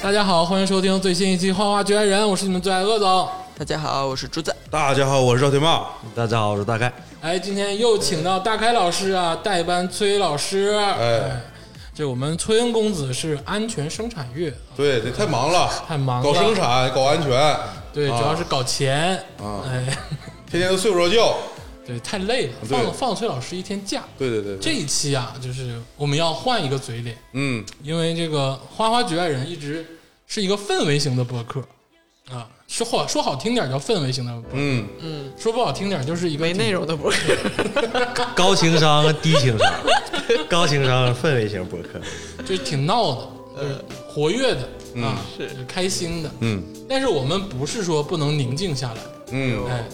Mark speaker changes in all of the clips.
Speaker 1: 大家好，欢迎收听最新一期《花花局外人》，我是你们最爱鄂总。
Speaker 2: 大家好，我是朱赞。
Speaker 3: 大家好，我是赵天霸。
Speaker 4: 大家好，我是大概。
Speaker 1: 哎，今天又请到大开老师啊，代班崔老师。
Speaker 3: 哎，
Speaker 1: 这我们崔恩公子是安全生产月，
Speaker 3: 对，这太忙了，
Speaker 1: 太忙了
Speaker 3: 搞生产，搞安全，
Speaker 1: 对，主要是搞钱。
Speaker 3: 啊
Speaker 1: 哎，
Speaker 3: 天天都睡不着觉。
Speaker 1: 对，太累了，
Speaker 3: 对
Speaker 1: 放放崔老师一天假。
Speaker 3: 对对对，对
Speaker 1: 这一期啊，就是我们要换一个嘴脸，
Speaker 3: 嗯，
Speaker 1: 因为这个《花花局外人》一直是一个氛围型的播客啊，说好说好听点叫氛围型的播客，
Speaker 3: 嗯，
Speaker 1: 说不好听点就是一个
Speaker 2: 没内容的博客，
Speaker 4: 高情商，低情商，高情商氛围型博客。
Speaker 1: 就是挺闹的，就是活跃的、啊，
Speaker 2: 是
Speaker 1: 就开心的。
Speaker 3: 嗯，
Speaker 1: 但是我们不是说不能宁静下来，
Speaker 3: 嗯，
Speaker 1: 哎，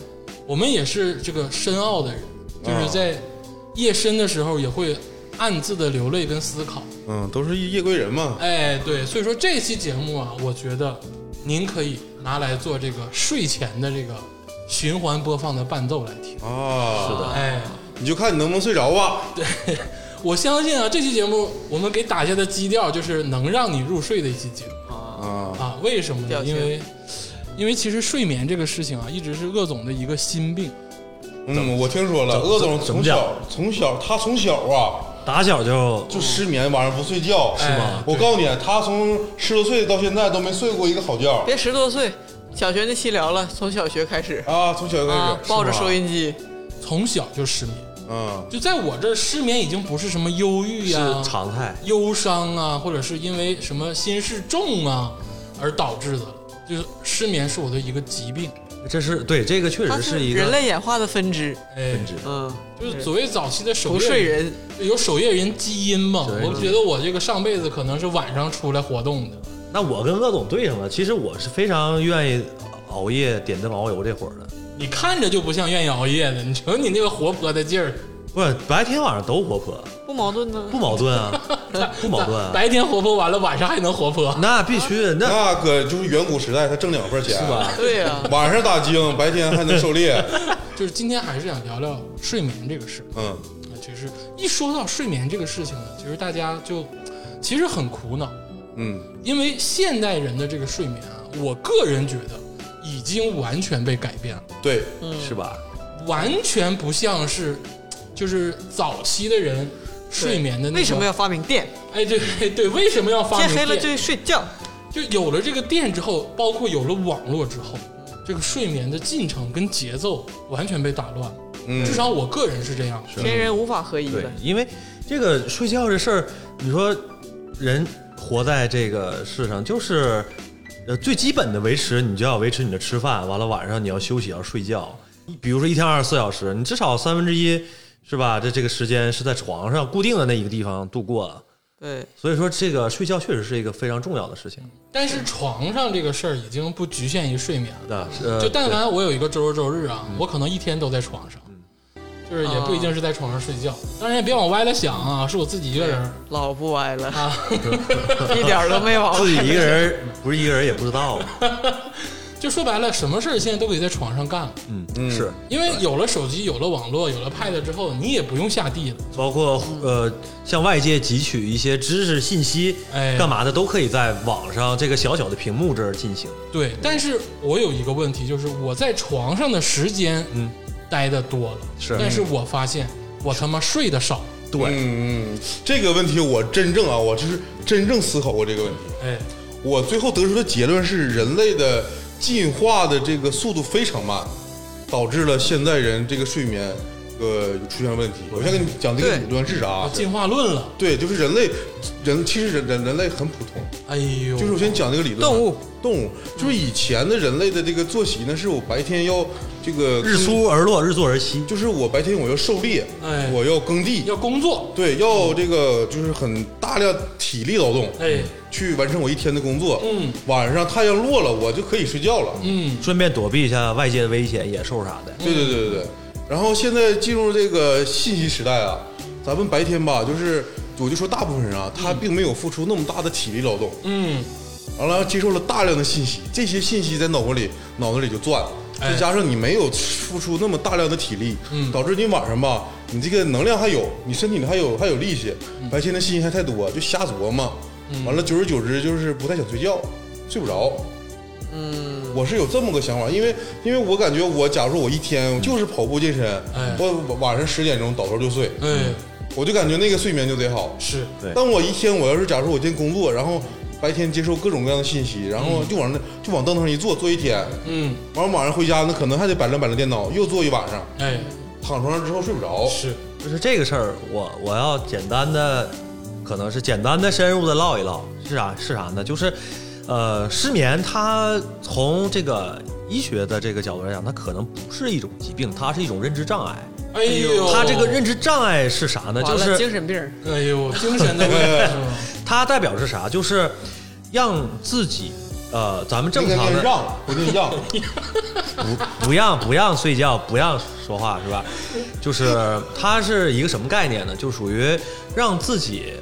Speaker 1: 我们也是这个深奥的人，就是在夜深的时候也会暗自的流泪跟思考。
Speaker 3: 嗯，都是夜归人嘛。
Speaker 1: 哎，对，所以说这期节目啊，我觉得您可以拿来做这个睡前的这个循环播放的伴奏来听。
Speaker 3: 啊，是的，
Speaker 1: 哎，
Speaker 3: 你就看你能不能睡着吧。
Speaker 1: 我相信啊，这期节目我们给打下的基调就是能让你入睡的一期节目。
Speaker 3: 啊，
Speaker 1: 啊，为什么
Speaker 2: 调
Speaker 1: 呢？
Speaker 2: 性
Speaker 1: 因为因为其实睡眠这个事情啊，一直是鄂总的一个心病。
Speaker 3: 嗯，我听说了，鄂总
Speaker 4: 怎么
Speaker 3: 从
Speaker 4: 讲
Speaker 3: 小从小他从小啊
Speaker 4: 打小就
Speaker 3: 就失眠，晚上不睡觉，
Speaker 1: 是吗
Speaker 3: 我告诉你，他从十多岁到现在都没睡过一个好觉
Speaker 2: 别十多岁，小学那期聊了，从小学开始
Speaker 3: 啊，从小就开
Speaker 2: 啊
Speaker 3: 始，
Speaker 2: 抱着
Speaker 3: 是吧
Speaker 2: 收音机，
Speaker 1: 从小就失眠，
Speaker 3: 嗯
Speaker 1: 就在我这儿失眠已经不是什么忧郁呀、
Speaker 4: 是常态。
Speaker 1: 忧伤啊，或者是因为什么心事重啊而导致的，就是失眠是我的一个疾病。
Speaker 4: 这是对这个确
Speaker 2: 它
Speaker 4: 实是
Speaker 2: 是
Speaker 4: 一
Speaker 2: 人
Speaker 4: 个
Speaker 2: 类演化的分支。
Speaker 1: 哎，
Speaker 4: 分支。
Speaker 2: 嗯，
Speaker 1: 就是所谓早期的守
Speaker 2: 不
Speaker 1: 夜
Speaker 2: 睡人，
Speaker 1: 有守夜人基因嘛？
Speaker 4: 对
Speaker 1: 我觉得我这个上辈子可能是晚上出来活动的。
Speaker 4: 那我跟鄂总对上了，其实我是非常愿意熬夜点灯熬油这会儿的，
Speaker 1: 你看着就不像愿意熬夜的，你瞅你那个活泼的劲儿，
Speaker 4: 不是白天晚上都活泼，
Speaker 2: 不矛盾呢
Speaker 4: 不。矛盾啊，不矛盾啊。
Speaker 1: 白天活泼完了，晚上还能活泼。
Speaker 4: 那必须，那
Speaker 3: 那可就是远古时代，他挣两份钱
Speaker 4: 是？吧？
Speaker 2: 对啊 呀、
Speaker 3: 晚上打精，白天还能狩猎。
Speaker 1: 就是今天还是想聊聊睡眠这个事。
Speaker 3: 嗯
Speaker 1: 啊，其实一说到睡眠这个事情呢，其实大家就其实很苦恼，
Speaker 3: 嗯
Speaker 1: 因为现代人的这个睡眠啊，我个人觉得已经完全被改变了，，
Speaker 3: 对，嗯
Speaker 4: 是吧？
Speaker 1: 完全不像是就是早期的人睡眠的那
Speaker 2: 为什么
Speaker 1: 要？
Speaker 2: 要发明电？
Speaker 1: 哎，对对对，为什么要发
Speaker 2: 天
Speaker 1: 明
Speaker 2: 黑了
Speaker 1: 电
Speaker 2: 就睡觉。
Speaker 1: 就有了这个电之后，包括有了网络之后，这个睡眠的进程跟节奏完全被打乱了。
Speaker 3: 嗯
Speaker 1: 至少我个人是这样的。
Speaker 2: 天人无法合一
Speaker 4: 对
Speaker 2: 的，，
Speaker 4: 因为这个睡觉这事儿，你说人活在这个世上，就是呃最基本的维持，你就要维持你的吃饭，完了晚上你要休息，要睡觉。比如说一天二十四小时，你至少三分之一是吧？这这个时间是在床上固定的那一个地方度过了。
Speaker 2: 对，
Speaker 4: 所以说，这个睡觉确实是一个非常重要的事情。
Speaker 1: 但是床上这个事儿已经不局限于睡眠了。
Speaker 4: 那呃，
Speaker 1: 就但凡我有一个周六周日啊，我可能一天都在床上，就是也不一定是在床上睡觉。当然也别往歪了想啊，是我自己一个人儿
Speaker 2: 老不歪了，
Speaker 1: 啊。
Speaker 2: 一点儿都没往
Speaker 4: 自己一个人不是一个人也不知道啊。
Speaker 1: 就说白了，什么事儿现在都可以在床上干了，
Speaker 4: 嗯，是。
Speaker 1: 因为有了手机，有了网络，有了 Pad 之后，你也不用下地了。
Speaker 4: 包括呃，向外界汲取一些知识信息，
Speaker 1: 哎
Speaker 4: 干嘛的都可以在网上这个小小的屏幕这儿进行。
Speaker 1: 对，但是我有一个问题，就是我在床上的时间，
Speaker 4: 嗯，
Speaker 1: 待的多了，
Speaker 4: 是
Speaker 1: 但是我发现我他妈睡得少，
Speaker 4: 对，
Speaker 3: 嗯嗯，这个问题我真正啊，我就是真正思考过这个问题。
Speaker 1: 哎，
Speaker 3: 我最后得出的结论是，人类的进化的这个速度非常慢，导致了现代人这个睡眠呃出现问题。我先跟你讲这个
Speaker 2: 对
Speaker 3: 理论是啥
Speaker 1: 啊，。进化论了，
Speaker 3: 对，就是人类，人其实人人人类很普通，
Speaker 1: 哎呦，
Speaker 3: 就是我先讲这个理论。啊
Speaker 2: 动物，
Speaker 3: 动物就是以前的人类的这个作息呢，是我白天要这个
Speaker 4: 日
Speaker 3: 耕，
Speaker 4: 出而落，日作而息，
Speaker 3: 就是我白天我要狩猎，
Speaker 1: 哎
Speaker 3: 我要耕地，
Speaker 1: 要工作，
Speaker 3: 对，要这个就是很大量体力劳动，
Speaker 1: 哎，
Speaker 3: 去完成我一天的工作。
Speaker 1: 嗯，
Speaker 3: 晚上太阳落了，我就可以睡觉了。
Speaker 1: 嗯，
Speaker 4: 顺便躲避一下外界的危险、野兽啥的。
Speaker 3: 对对对对对。然后现在进入这个信息时代啊，咱们白天吧，就是我就说大部分人啊，他并没有付出那么大的体力劳动，
Speaker 1: 嗯，
Speaker 3: 完了接受了大量的信息，这些信息在脑子里脑子里就转，
Speaker 1: 哎
Speaker 3: 再加上你没有付出那么大量的体力，
Speaker 1: 嗯
Speaker 3: 导致你晚上吧，你这个能量还有，你身体里还有还有
Speaker 1: 嗯
Speaker 3: 力气，白天的信息还太多，就瞎琢磨，完了久而久之就是不太想睡觉，睡不着。
Speaker 2: 嗯，
Speaker 3: 我是有这么个想法，因为因为我感觉我假如说我一天就是跑步健身，
Speaker 1: 哎
Speaker 3: 我晚上十点钟倒头就睡，
Speaker 1: 哎，
Speaker 4: 嗯
Speaker 3: 我就感觉那个睡眠就得好。
Speaker 1: 是，
Speaker 4: 对
Speaker 3: 但我一天我要是假如说我今天工作，然后白天接受各种各样的信息，然后就往那就往凳子上一坐坐一天，
Speaker 1: 嗯，
Speaker 3: 完晚上回家那可能还得摆弄摆弄电脑，又坐一晚上，
Speaker 1: 哎，
Speaker 3: 躺床上之后睡不
Speaker 4: 哦
Speaker 3: 着。
Speaker 1: 是，
Speaker 4: 就是这个事儿，我我要简单的，可能是简单的深入的唠一唠，是啥是啥呢？就是，呃，失眠它从这个医学的这个角度来讲，它可能不是一种疾病，它是一种认知障碍。
Speaker 1: 哎呦，
Speaker 4: 它这个认，知障碍是啥呢？就
Speaker 2: 完了，精
Speaker 4: 是
Speaker 2: 神病儿，
Speaker 1: 哎呦，精神的 问题是吗？
Speaker 4: 它代表是啥？就是让自己，呃，咱们正
Speaker 3: 那个
Speaker 4: 常
Speaker 3: 念
Speaker 4: 的
Speaker 3: 让不念让，
Speaker 4: 不不让不让睡觉，不让说话是吧？就是它是一个什么概念呢？就属于让自己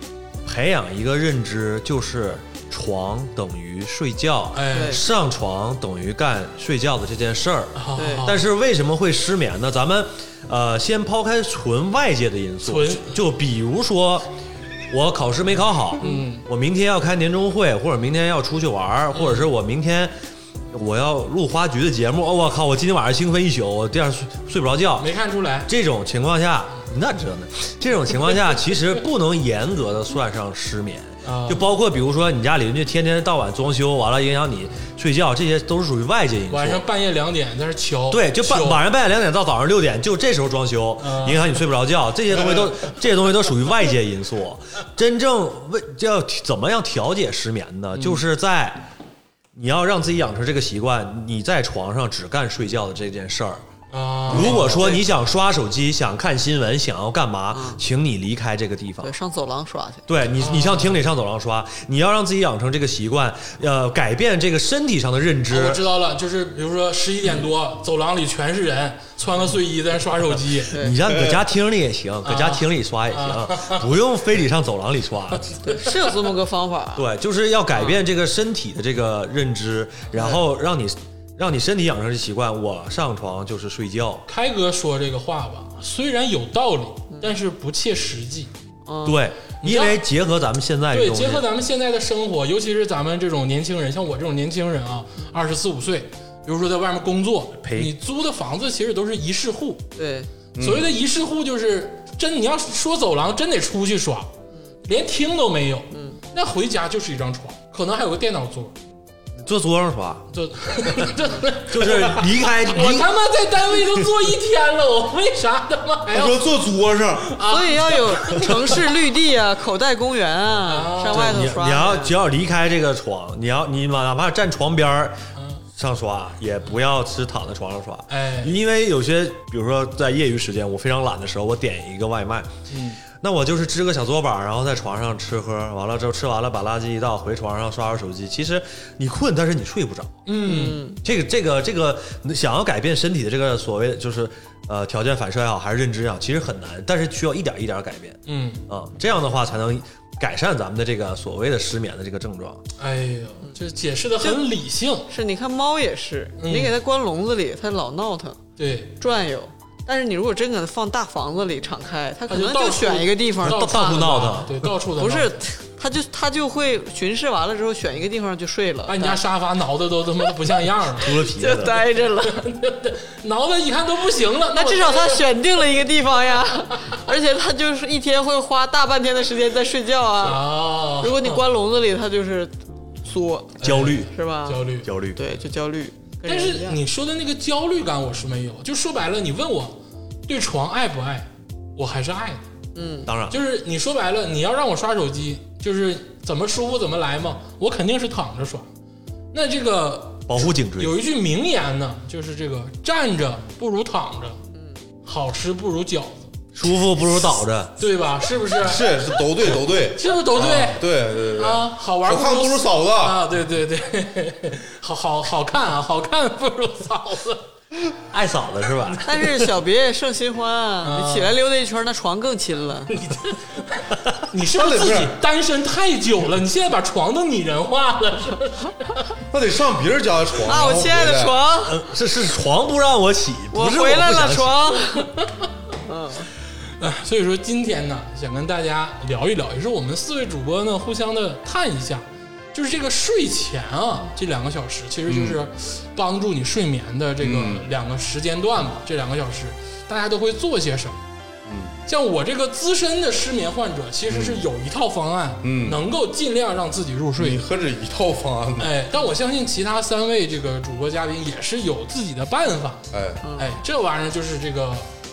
Speaker 4: 培养一个认知，就是床等于睡觉，
Speaker 1: 哎，
Speaker 4: 上床等于干睡觉的这件事儿。
Speaker 1: 好，
Speaker 2: 对
Speaker 1: 好
Speaker 4: 但是为什么会失眠呢？咱们呃，先抛开纯外界的因素，
Speaker 1: 纯
Speaker 4: 就比如说我考试没考好，
Speaker 1: 嗯，
Speaker 4: 我明天要开年终会，或者明天要出去玩儿，或者是我明天我要录花局的节目，哦，我靠，我今天晚上兴奋一宿，我第二天睡睡不着觉，
Speaker 1: 没看出来，
Speaker 4: 这种情况下，那这呢？这种情况下，其实不能严格的算上失眠
Speaker 1: 啊，
Speaker 4: 就包括比如说你家里人就天天到晚装修，完了影响你睡觉，这些都是属于外界因素。
Speaker 1: 晚上半夜两点在那敲，
Speaker 4: 对，就半
Speaker 1: 敲
Speaker 4: 晚上半夜两点到早上六点，就这时候装修，
Speaker 1: 哦嗯
Speaker 4: 影响你睡不着觉，这些东西都这些东西都属于外界因素。真正为要怎么样调节失眠
Speaker 1: 嗯
Speaker 4: 呢？就是在你要让自己养成这个习惯，你在床上只干睡觉的这件事儿。
Speaker 1: 啊，
Speaker 4: 如果说你想刷手机、想看新闻、想要干
Speaker 1: 嗯
Speaker 4: 嘛，请你离开这个地方
Speaker 2: 对，。上走廊刷去。
Speaker 4: 对
Speaker 1: 哦
Speaker 4: 你，你上厅里、上走廊刷，你要让自己养成这个习惯，呃，改变这个身体上的认知。
Speaker 1: 哦我知道了，就是比如说十一点多，走廊里全是人，穿个睡衣在那刷手 机，
Speaker 2: 对
Speaker 4: 你让搁家厅里也行，
Speaker 1: 啊
Speaker 4: 搁家厅里刷 也行，不用非得上走廊里刷。
Speaker 1: 啊
Speaker 2: 对，是有这么个方 法。
Speaker 4: 对，就是要改变这个身体的这个认知，
Speaker 1: 嗯
Speaker 4: 然后让你让你身体养成这习惯。我上床就是睡觉，
Speaker 1: 开哥说这个话吧，虽然有道理，但是不切实际。
Speaker 2: 嗯，
Speaker 4: 对，
Speaker 1: 你知
Speaker 4: 因
Speaker 1: 道
Speaker 4: 为结合咱们现在这
Speaker 1: 对，
Speaker 4: 东西
Speaker 1: 结，合咱们现在的生活，尤其是咱们这种年轻人，像我这种年轻人啊，二十四五岁，比如说在外面工作，
Speaker 4: 呸
Speaker 1: 你租的房子其实都是一室户。
Speaker 2: 对
Speaker 3: 嗯
Speaker 1: 所谓的一室户，就是真你要说走廊，真得出去刷，连厅都没有。那回家就是一张床，可能还有个电脑桌。
Speaker 4: 坐桌上刷，
Speaker 1: 这这，
Speaker 4: 就是离 开
Speaker 1: 我
Speaker 4: 离
Speaker 1: 他妈在单位都坐一天了，我为啥他妈还
Speaker 3: 他
Speaker 1: 要
Speaker 3: 说坐桌上，
Speaker 2: 所以要有城市绿地啊、口袋公园啊，上外头
Speaker 4: 你
Speaker 2: 刷。
Speaker 4: 你要只要离开这个床，你要你哪怕站床边儿上刷，也不要只躺在床上刷。
Speaker 1: 哎
Speaker 4: 因为有些，比如说在业余时间，我非常懒的时候，我点一个外卖，
Speaker 1: 嗯，
Speaker 4: 那我就是支个小桌板，然后在床上吃喝，完了之后吃完了把垃圾一倒，回床上刷刷手机。其实你困，但是你睡不着。
Speaker 1: 嗯，
Speaker 4: 这个这个这个，想要改变身体的这个所谓就是呃条件反射也好，还是认知也好，其实很难，但是需要一点一点改变。
Speaker 1: 嗯，
Speaker 4: 啊、这样的话才能改善咱们的这个所谓的失眠的这个症状。
Speaker 1: 哎呦，这解释的很理性，
Speaker 2: 是，你看猫也是，
Speaker 1: 嗯
Speaker 2: 你给它关笼子里，它老闹腾
Speaker 1: 对，
Speaker 2: 转悠。但是你如果真给它放大房子里敞开，它
Speaker 1: 他
Speaker 2: 可能
Speaker 1: 到
Speaker 2: 就
Speaker 1: 处
Speaker 2: 选一个地方
Speaker 1: 到
Speaker 4: 到处闹腾
Speaker 1: 对，到处的
Speaker 2: 不是，它就它就会巡视完了之后选一个地方就睡了，
Speaker 1: 把你家沙发挠的都他妈不像样 了，
Speaker 4: 秃了皮
Speaker 2: 就
Speaker 4: 子，
Speaker 2: 待着了。
Speaker 1: 挠的一看都不行了。
Speaker 2: 那
Speaker 1: 我
Speaker 2: 至少他选定了一个地方呀， 而且他就是一天会花大半天的时间在睡觉啊。
Speaker 1: 啊，
Speaker 2: 如果你关笼子里，他就是作，
Speaker 4: 焦虑，
Speaker 2: 是吧？
Speaker 1: 焦，虑，
Speaker 4: 焦虑。
Speaker 2: 对，就焦虑。跟
Speaker 1: 但
Speaker 2: 人一
Speaker 1: 是
Speaker 2: 样
Speaker 1: 你说的那个焦虑感我是没有，就说白了，你问我对床爱不爱，我还是爱的。
Speaker 4: 当然，
Speaker 1: 就是你说白了，你要让我刷手机，就是怎么舒服怎么来嘛，我肯定是躺着刷。那这个
Speaker 4: 保护颈椎。
Speaker 1: 有一句名言呢，就是这个站着不如躺着，好吃不如饺子，
Speaker 4: 舒服不如倒着。
Speaker 1: 对吧？是不是？
Speaker 3: 是是都对 都对，
Speaker 1: 是不是都对
Speaker 3: 啊对对对对，
Speaker 1: 啊？好玩
Speaker 3: 好看不如嫂子，
Speaker 1: 啊，对对对， 好好好看啊，好看不如嫂子。
Speaker 4: 爱嫂子是吧？
Speaker 2: 但是小别胜新欢啊，
Speaker 1: 啊
Speaker 2: 你起来溜达一圈，那床更亲了。
Speaker 1: 你是不是
Speaker 3: 那得
Speaker 1: 自
Speaker 3: 是
Speaker 1: 己单身太久了？你现在把床都拟人化了，是不是？
Speaker 3: 那得上别人家的床
Speaker 2: 啊，我亲爱的，床，
Speaker 4: 嗯，是是床不让我起，不
Speaker 2: 我
Speaker 4: 是
Speaker 2: 回来
Speaker 4: 不想
Speaker 2: 了，
Speaker 4: 起。
Speaker 2: 床。
Speaker 1: 哎，所以说今天呢，想跟大家聊一聊，也是我们四位主播呢互相的探一下，就是这个睡前啊，这两个小时其实就是帮助你睡眠的这个
Speaker 3: 嗯
Speaker 1: 两个时间段嘛。这两个小时大家都会做些什么？
Speaker 3: 嗯，
Speaker 1: 像我这个资深的失眠患者，其实是有一套方案，
Speaker 3: 嗯
Speaker 1: 能够尽量让自己入睡
Speaker 3: 你。何止一套方案呢？
Speaker 1: 哎，但我相信其他三位这个主播嘉宾也是有自己的办法。
Speaker 3: 哎，
Speaker 1: 哎，这玩意儿就是这个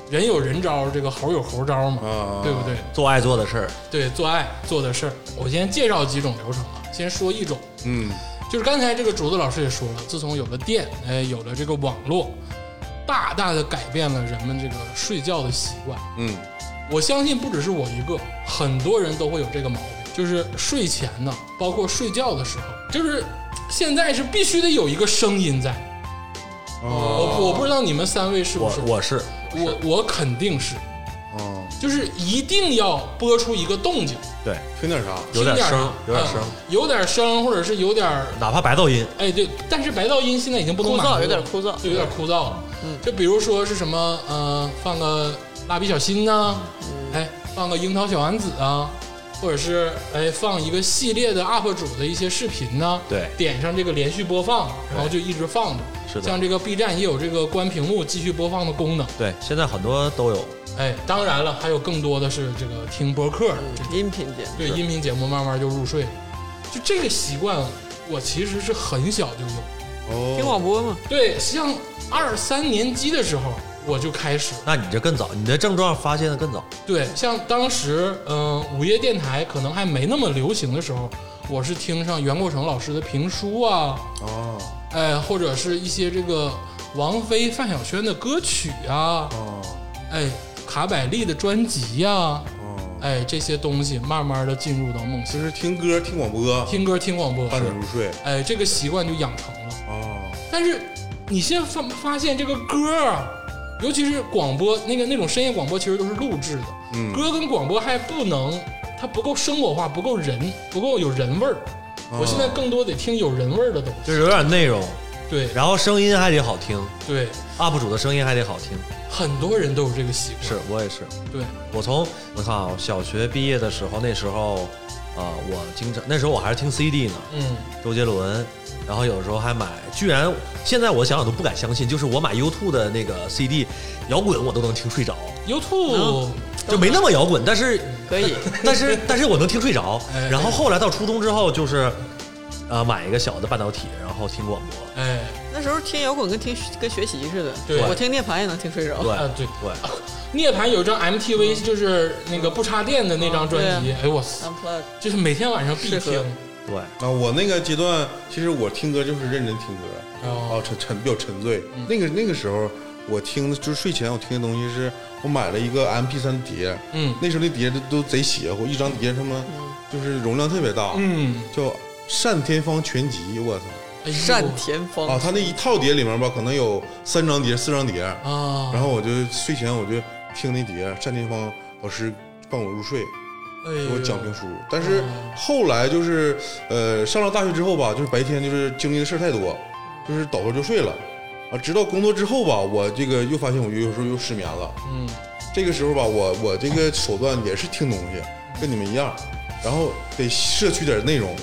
Speaker 1: 人有人招，这个猴有猴招嘛，
Speaker 3: 啊，
Speaker 1: 对不对？
Speaker 4: 做爱做的事儿，
Speaker 1: 对，做爱做的事儿，我先介绍几种流程啊。先说一种，
Speaker 3: 嗯，
Speaker 1: 就是刚才这个竹子老师也说了，自从有了电，哎，有了这个网络，大大的改变了人们这个睡觉的习惯。
Speaker 3: 嗯
Speaker 1: 我相信不只是我一个，很多人都会有这个毛病，就是睡前呢，包括睡觉的时候，就是现在是必须得有一个声音在。
Speaker 3: 嗯，
Speaker 2: 哦
Speaker 1: 我我不知道你们三位是不
Speaker 4: 我
Speaker 1: 是，
Speaker 4: 我是
Speaker 1: 我我肯定是，
Speaker 3: 嗯，
Speaker 1: 就是一定要播出一个动静，
Speaker 4: 对，
Speaker 3: 听点啥？
Speaker 4: 有点
Speaker 1: 听
Speaker 4: 声
Speaker 1: 啥
Speaker 4: 有点声
Speaker 1: 嗯有点声，或者是有点儿，
Speaker 4: 哪怕白噪音，
Speaker 1: 哎，对，但是白噪音现在已经不能
Speaker 2: 枯
Speaker 1: 满足
Speaker 2: 燥，
Speaker 1: 了
Speaker 2: 有点枯燥。嗯
Speaker 1: 就有点枯燥了。就比如说是什么，呃，放个蜡笔小新呐、
Speaker 2: 嗯
Speaker 1: 哎，放个樱桃小丸子啊，或者是哎放一个系列的 UP 主的一些视频呐、
Speaker 4: 对
Speaker 1: 点上这个连续播放，然后就一直放着。
Speaker 4: 是的
Speaker 1: 像这个 B 站也有这个关屏幕继续播放的功能。
Speaker 4: 对，现在很多都有，
Speaker 1: 哎，当然了，还有更多的是这个听播客的这种
Speaker 2: 音频节目
Speaker 1: 对音频节目慢慢就入睡了。就这个习惯，我其实是很小就有。
Speaker 2: 听
Speaker 3: 哦，
Speaker 2: 广播嘛，
Speaker 1: 对，像二三年级的时候我就开始，
Speaker 4: 那你这更早，你的症状发现的更早，
Speaker 1: 对，像当时嗯、呃午夜电台可能还没那么流行的时候，我是听上袁国成老师的评书啊，
Speaker 3: 哦
Speaker 1: 哎，或者是一些这个王菲、范晓萱的歌曲啊，
Speaker 3: 哦
Speaker 1: 哎，卡百利的专辑呀、
Speaker 3: 哦，
Speaker 1: 哎，这些东西慢慢的进入到梦乡，
Speaker 3: 就是听歌、听广播，
Speaker 1: 听歌听广播，
Speaker 3: 伴你入睡。
Speaker 1: 哎，这个习惯就养成了。
Speaker 3: 哦，
Speaker 1: 但是你现在发发现这个歌啊，尤其是广播那个那种深夜广播，其实都是录制的。
Speaker 3: 嗯
Speaker 1: 歌跟广播还不能，它不够生活化，不够人，不够有人味儿。我现在更多得听有人味儿的东西。
Speaker 4: 就是有点内容，
Speaker 1: 对
Speaker 4: 然后声音还得好听
Speaker 1: 对，
Speaker 4: ，UP 主的声音还得好听，
Speaker 1: 很多人都有这个习惯。
Speaker 4: 是我也是，
Speaker 1: 对，
Speaker 4: 我从我看啊，小学毕业的时候，那时候啊、我经常那时候我还是听 CD 呢，
Speaker 1: 嗯，
Speaker 4: 周杰伦，然后有的时候还买，居然现在我想想都不敢相信，就是我买 U2 的那个 CD，摇滚我都能听睡着，
Speaker 1: YouTube
Speaker 4: 就没那么摇滚，但是
Speaker 2: 可以。
Speaker 4: 但是但是我能听睡着
Speaker 1: 哎。
Speaker 4: 然后后来到初中之后，就是呃买一个小的半导体，然后听广播，
Speaker 1: 哎
Speaker 2: 那时候听摇滚跟听跟学习似的，
Speaker 1: 对
Speaker 2: 我听涅槃也能听睡着。
Speaker 4: 对
Speaker 1: 啊对。
Speaker 4: 对，
Speaker 1: 涅槃有一张
Speaker 2: 嗯
Speaker 1: MTV，就是那个不插电的那张专
Speaker 2: 哦
Speaker 1: 辑，哎我操，
Speaker 2: Unplug
Speaker 1: 就是每天晚上必
Speaker 2: 啊适合
Speaker 1: 听。
Speaker 4: 对，
Speaker 3: 啊，我那个阶段，其实我听歌就是认真听歌，
Speaker 1: 哦嗯
Speaker 3: 啊，沉沉比较沉醉。那个那个时候，我听的就是睡前我听的东西是，我买了一个 M P 三碟，
Speaker 1: 嗯
Speaker 3: 那时候那碟都都贼邪乎，一张碟他妈就是容量特别大，
Speaker 1: 嗯，
Speaker 3: 叫《单田芳全集》，我操！
Speaker 1: 哎呦
Speaker 2: 单田芳
Speaker 3: 啊，他那一套碟里面吧，可能有三张碟、四张碟，
Speaker 1: 啊，
Speaker 3: 然后我就睡前我就听那碟，单田芳老师伴我入睡。
Speaker 1: 哎呦
Speaker 3: 给我讲评书，但是后来就是呃上了大学之后吧，就是白天就是经历的事儿太多，就是倒头就睡了啊。直到工作之后吧，我这个又发现我有时候又失眠了。
Speaker 1: 嗯，
Speaker 3: 这个时候吧，我我这个手段也是听东西，跟你们一样，然后得摄取点内容，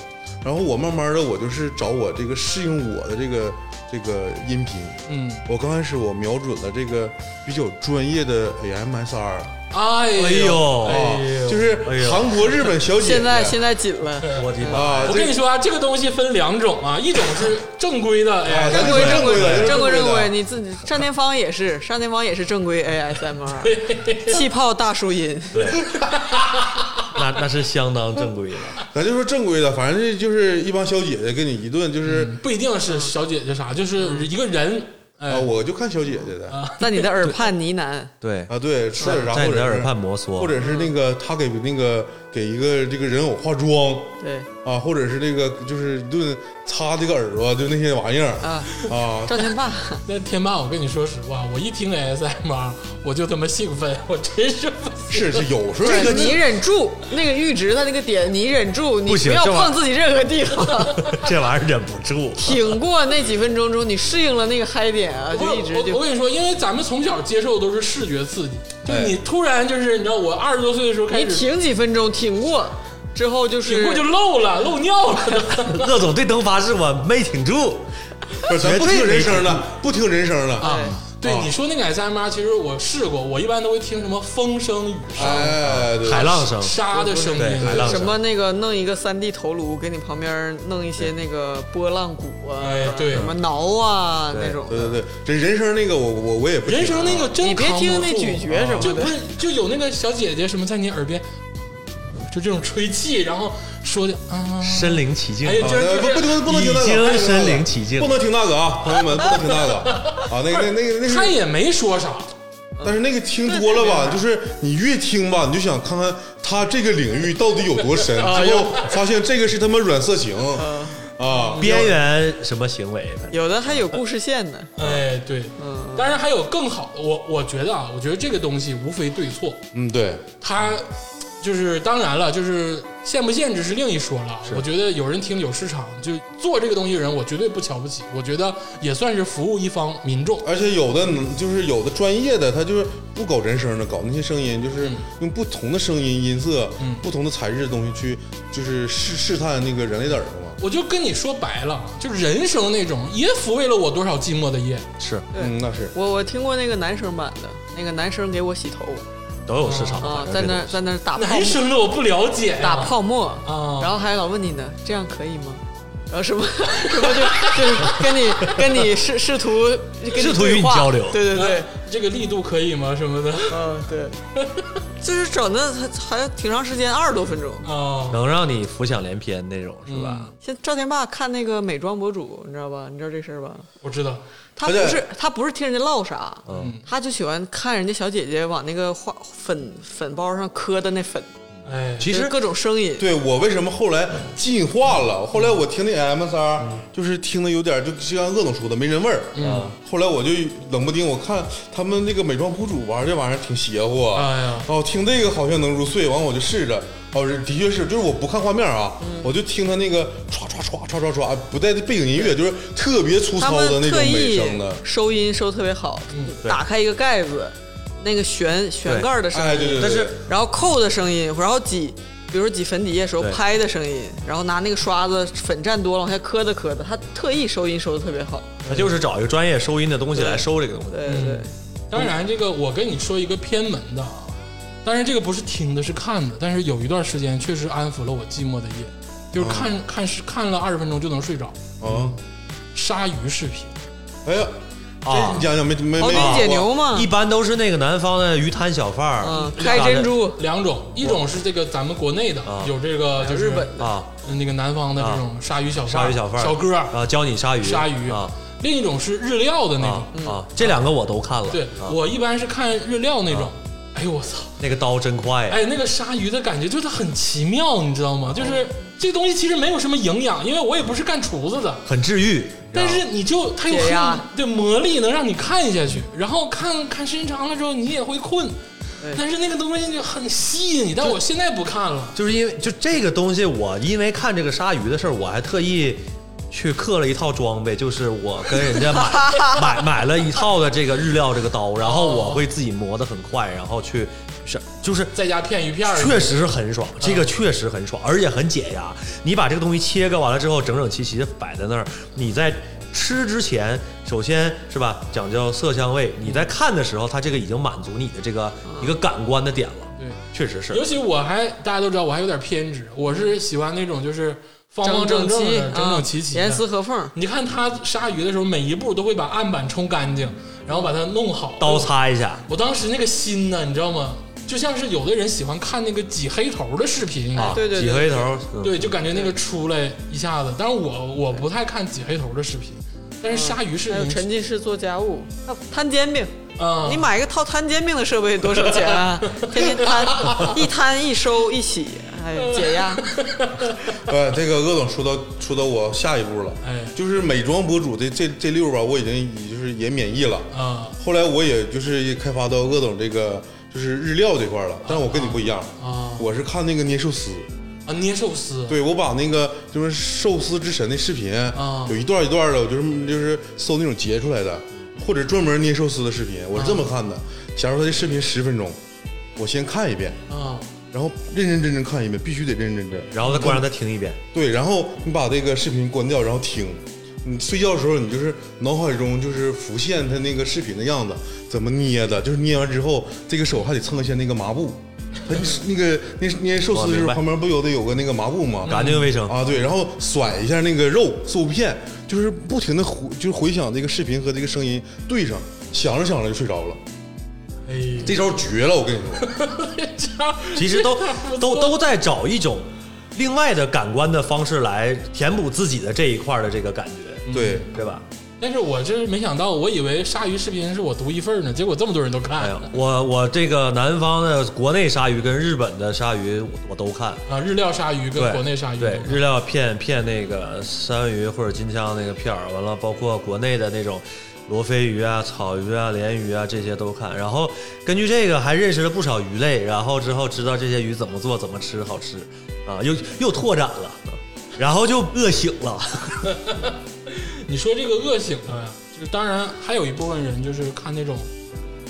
Speaker 3: 然后我慢慢的我就是找我这个适应我的这个这个音频。
Speaker 1: 嗯，
Speaker 3: 我刚开始我瞄准了这个比较专业的 AMSR，
Speaker 1: 哎
Speaker 4: 哎
Speaker 1: 呦，
Speaker 4: 呦，
Speaker 1: 哎
Speaker 3: 就是
Speaker 4: 哎呦
Speaker 3: 韩国、日本小姐姐。
Speaker 2: 现在现在紧了，
Speaker 4: 我的妈！
Speaker 3: 啊，
Speaker 1: 我
Speaker 3: 这
Speaker 1: 跟你说啊，这个东西分两种啊，一种是正规的，哎，
Speaker 3: 啊咱
Speaker 2: 正
Speaker 3: 就
Speaker 2: 规
Speaker 3: 是正规的
Speaker 2: 正规
Speaker 3: 正
Speaker 2: 正
Speaker 3: 规
Speaker 2: 规，
Speaker 3: 的
Speaker 2: 你自己单田芳也是，单田芳也是正规 ASMR，气泡大叔音，
Speaker 4: 对，那 那是相当正规的，
Speaker 3: 咱就说正规的，反正就是一帮小姐姐跟你一顿，就是
Speaker 1: 不一定是小姐姐啥，就是一个人，
Speaker 3: 啊，
Speaker 1: 哎，
Speaker 3: 我就看小姐姐的
Speaker 2: 在你的耳畔呢喃，
Speaker 4: 对，
Speaker 3: 啊，对，说点啥
Speaker 4: 在
Speaker 3: 或
Speaker 4: 你的
Speaker 3: 者
Speaker 4: 耳
Speaker 3: 是
Speaker 4: 畔摩挲，
Speaker 3: 或者是那个她给那个给一个这个人偶化妆
Speaker 2: 对
Speaker 3: 啊，或者是这个就是一顿擦这个耳朵，就那些玩意儿
Speaker 2: 啊，
Speaker 3: 啊，
Speaker 2: 赵天霸，
Speaker 1: 那天霸，我跟你说实话，我一听 ASMR 我就他妈兴奋，我真是不行
Speaker 3: 是是有时候
Speaker 2: 对
Speaker 3: 这
Speaker 2: 你
Speaker 3: 个
Speaker 2: 忍住那个阈值，他那个点你忍住，你
Speaker 4: 不行
Speaker 2: 要
Speaker 4: 这玩
Speaker 2: 碰自己任何地方，
Speaker 4: 这玩意儿忍不住，
Speaker 2: 挺过那几分钟中，你适应了那个嗨点啊，
Speaker 1: 我
Speaker 2: 就一直
Speaker 1: 我我
Speaker 2: 就
Speaker 1: 跟你说，因为咱们从小接受都是视觉刺激，就
Speaker 3: 哎
Speaker 1: 你突然就是你知道，我二十多岁的时候
Speaker 2: 你
Speaker 1: 开始，
Speaker 2: 挺几分钟挺过，之后就
Speaker 1: 挺
Speaker 2: 是
Speaker 1: 过就漏了，漏尿了。
Speaker 4: 乐总对灯发誓我没挺住，
Speaker 3: 不是咱不听人声了，不听人声了
Speaker 1: 啊，对
Speaker 3: 哦
Speaker 1: 你说那个 SMR，其实我试过，我一般都会听什么风声、雨声、
Speaker 3: 哎，对
Speaker 4: 海浪声，
Speaker 1: 沙的声
Speaker 4: 对
Speaker 1: 音，
Speaker 4: 海浪
Speaker 2: 什么那个弄一个三 D 头颅，给你旁边弄一些那个波浪鼓啊，
Speaker 1: 哎对
Speaker 2: 什么挠啊
Speaker 4: 对
Speaker 2: 那种
Speaker 3: 对
Speaker 2: 的。
Speaker 3: 对对，这人声那个我我我也不听啊
Speaker 1: 人声那个真
Speaker 2: 你别
Speaker 1: 扛不
Speaker 2: 听那
Speaker 1: 住啊
Speaker 2: 咀嚼什么的
Speaker 1: 就不是就有那个小姐姐什么在你耳边，就这种吹气，然后说的啊，
Speaker 4: 身临其境哦
Speaker 1: 哎。呀
Speaker 3: 啊那不不能不能听那个，不能
Speaker 4: 已经
Speaker 3: 听那个
Speaker 4: 身临其境
Speaker 3: 不能听那个啊，朋友们不能听那个 啊，那个那那个那
Speaker 1: 她
Speaker 3: 是，
Speaker 1: 也没说啥，
Speaker 3: 但是那个听多了吧，就是你越听吧，你就想看看他这个领域到底有多 深，
Speaker 4: 啊
Speaker 3: 最后发现这个是他妈软色情啊，
Speaker 4: 嗯边缘什么行为？
Speaker 2: 有的还有故事线呢，
Speaker 1: 哎，对，
Speaker 2: 嗯，
Speaker 1: 当然还有更好的，我我觉得啊，我觉得这个东西无非对错，
Speaker 3: 嗯对，
Speaker 1: 它就是当然了，就是限不限制是另一说了。我觉得有人听有市场，就做这个东西的人，我绝对不瞧不起，我觉得也算是服务一方民众。
Speaker 2: 呃
Speaker 3: 而且有的就是有的专业的，他就是不搞人声的，搞那些声音，就是
Speaker 4: 嗯
Speaker 3: 用不同的声音、音色、不同的材质的东西去，就是试试探那个人类的耳朵嘛。
Speaker 1: 我就跟你说白了，就人声那种也抚慰了我多少寂寞的夜。
Speaker 4: 是
Speaker 3: 嗯，那是
Speaker 2: 我我听过那个男生版的，那个男生给我洗头
Speaker 4: 都有市场
Speaker 2: 啊，
Speaker 4: 反正
Speaker 2: 在
Speaker 4: 这
Speaker 2: 那儿在那
Speaker 4: 东西
Speaker 2: 儿打泡
Speaker 1: 男
Speaker 2: 沫
Speaker 1: 生的我不了解呀
Speaker 2: 打泡沫
Speaker 1: 啊
Speaker 2: 然后还老问你呢，这样可以吗？然后什么 什么就就是跟你跟你试试图跟
Speaker 4: 试图
Speaker 2: 对
Speaker 4: 与你
Speaker 2: 话
Speaker 4: 交流
Speaker 2: 对对对
Speaker 1: 哎，这个力度可以吗？什么的
Speaker 2: 嗯对， 就是整的还还挺长时间，二十多分钟。
Speaker 1: 啊，
Speaker 4: 能让你浮想联翩那种，是吧？
Speaker 2: 现赵天霸看那个美妆博主，你知道吧？你知道这事儿吧？
Speaker 1: 我知道，
Speaker 2: 他
Speaker 3: 而
Speaker 2: 不
Speaker 3: 且
Speaker 2: 是他不是听人家唠啥，
Speaker 4: 嗯
Speaker 2: 他就喜欢看人家小姐姐往那个花粉粉包上磕的那粉，
Speaker 1: 哎，
Speaker 4: 其
Speaker 2: 就是
Speaker 4: 实
Speaker 2: 各种声音。
Speaker 3: 对我为什么后来进化了？后来我听那 MSR，、就是
Speaker 2: 嗯
Speaker 3: 听的有点就就像鄂总说的没人味儿。嗯，后来我就冷不丁我看他们那个美妆博主玩这玩意儿挺邪乎啊，
Speaker 1: 哎呀
Speaker 3: 哦，听这个好像能入睡，完我就试着。哦，的确是，就是我不看画面啊，
Speaker 2: 嗯
Speaker 3: 我就听他那个唰唰唰唰唰唰，不带背景音乐，就是特别粗
Speaker 2: 他
Speaker 3: 糙的
Speaker 2: 们
Speaker 3: 那种
Speaker 2: 特
Speaker 3: 美
Speaker 2: 意
Speaker 3: 声的。
Speaker 2: 收音收特别好，打开一个盖子，那个旋旋盖的声
Speaker 3: 哎，对
Speaker 2: 音，
Speaker 3: 对对，
Speaker 4: 但是
Speaker 2: 然后扣的声音，然后挤，比如说挤粉底液时候
Speaker 4: 对
Speaker 2: 拍的声音，然后拿那个刷子粉蘸多了往下磕的磕的，他特意收音收的特别好。
Speaker 4: 他就是找一个专业收音的东西来收这个东西。
Speaker 2: 对对
Speaker 3: 嗯
Speaker 2: 对，
Speaker 1: 当然，这个我跟你说一个偏门的，啊，当然这个不是听的，是看的。但是有一段时间确实安抚了我寂寞的夜，就是看、
Speaker 4: 嗯
Speaker 1: 看是看了二十分钟就能睡着。
Speaker 3: 啊，
Speaker 1: 鲨鱼视频，
Speaker 3: 哎呀，这你讲讲没没啊
Speaker 2: 庖丁
Speaker 3: 没听
Speaker 2: 啊解
Speaker 3: 过
Speaker 2: 牛嘛
Speaker 4: 一，般都是那个南方的鱼摊小贩儿，
Speaker 2: 嗯，
Speaker 4: 打
Speaker 2: 开
Speaker 4: 的
Speaker 2: 珍珠，
Speaker 1: 两种，一种是这个咱们国内的，
Speaker 4: 啊
Speaker 1: 有这个就是呃
Speaker 2: 日本
Speaker 4: 啊，
Speaker 1: 那个南方的这种鲨鱼小贩儿、
Speaker 4: 鲨鱼小贩儿
Speaker 1: 小哥儿，
Speaker 4: 啊，教你鲨鱼，
Speaker 1: 鲨鱼
Speaker 4: 啊
Speaker 1: 另一种是日料的那种
Speaker 4: 啊。
Speaker 2: 嗯
Speaker 4: 啊，这两个我都看了。
Speaker 1: 对、
Speaker 4: 啊
Speaker 1: 我一般是看日料那种。哎呦我操！
Speaker 4: 那个刀真快呀，
Speaker 1: 哎，那个鲨鱼的感觉就是很奇妙，你知道吗？就是这东西其实没有什么营养，因为我也不是干厨子的，
Speaker 4: 很治愈。
Speaker 1: 但
Speaker 4: 你知
Speaker 1: 是你就它有
Speaker 2: 解
Speaker 1: 很
Speaker 2: 压
Speaker 1: 对魔力能让你看下去，然后
Speaker 4: 嗯
Speaker 1: 看看时间长了之后你也会困
Speaker 2: 对，
Speaker 1: 但是那个东西就很吸引你。但我现在不看了
Speaker 4: 道吗，就是因为就这个东西，我因为看这个鲨鱼的事儿，我还特意。去刻了一套装备，就是我跟人家买买买了一套的这个日料这个刀，然后我会自己磨得很快，然后去是就是
Speaker 1: 在家片鱼片儿，
Speaker 4: 确实是很爽，这个确实很爽，而且很解压。你把这个东西切割完了之后，整整齐齐的摆在那儿，你在吃之前，首先是吧，讲究色香味；你在看的时候，它这个已经满足你的这个一个感官的点了，
Speaker 1: 对。
Speaker 4: 确实是
Speaker 1: 尤。其我还大家都知道我还有点偏执，我是喜欢那种就是方方
Speaker 2: 整
Speaker 1: 正
Speaker 2: 齐
Speaker 1: 的、，整
Speaker 2: 啊
Speaker 1: 整齐齐的、
Speaker 2: 严丝合缝。
Speaker 1: 你看他杀鱼的时候，每一步都会把案板冲干净，然后把它弄好。
Speaker 4: 刀擦一下，
Speaker 1: 我当时那个心呢，你知道吗？就像是有的人喜欢看那个挤黑头的视频一样，
Speaker 4: 啊，
Speaker 2: 对对对
Speaker 4: 挤黑头，嗯
Speaker 1: 对，就感觉那个出来一下子。但是我我不太看挤黑头的视频，但是鲨鱼视
Speaker 2: 还有
Speaker 1: 频，
Speaker 2: 沉浸式做家务，还有摊煎饼。
Speaker 1: 啊，
Speaker 2: 你买一个套摊煎饼的设备多少钱啊？天天摊，一摊一收一洗，哎呦，解压。
Speaker 3: 呃，这个鄂总说到说到我下一步了，
Speaker 1: 哎
Speaker 3: 就是美妆博主这这这溜儿吧，我已经已就是也免疫了。
Speaker 1: 啊
Speaker 3: 后来我也就是开发到鄂总这个就是日料这块儿了，但是我跟你不一样，
Speaker 1: 啊
Speaker 3: 我是看那个捏寿司，
Speaker 1: 啊，捏寿司，
Speaker 3: 对我把那个就是寿司之神的视频
Speaker 1: 啊
Speaker 3: 有一段一段的，我就是就是搜那种截出来的，或者专门捏
Speaker 1: 啊
Speaker 3: 寿司的视频，我是这么看的。假如他的视频十分钟，我先看一遍，
Speaker 1: 啊
Speaker 3: 然后认认真真看一遍，必须得认认真真。
Speaker 4: 然后再关上再听一遍，
Speaker 3: 对，然后你把这个视频关掉，然后听。你睡觉的时候，你就是脑海中就是浮现他那个视频的样子，怎么捏的，就是捏完之后，这个手还得蹭一下那个麻布。他那个那捏寿司的时
Speaker 4: 明
Speaker 3: 候，
Speaker 4: 白
Speaker 3: 旁边不有的有个那个麻布吗？
Speaker 4: 干净卫生。
Speaker 2: 哦
Speaker 3: 啊，对，然后甩一下那个肉碎片，就是不停的回，就是回想这个视频和这个声音对上，想着想着就睡着了。
Speaker 1: 哎呦，
Speaker 3: 这招绝了，我跟你说。
Speaker 1: 这样
Speaker 4: 其实都
Speaker 1: 这样不错
Speaker 4: 都都在找一种另外的感官的方式来填补自己的这一块儿的这个感觉，
Speaker 3: 对，
Speaker 2: 嗯
Speaker 4: 对吧？
Speaker 1: 但是我真是没想到，我以为鲨鱼视频是我独一份儿呢，结果这么多人都
Speaker 2: 啊
Speaker 1: 看
Speaker 4: 哎呀，我我这个南方的国内鲨鱼跟日本的鲨鱼我我都看，
Speaker 1: 啊！日料鲨鱼跟
Speaker 4: 对
Speaker 1: 国内鲨鱼
Speaker 4: 对日料片片那个三文鱼或者金枪那个片儿，完了包括国内的那种罗非鱼啊、草鱼啊、鲢鱼啊这些都看，然后根据这个还认识了不少鱼类，然后之后知道这些鱼怎么做、怎么吃好吃啊，又又拓展了，然后就饿醒了。
Speaker 1: 你说这个饿醒了
Speaker 4: 嗯
Speaker 1: 呀？就是当然还有一部分人就是看那种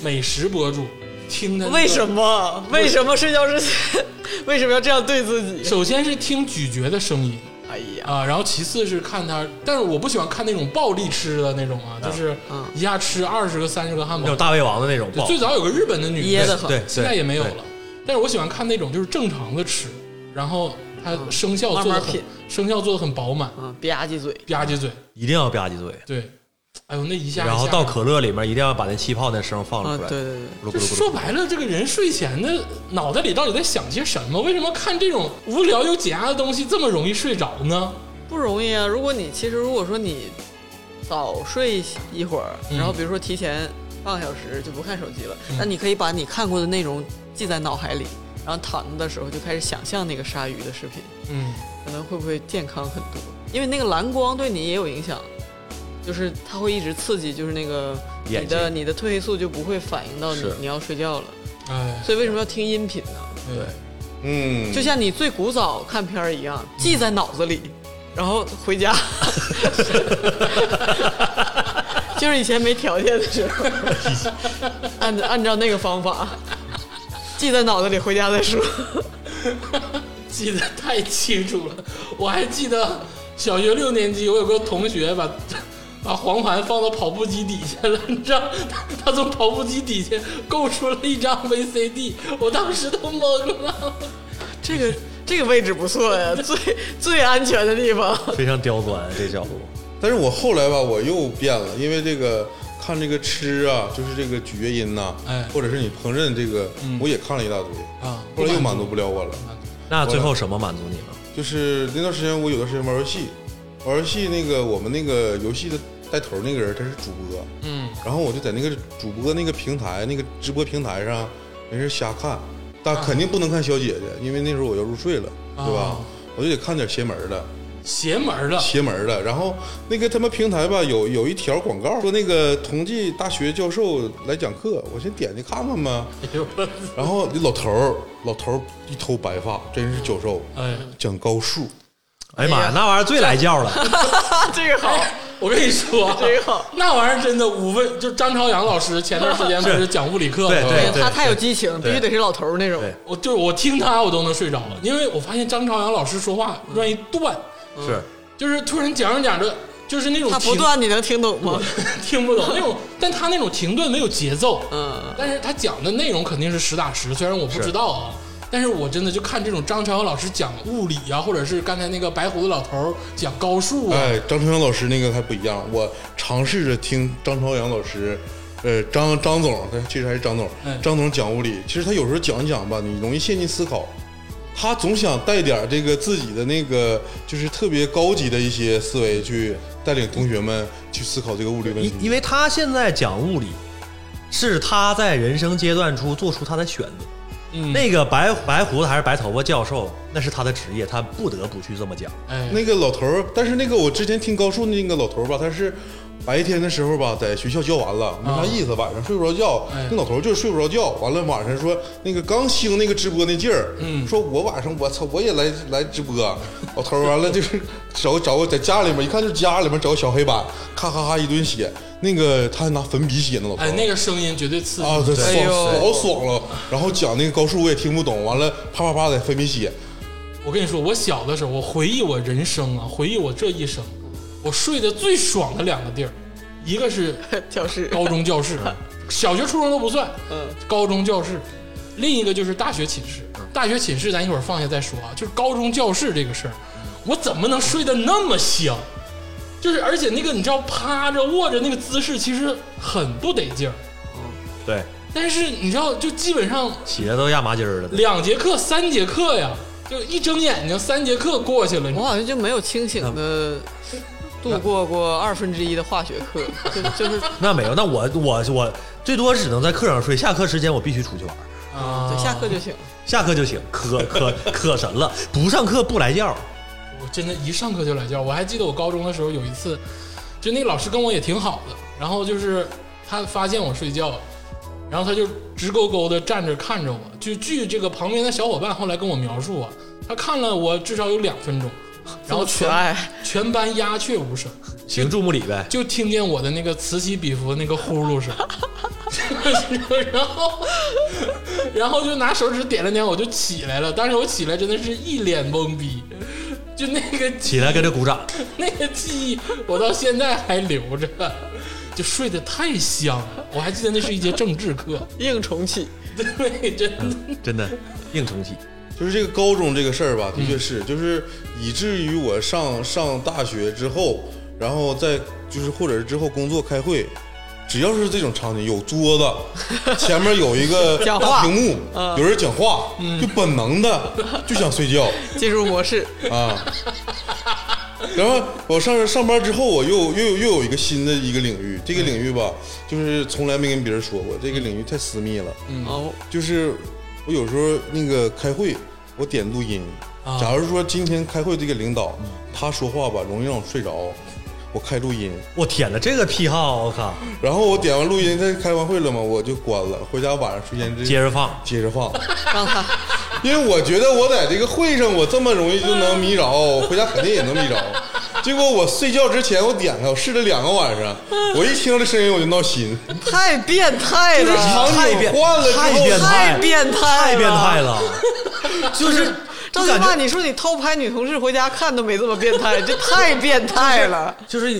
Speaker 1: 美食博主，听他那个
Speaker 2: 为什？么？为什么睡觉之前为什么要这样对自己？
Speaker 1: 首先是听咀嚼的声音
Speaker 2: 哎呀，
Speaker 1: 啊，然后其次是看他，但是我不喜欢看那种暴力吃的那种啊，就是
Speaker 2: 嗯
Speaker 1: 一下吃二十个、三十个汉
Speaker 4: 那种
Speaker 1: 堡。
Speaker 4: 大胃王的那种
Speaker 1: 就
Speaker 4: 爆，
Speaker 1: 最早有个日本的女
Speaker 2: 噎
Speaker 1: 的
Speaker 2: 得，很。
Speaker 4: 对，
Speaker 1: 现在也没有
Speaker 4: 对
Speaker 1: 了。但是我喜欢看那种就是正常的吃，然后它生效
Speaker 2: 嗯慢
Speaker 1: 做的
Speaker 2: 慢
Speaker 1: 很
Speaker 2: 品
Speaker 1: 生效做的很饱满，
Speaker 2: 嗯，吧唧嘴，
Speaker 1: 吧唧嘴，
Speaker 4: 一定要吧唧嘴，
Speaker 1: 对，哎呦那一下一下，
Speaker 4: 然后到可乐里面一定要把那气泡那声放
Speaker 2: 啊，
Speaker 4: 出来，
Speaker 2: 对对对，
Speaker 4: 咕噜咕
Speaker 1: 就
Speaker 4: 噜咕噜，
Speaker 1: 说白了，这个人睡前的脑袋里到底在想些什么？为什么看这种无聊又解压的东西这么容易睡着呢？
Speaker 2: 不容易啊。如果你其实如果说你早睡一会儿，
Speaker 1: 嗯
Speaker 2: 然后比如说提前半个小时就不看手机了，
Speaker 1: 嗯
Speaker 2: 那你可以把你看过的内容记在脑海里，然后躺着的时候就开始想象那个鲨鱼的视频，
Speaker 1: 嗯，
Speaker 2: 可能会不会健康很多？因为那个蓝光对你也有影响，就是它会一直刺激，就是那个你
Speaker 4: 眼睛
Speaker 2: 的你的褪黑素就不会反映到你
Speaker 4: 是
Speaker 2: 你要睡觉了。
Speaker 1: 哎，
Speaker 2: 所以为什么要听音频呢？
Speaker 1: 对，
Speaker 3: 嗯，
Speaker 2: 就像你最古早看片儿一样，记在脑子里，然后回 家，就是以前没条件的时候，按按照那个方法，记在脑子里，回家再说。
Speaker 1: 记得太清楚了，我还记得小学六年级，我有个同学把。把黄盘放到跑步机底下了，你知道， 他他从跑步机底下够出了一张 VCD，我当时都懵了。
Speaker 2: 这个这个位置不错呀，最最安全的地方。
Speaker 4: 非常刁钻这角度，
Speaker 3: 但是我后来吧，我又变了，因为这个看这个吃啊，就是这个咀嚼音呐、
Speaker 1: 哎嗯
Speaker 3: 或者是你烹饪这个，我也看了一大堆
Speaker 1: 啊
Speaker 3: 后来又满足不了我了。
Speaker 4: 那最后什么满足你了？
Speaker 3: 就是那段时间，我有段时间玩游戏，玩游戏那个我们那个游戏的带头那个人他是主播，
Speaker 1: 嗯，
Speaker 3: 然后我就在那个主播那个平台那个直播平台上没事瞎看，但肯定不能看小姐姐，因为那时候我要入睡了，对吧
Speaker 1: 啊？
Speaker 3: 我就得看点邪门的。
Speaker 1: 邪门了，
Speaker 3: 邪门的。然后那个他们平台吧，有有一条广告说那个同济大学教授来讲课，我先点进去看看吧。
Speaker 1: 哎呦我
Speaker 3: 然后老头儿，老头儿一头白发，真是教授，
Speaker 1: 哎，
Speaker 3: 讲高数。
Speaker 4: 哎呀妈呀，那玩意儿最来劲儿了，
Speaker 2: 这个好，
Speaker 1: 我跟你说，啊
Speaker 2: 这个好，
Speaker 1: 那玩意儿真的五分，就张朝阳老师前段时间不是讲物理课吗？
Speaker 4: 对对
Speaker 2: 他太有激情，必
Speaker 4: 对
Speaker 2: 须得是老头儿那种。
Speaker 4: 对
Speaker 1: 我就是我听他我都能睡着了，因为我发现张朝阳老师说话愿意断，
Speaker 4: 是
Speaker 1: 就是突然讲着讲着，就是那种
Speaker 2: 他不
Speaker 1: 停
Speaker 2: 断，你能听懂吗？
Speaker 1: 听不懂那种，但他那种停顿没有节奏，
Speaker 2: 嗯，
Speaker 1: 但是他讲的内容肯定是实打实，虽然我不知道啊。但是我真的就看这种张朝阳老师讲物理啊，或者是刚才那个白胡子老头儿讲高数啊，
Speaker 3: 哎，张朝阳老师那个还不一样，我尝试着听张朝阳老师。呃，张张总，他其实还是张总
Speaker 1: 嗯。
Speaker 3: 张总讲物理，其实他有时候讲一讲吧，你容易陷进思考。他总想带点儿这个自己的那个，就是特别高级的一些思维去带领同学们去思考这个物理问题
Speaker 4: 因。因为他现在讲物理，是他在人生阶段初做出他的选择。
Speaker 1: 嗯，
Speaker 4: 那个白白胡子还是白头发教授，那是他的职业，他不得不去这么讲。
Speaker 1: 哎，
Speaker 3: 那个老头儿，但是那个我之前听高数那个老头儿吧，他是白天的时候吧，在学校教完了没啥意思，晚上睡不着觉
Speaker 1: 哎，
Speaker 3: 那老头就是睡不着觉。完了晚上说那个刚兴那个直播那劲儿，
Speaker 1: 嗯
Speaker 3: 说我晚上我操我也来来直播，老头完了就是找找个在家里面一看就是家里面找个小黑板，咔咔咔一顿写，那个他还拿粉笔写呢，老头
Speaker 1: 哎，那个声音绝对刺激。
Speaker 3: 啊，对，
Speaker 1: 哎
Speaker 3: 爽
Speaker 1: 呦
Speaker 3: 老爽了。然后讲那个高数我也听不懂，完了啪啪啪在分别写，
Speaker 1: 我跟你说，我小的时候，我回忆我人生啊，回忆我这一生，我睡得最爽的两个地儿，一个是
Speaker 2: 教室
Speaker 1: 高中教室，小学、初中都不算，
Speaker 2: 嗯，
Speaker 1: 高中教室；另一个就是大学寝室。大学寝室咱一会儿放下再说啊，就是高中教室这个事儿，我怎么能睡得那么香？就是而且那个你知道趴着卧着那个姿势其实很不得劲儿，
Speaker 4: 对，
Speaker 1: 但是你知道就基本上
Speaker 4: 起来都压麻筋儿了。
Speaker 1: 两节课三节课呀，就一睁眼睛三节课过去了，你
Speaker 2: 我好像就没有清醒的度过过二分之一的化学课，就 就是
Speaker 4: 那没有，那我我我最多只能在课上睡，下课时间我必须出去玩儿，
Speaker 1: 啊
Speaker 2: 就下课就醒。
Speaker 4: 下课就醒，可可可神了，不上课不来觉儿。
Speaker 1: 我真的，一上课就来觉。我还记得我高中的时候有一次，就那个老师跟我也挺好的，然后就是他发现我睡觉，然后他就直勾勾的站着看着我。就据这个旁边的小伙伴后来跟我描述啊，他看了我至少有两分钟，然后
Speaker 2: 这
Speaker 1: 全
Speaker 2: 么可爱
Speaker 1: 全班鸦雀无声，
Speaker 4: 行注目礼呗，
Speaker 1: 就听见我的那个此起彼伏的那个呼噜声， 然后然后就拿手指点了点，我就起来了。当时我起来真的是一脸懵逼，就那个
Speaker 4: 起来跟着鼓掌。
Speaker 1: 那个记忆我到现在还留着，就睡得太香了。我还记得那是一节政治课，
Speaker 2: 硬重启，
Speaker 1: 对，真的。
Speaker 4: 真的硬重启。
Speaker 3: 就是这个高中这个事儿吧，
Speaker 2: 嗯
Speaker 3: 的确是，就是以至于我上上大学之后，然后再就是或者是之后工作开会，只要是这种场景，有桌 子，前面有一个
Speaker 2: 讲话嗯
Speaker 3: 大屏幕，有人讲话，就本能 的就想睡觉。
Speaker 2: 进入模式，
Speaker 3: 啊。然后我上上班之后，我又又又有一个新的一个领域，这个领域吧，就是从来没跟别人说过，这个领域太私密了。
Speaker 2: 哦，
Speaker 3: 就是我有时候那个开会，我点录音。
Speaker 1: 啊
Speaker 3: 假如说今天开会这个领导，他说话吧容易让我睡着，我开录音，
Speaker 4: 我天哪，这个癖好，我靠！
Speaker 3: 然后我点完录音，他开完会了嘛，我就关了，回家晚上睡前
Speaker 4: 接
Speaker 3: 接
Speaker 4: 着放，
Speaker 3: 接 着放。
Speaker 2: 让他
Speaker 3: 因为我觉得我在这个会上，我这么容易就能迷着，回家肯定也能迷着。结果我睡觉之前，我点开，我试了两个晚 上，我一听到这声音我就闹心。
Speaker 2: 太变态
Speaker 3: 这
Speaker 2: 了，
Speaker 3: 场
Speaker 4: 太
Speaker 3: 景
Speaker 4: 变
Speaker 3: 换了之
Speaker 4: 太
Speaker 3: 后
Speaker 4: 变，态，
Speaker 2: 太变态了
Speaker 4: 太变 态了，就是
Speaker 2: 赵金
Speaker 4: 就感
Speaker 2: 霸，
Speaker 4: 觉
Speaker 2: 你说你偷拍女同事回家看都没这么变态，这太变态了。
Speaker 4: 就是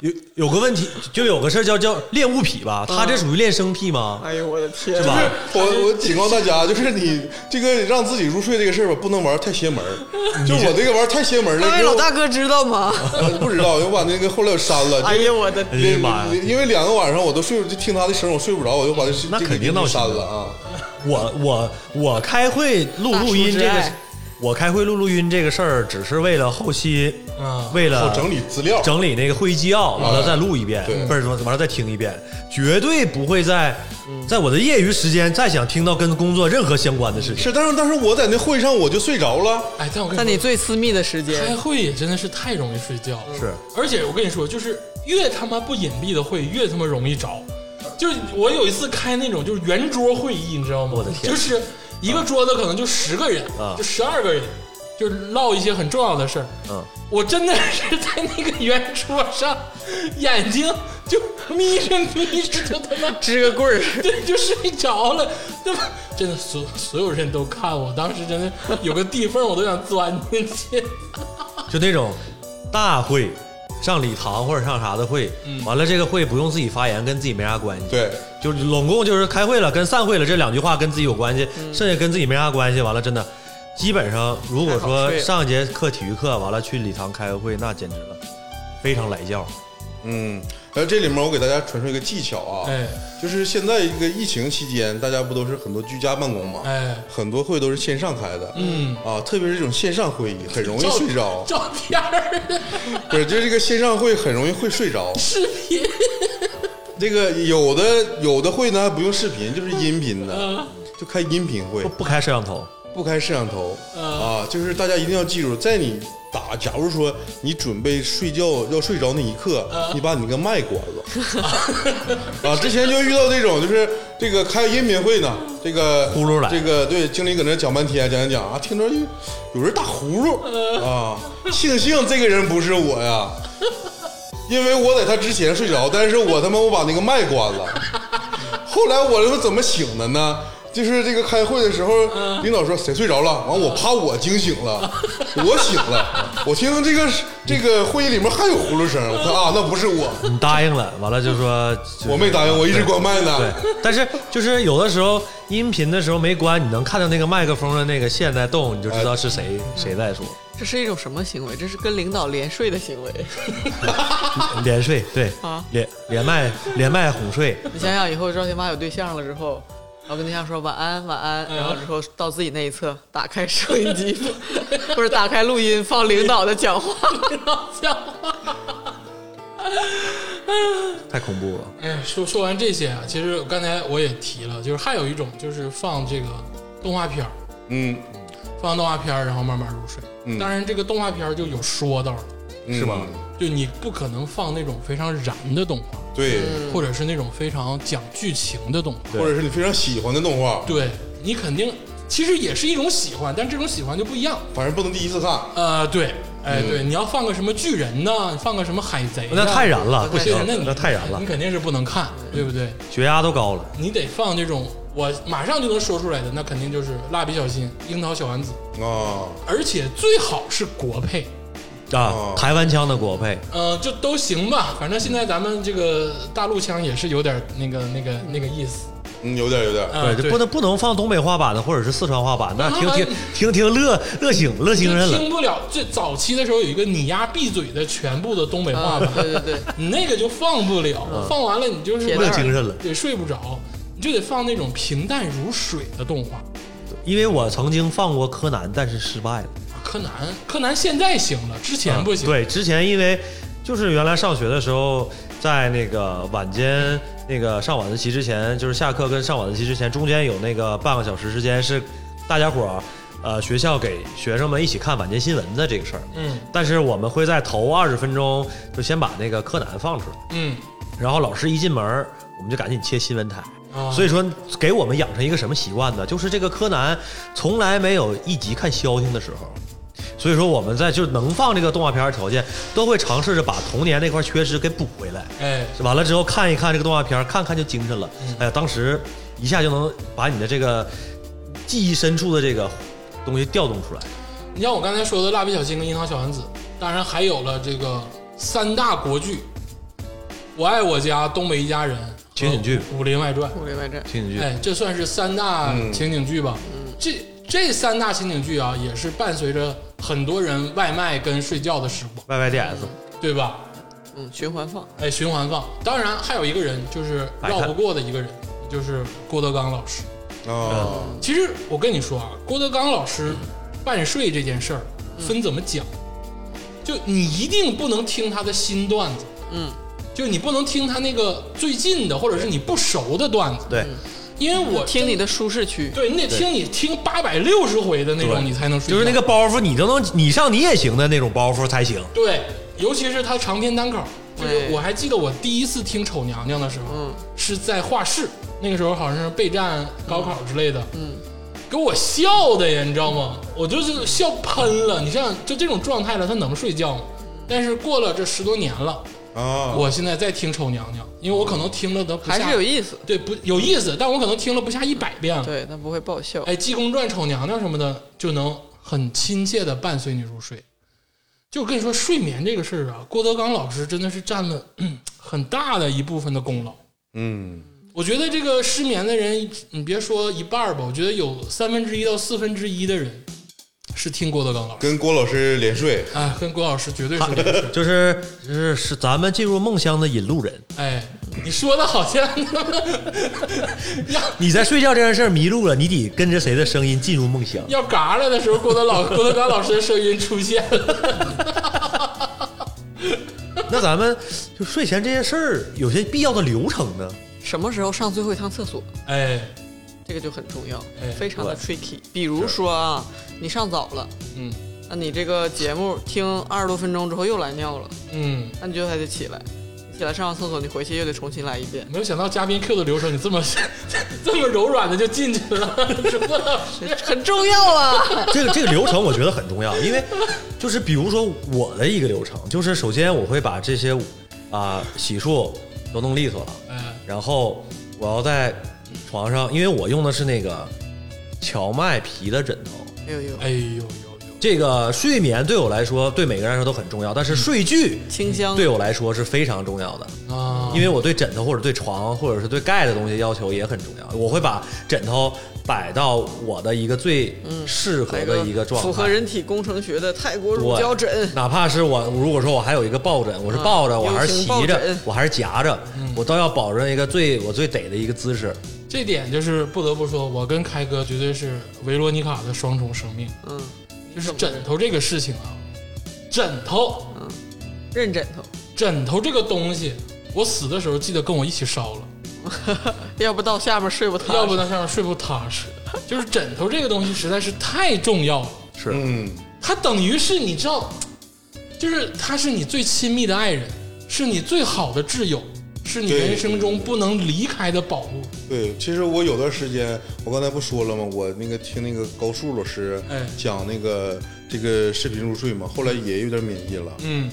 Speaker 4: 有有个问题，就有个事儿叫叫恋物癖吧，他这属于恋生癖吗？
Speaker 2: 嗯哎呦我的天
Speaker 4: 是吧？
Speaker 3: 我我警告大 家，就是你这个让自己入睡这个事儿吧，不能玩太邪门儿。 就我这个玩太邪门
Speaker 2: 那
Speaker 3: 了，
Speaker 2: 位哎
Speaker 3: 因为
Speaker 2: 老大哥知道吗？
Speaker 3: 呃不知道，我把那个后来我删了。
Speaker 2: 哎呀我的
Speaker 4: 哎呀妈呀！
Speaker 3: 因为两个晚上我都睡不，就听他的声儿我睡不着，我就把这
Speaker 4: 那
Speaker 3: 这个
Speaker 4: 肯定闹心
Speaker 3: 删了啊。
Speaker 4: 我我我开会录录音这
Speaker 2: 大叔之
Speaker 4: 个
Speaker 2: 爱，
Speaker 4: 我开会录录音这个事儿，只是为了后期
Speaker 2: 嗯
Speaker 1: 啊，
Speaker 4: 为了
Speaker 3: 我整理资料
Speaker 4: 整理那个会议纪要，完了再录一遍
Speaker 3: 对，
Speaker 4: 不是说完了再听一遍，绝对不会在
Speaker 2: 嗯
Speaker 4: 在我的业余时间再想听到跟工作任何相关的事情。
Speaker 3: 是，但是但是我在那会上我就睡着了。
Speaker 1: 哎，但我跟
Speaker 2: 在
Speaker 1: 你
Speaker 2: 你
Speaker 1: 说，
Speaker 2: 最私密的时
Speaker 1: 开
Speaker 2: 间，
Speaker 1: 会也真的是太容易睡觉了。
Speaker 4: 是，
Speaker 1: 而且我跟你说，就是越他妈不隐蔽的会，越他妈容易着。就是我有一次开那种就是圆桌会议，你知道吗？
Speaker 4: 我的天嗯
Speaker 1: 就是一个桌子可能就十个人，
Speaker 4: 啊
Speaker 1: 就十二个人，就是唠一些很重要的事儿。
Speaker 4: 嗯，
Speaker 1: 我真的是在那个圆桌上，眼睛就眯着眯着，就他 妈
Speaker 2: 支个棍儿，
Speaker 1: 对，就睡着了。那么真的，所所有人都看我，当时真的有个地缝，我都想钻进去。
Speaker 4: 就那种大会。上礼堂或者上啥的会，完了这个会不用自己发言，跟自己没啥关系。
Speaker 3: 嗯对，
Speaker 4: 就是拢共就是开会了跟散会了这两句话跟自己有关系，
Speaker 3: 嗯
Speaker 4: 剩下跟自己没啥关系。完了，真的，基本上如果
Speaker 2: 太好
Speaker 4: 说
Speaker 2: 睡了
Speaker 4: 上一节课体育课完了去礼堂开个会，那简直了，非常来觉。
Speaker 3: 嗯，然后这里面我给大家传授一个技巧啊，
Speaker 1: 哎
Speaker 3: 就是现在一个疫情期间，大家不都是很多居家办公嘛，
Speaker 1: 哎
Speaker 3: 很多会都是线上开的，
Speaker 1: 嗯
Speaker 3: 啊，特别是这种线上会议很容易睡着，
Speaker 1: 照片儿、
Speaker 3: 不是，就是这个线上会很容易会睡着。
Speaker 1: 视频，
Speaker 3: 这个有的有的会呢还不用视频，就是音频的
Speaker 1: 嗯，
Speaker 3: 就开音频会
Speaker 4: 不，不开摄像头，
Speaker 3: 不开摄像头
Speaker 1: 嗯
Speaker 3: 啊，就是大家一定要记住，在你打，假如说你准备睡觉要睡着那一刻，你把你那个麦关了 啊！之前就遇到这种，就是这个开音频会呢，这个
Speaker 4: 呼噜来
Speaker 3: 这个对经理搁那讲半天，讲讲讲啊，听着就有人打呼噜啊，庆幸这个人不是我呀，因为我在他之前睡着，但是我他妈我把那个麦关了。后来我是怎么醒的呢？就是这个开会的时候，领导说谁睡着了，完我怕我惊醒了，我醒了，我听这个这个会议里面还有呼噜声，我看啊，那不是我，
Speaker 4: 你答应了，完了就说就 是
Speaker 3: 我没答应，我一直关麦呢。
Speaker 4: 对，但是就是有的时候音频的时候没关，你能看到那个麦克风的那个线在动，你就
Speaker 3: 哎
Speaker 4: 知道是谁谁在说
Speaker 2: 这是一种什么行为？这是跟领导连睡的行为。
Speaker 4: 连睡，对
Speaker 2: 啊，
Speaker 4: 连连麦连麦哄睡，
Speaker 2: 你想想，以后赵新妈有对象了之后，然后跟对象说晚安晚安，然后之后到自己那一侧打开收音机， 或者打开录音放领导的讲话，嗯领导讲话。
Speaker 4: 太恐怖了。
Speaker 1: 哎，说说完这些啊，其实刚才我也提了，就是还有一种就是放这个动画片儿，
Speaker 3: 嗯，
Speaker 1: 放动画片儿，然后慢慢入睡。
Speaker 3: 嗯
Speaker 1: 当然，这个动画片儿就有说道了，
Speaker 3: 是吧？
Speaker 1: 就你不可能放那种非常燃的动画，
Speaker 3: 对，
Speaker 4: 嗯
Speaker 1: 或者是那种非常讲剧情的动画。
Speaker 4: 对
Speaker 3: 或者是你非常喜欢的动画，
Speaker 1: 对你肯定其实也是一种喜欢，但这种喜欢就不一样。
Speaker 3: 反正不能第一次看。
Speaker 1: 呃，对，哎，对，你要放个什么巨人呐，放个什么海贼呐，
Speaker 4: 嗯那太燃了，不
Speaker 1: 对
Speaker 4: 行，
Speaker 1: 那你
Speaker 4: 那太燃了
Speaker 1: 你，肯定是不能看，对不对？
Speaker 4: 血压都高了。
Speaker 1: 你得放这种我马上就能说出来的，那肯定就是蜡笔小新、樱桃小丸子，
Speaker 3: 啊，
Speaker 1: 而且最好是国配，哦
Speaker 4: 啊，台湾腔的国配，
Speaker 1: 呃，就都行吧。反正现在咱们这个大陆腔也是有点那个、那个、那个意 思。
Speaker 3: 嗯，有点有点，
Speaker 1: 啊
Speaker 4: 就不能不能放东北话版的或者是四川话版的，听听
Speaker 1: 啊
Speaker 4: 听听乐乐醒
Speaker 1: 就
Speaker 4: 乐兴人了。
Speaker 1: 听不了。最早期的时候有一个“你丫闭嘴”的全部的东北话
Speaker 2: 啊，
Speaker 1: 版，
Speaker 2: 对对对，
Speaker 1: 你那个就放不了，
Speaker 4: 嗯
Speaker 1: 放完了你就是
Speaker 2: 铁
Speaker 4: 乐
Speaker 2: 蛋儿
Speaker 4: 精神了，
Speaker 1: 得睡不着，你就得放那种平淡如水的动画。
Speaker 4: 因为我曾经放过柯南，但是失败了。
Speaker 1: 柯南，柯南现在行了，之前不行。
Speaker 4: 嗯对，之前因为就是原来上学的时候，在那个晚间那个上晚自习之前，就是下课跟上晚自习之前，中间有那个半个小时时间是大家伙儿。呃，学校给学生们一起看晚间新闻的这个事儿，
Speaker 1: 嗯
Speaker 4: 但是我们会在头二十分钟就先把那个柯南放出来，
Speaker 1: 嗯，
Speaker 4: 然后老师一进门儿，我们就赶紧切新闻台。
Speaker 1: 啊
Speaker 4: 所以说，给我们养成一个什么习惯呢？就是这个柯南从来没有一集看消停的时候。所以说，我们在就能放这个动画片儿的条件，都会尝试着把童年那块缺失给补回来。
Speaker 1: 哎，
Speaker 4: 完了之后看一看这个动画片儿，看看就精神了。哎呀，当时一下就能把你的这个记忆深处的这个东西调动出来。
Speaker 1: 你像我刚才说的《蜡笔小新》跟《樱桃小丸子》，当然还有了这个三大国剧，《我爱我家》《东北一家人》
Speaker 4: 情景剧
Speaker 1: 《武林外传》。
Speaker 2: 《武林外传》
Speaker 4: 听几句，
Speaker 1: 哎，这算是三大
Speaker 4: 嗯
Speaker 1: 情景剧吧？这这三大情景剧啊，也是伴随着很多人外卖跟睡觉的时光，
Speaker 4: y Y D S，
Speaker 1: 对吧？
Speaker 2: 嗯，循环放，
Speaker 1: 哎，循环放。当然，还有一个人就是绕不过的一个人，就是郭德纲老师。
Speaker 3: 啊，
Speaker 1: 其实我跟你说啊，郭德纲老师办税这件事儿分怎么讲，就你一定不能听他的新段子，
Speaker 2: 嗯，
Speaker 1: 就你不能听他那个最近的或者是你不熟的段子，
Speaker 4: 对，
Speaker 1: 因为我
Speaker 2: 听你的舒适区，
Speaker 1: 对你得听你听八百六十回的那
Speaker 4: 对
Speaker 1: 种，你才能睡觉。
Speaker 4: 就是那个包袱，你都能你上你也行的那种包袱才行。
Speaker 1: 对，尤其是他长篇单口，就是
Speaker 2: 对
Speaker 1: 我还记得我第一次听《丑娘娘》的时候，
Speaker 2: 嗯
Speaker 1: 是在画室，那个时候好像是备战高考之类的，
Speaker 2: 嗯，
Speaker 1: 给我笑的呀，你知道吗？我就是笑喷了。你像就这种状态了，他能睡觉吗？但是过了这十多年了，
Speaker 3: 啊，
Speaker 1: 我现在在听《丑娘娘》，因为我可能听了都不下
Speaker 2: 还是有意思。
Speaker 1: 对不有意思，但我可能听了不下一百遍了。
Speaker 2: 对，但不会爆笑。
Speaker 1: 哎，《济公传》《丑娘娘》什么的，就能很亲切的伴随你入睡。就我跟你说，睡眠这个事儿啊，郭德纲老师真的是占了嗯很大的一部分的功劳。
Speaker 3: 嗯，
Speaker 1: 我觉得这个失眠的人，你别说一半儿吧，我觉得有三分之一到四分之一的人是听郭德纲老师。
Speaker 3: 跟郭老师连睡，
Speaker 1: 哎，跟郭老师绝对是这个事儿。
Speaker 4: 就是就是是咱们进入梦乡的引路人。
Speaker 1: 哎，你说的好像要
Speaker 4: 你在睡觉这件事儿迷路了，你得跟着谁的声音进入梦乡。
Speaker 1: 要嘎了的时候，郭德老郭德纲老师的声音出现了。
Speaker 4: 那咱们就睡前这些事儿有些必要的流程呢？
Speaker 2: 什么时候上最后一趟厕所？
Speaker 1: 哎，
Speaker 2: 这个就很重要
Speaker 1: 哎，
Speaker 2: 非常的 tricky。比如说啊，你上早了，
Speaker 1: 嗯，
Speaker 2: 那你这个节目听二十多分钟之后又来尿了，
Speaker 1: 嗯，
Speaker 2: 那你就还得起来，你起来上完厕所，你回去又得重新来一遍，
Speaker 1: 没有想到嘉宾 Q 的流程你这么 这么柔软的就进去了， 主播老师，
Speaker 2: 这很重要啊。
Speaker 4: 这个这个流程我觉得很重要，因为就是比如说我的一个流程，就是首先我会把这些啊、洗漱都弄利索了，
Speaker 1: 嗯
Speaker 4: 然后我要在床上，因为我用的是那个荞麦皮的枕头。
Speaker 2: 哎呦呦，
Speaker 1: 哎呦呦
Speaker 4: 这个睡眠对我来说，对每个人来说都很重要，但是睡具
Speaker 2: 清香
Speaker 4: 对我来说是非常重要的。
Speaker 1: 呦啊，
Speaker 4: 因为我对枕头或者对床或者是对盖的东西要求也很重要，我会把枕头摆到我的一个最适合
Speaker 2: 来
Speaker 4: 的一个状态，
Speaker 2: 嗯符合人体工程学的泰国乳
Speaker 4: 对
Speaker 2: 胶枕，
Speaker 4: 哪怕是我如果说我还有一个抱枕，我是抱着，
Speaker 2: 嗯
Speaker 4: 我还是
Speaker 2: 流行
Speaker 4: 骑着
Speaker 2: 抱枕，
Speaker 4: 我还是夹着，我都要保证一个最我最得的一个姿势。
Speaker 1: 这点就是不得不说，我跟开哥绝对是维罗妮卡的双重生命，
Speaker 2: 嗯，
Speaker 1: 就是枕头这个事情啊，枕头
Speaker 2: 认枕头，
Speaker 1: 枕头这个东西，我死的时候记得跟我一起烧了，
Speaker 4: 哎
Speaker 2: 要不到下面睡不踏实，
Speaker 1: 要不那上面睡不踏实。就是枕头这个东西实在是太重要了，
Speaker 4: 是，
Speaker 3: 嗯，
Speaker 1: 它等于是你知道，就是他是你最亲密的爱人，是你最好的挚友，是你
Speaker 3: 对
Speaker 1: 人生中不能离开的宝物。
Speaker 3: 对，其实我有段时间，我刚才不说了吗？我那个听那个高数老师
Speaker 1: 哎
Speaker 3: 讲那个、这个视频入睡嘛，后来也有点免疫了。
Speaker 1: 嗯，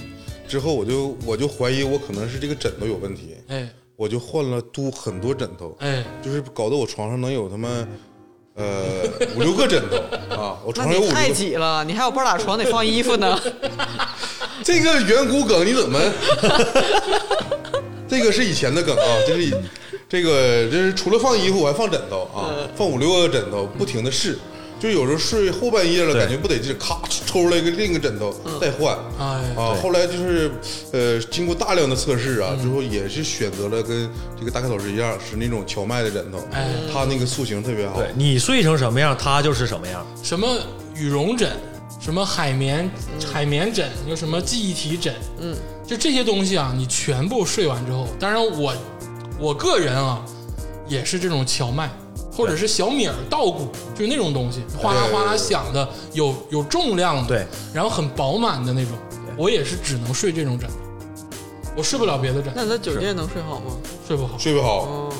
Speaker 3: 之后我就我就怀疑我可能是这个枕头有问题，
Speaker 1: 哎
Speaker 3: 我就换了多很多枕头，
Speaker 1: 哎，
Speaker 3: 就是搞得我床上能有他妈呃五六个枕 头啊，我
Speaker 2: 那
Speaker 3: 床上有五
Speaker 2: 你
Speaker 3: 六
Speaker 2: 太
Speaker 3: 个。
Speaker 2: 挤了，你还有半拉床得放衣服 呢。
Speaker 3: 这个远古梗你怎么？这个是以前的梗啊，这是以这个这是除了放衣服，我还放枕头啊，放五六个枕头，不停的试。就有时候睡后半夜了，
Speaker 4: 对
Speaker 3: 感觉不得劲，咔抽出来一个另一个枕头再换。
Speaker 1: 哎
Speaker 3: 啊，
Speaker 4: 对
Speaker 3: 后来就是呃，经过大量的测试啊，之后也是选择了跟这个大开老师一样，是那种荞麦的枕头
Speaker 1: 哎，
Speaker 3: 它那个塑形特别好。
Speaker 4: 对你睡成什么样，它就是什么样。
Speaker 1: 什么羽绒枕，什么海绵
Speaker 4: 嗯
Speaker 1: 海绵枕，有什么记忆体枕，嗯，就这些东西啊，你全部睡完之后，当然我我个人啊，也是这种荞麦或者是小米儿稻谷，就是那种东西，哗啦哗啦响的，有有重量的，
Speaker 4: 对，
Speaker 1: 然后很饱满的那种，我也是只能睡这种枕，我睡不了别的枕，
Speaker 2: 那你在酒店能睡好吗？
Speaker 1: 睡不好，
Speaker 3: 睡不好
Speaker 2: 嗯，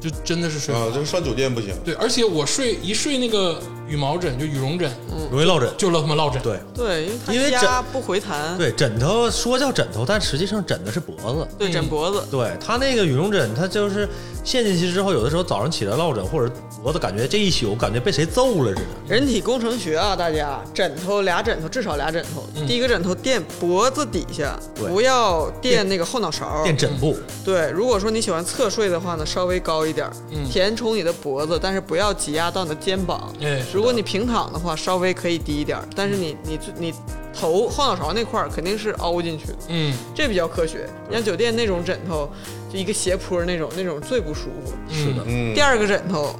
Speaker 1: 就真的是
Speaker 4: 哦
Speaker 1: 睡不好。
Speaker 3: 啊，就是上酒店不行。
Speaker 1: 对，而且我睡一睡那个羽毛枕，就羽绒枕，
Speaker 4: 容易落枕。
Speaker 1: 就他妈落枕。
Speaker 4: 对
Speaker 2: 对，因为它
Speaker 4: 因为
Speaker 2: 压
Speaker 4: 枕
Speaker 2: 不回弹，
Speaker 4: 对，枕头说叫枕头，但实际上枕的是脖子。
Speaker 2: 对，枕脖子，
Speaker 4: 对它那个羽绒枕，它就是陷进去之后，有的时候早上起来落枕，或者脖子感觉这一宿感觉被谁揍了似的。
Speaker 2: 人体工程学啊，大家枕头俩枕头至少俩枕头，第一个枕头垫脖子底下，
Speaker 4: 嗯对
Speaker 2: 不要垫那个后脑勺。
Speaker 4: 垫枕布，
Speaker 2: 对，如果说你喜欢侧睡的话呢，稍微高一点儿，
Speaker 4: 嗯
Speaker 2: 填充你的脖子，但是不要挤压到你的肩膀。
Speaker 1: 哎，
Speaker 2: 如果你平躺的话，稍微可以低一点儿，但是你你你头后脑勺那块儿肯定是凹进去的，
Speaker 1: 嗯。
Speaker 2: 这比较科学。你像酒店那种枕头，就一个斜坡那种，那种最不舒服。
Speaker 4: 是的，
Speaker 3: 嗯
Speaker 2: 第，二个枕头，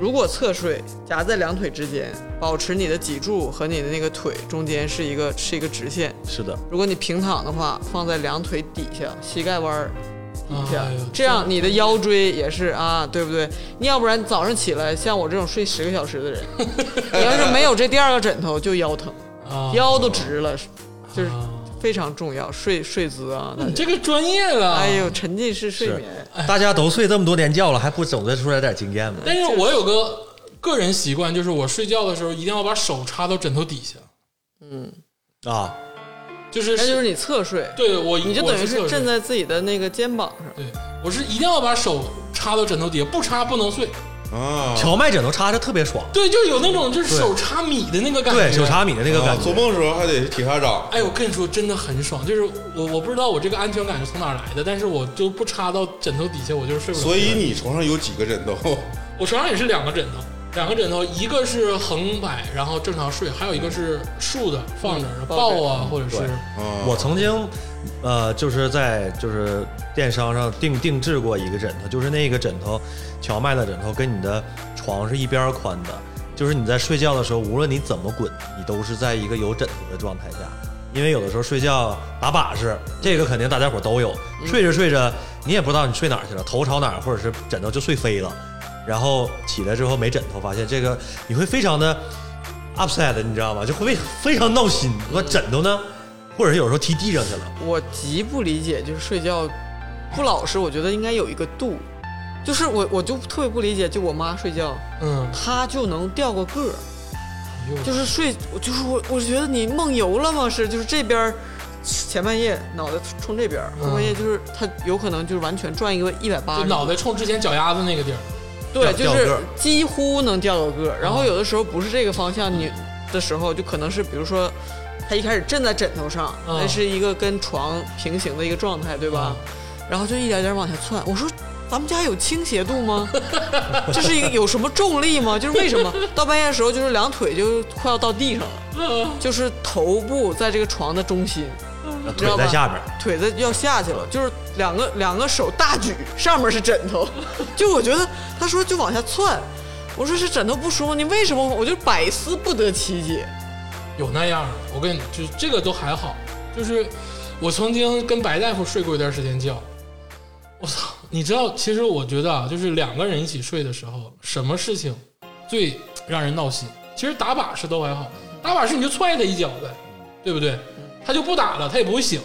Speaker 2: 如果侧睡夹在两腿之间，保持你的脊柱和你的那个腿中间是一个是一个直线。
Speaker 4: 是的，
Speaker 2: 如果你平躺的话，放在两腿底下，膝盖弯儿底下，
Speaker 1: 哎呦
Speaker 2: 这样你的腰椎也是啊，对不对？你要不然早上起来，像我这种睡十个小时 的人，你要是没有这第二个枕头，就腰疼，
Speaker 1: 啊，
Speaker 2: 腰都直了，就是
Speaker 1: 啊
Speaker 2: 非常重要，睡睡姿啊。大
Speaker 1: 你
Speaker 2: 家
Speaker 1: 这个啊专业了。
Speaker 2: 哎呦，，沉浸式睡
Speaker 4: 是
Speaker 2: 眠，
Speaker 4: 大家都睡这么多年觉了，还不总结出来点经验吗？
Speaker 1: 但是我有个个人习惯，就是我睡觉的时候一定要把手插到枕头底下，
Speaker 4: 啊，
Speaker 1: 就是
Speaker 2: 那就是你侧睡，
Speaker 1: 对我，
Speaker 2: 你就
Speaker 1: 我
Speaker 2: 等于
Speaker 1: 侧
Speaker 2: 是
Speaker 1: 睡
Speaker 2: 站在自己的那个肩膀上。
Speaker 1: 对，我是一定要把手插到枕头底下，不插不能睡。
Speaker 3: 啊，
Speaker 4: 哦荞麦枕头插着特别爽，
Speaker 1: 对，就有那种就是手插米的那个感觉。
Speaker 4: 对，手。插米的那个感
Speaker 3: 啊，
Speaker 4: 觉，
Speaker 3: 做梦的时候还得挺下掌。
Speaker 1: 哎，我跟你说，真的很爽。就是我，我不知道我这个安全感是从哪儿来的，但是我就不插到枕头底下，我就是睡不着。
Speaker 3: 所以你床上有几 个啊枕头？
Speaker 1: 我床上也是两个枕头，两个枕头，一个是横摆，然后正常睡，还有一个是竖的放着，然后抱啊，或者是
Speaker 4: 对
Speaker 3: 啊，
Speaker 4: 我曾经，呃，就是在就是电商上定定制过一个枕头，就是那个枕头，荞麦的枕头跟你的床是一边儿宽的，就是你在睡觉的时候，无论你怎么滚，你都是在一个有枕头的状态下。因为有的时候睡觉打把式，这个肯定大家伙都有。睡着睡着，你也不知道你睡哪儿去了，头朝哪儿，或者是枕头就睡飞了。然后起来之后没枕头，发现这个你会非常的 upset，你知道吗？就会非常闹心。我枕头呢，或者是有时候踢地上去了，
Speaker 2: 我极不理解，就是睡觉不老实，我觉得应该有一个度。就是我，我就特别不理解，就我妈睡觉，
Speaker 1: 嗯，
Speaker 2: 她就能掉个个儿，
Speaker 1: 哟
Speaker 2: 就是睡，我就是我，我觉得你梦游了吗？是，就是这边儿前半夜脑袋冲这边儿，
Speaker 1: 嗯
Speaker 2: 后半夜就是她有可能就是完全转一个一百八
Speaker 1: 就
Speaker 2: 十，
Speaker 1: 脑袋冲之前脚丫子那个地儿，
Speaker 2: 对，
Speaker 4: 掉
Speaker 2: 就
Speaker 4: 掉
Speaker 2: 是
Speaker 4: 个儿
Speaker 2: 几乎能掉个个儿。然后
Speaker 1: 嗯
Speaker 2: 有的时候不是这个方向你的时候，就可能是比如说她一开始枕在枕头上，
Speaker 1: 嗯
Speaker 2: 那是一个跟床平行的一个状态，对吧？
Speaker 1: 嗯
Speaker 2: 然后就一点点往下窜。我说。咱们家有倾斜度吗？ 这是一个有什么重力吗？就是为什么到半夜的时候，就是两腿就快要到地上了，就是头部在这个床的中心，
Speaker 4: 腿在下边。
Speaker 2: 腿子要下去了，就是两个两个手大举，上面是枕头， 就我觉得他说就往下窜，我说是枕头不舒服，你为什么？我就百思不得其解。
Speaker 1: 有那样的。我跟你就这个都还好，就是我曾经跟白大夫睡过一段时间觉。我操，你知道，其实我觉得啊，就是两个人一起睡的时候，什么事情最让人闹心？其实打靶是都还好，打靶是你就踹他一脚呗，对不对？他就不打了，他也不会醒。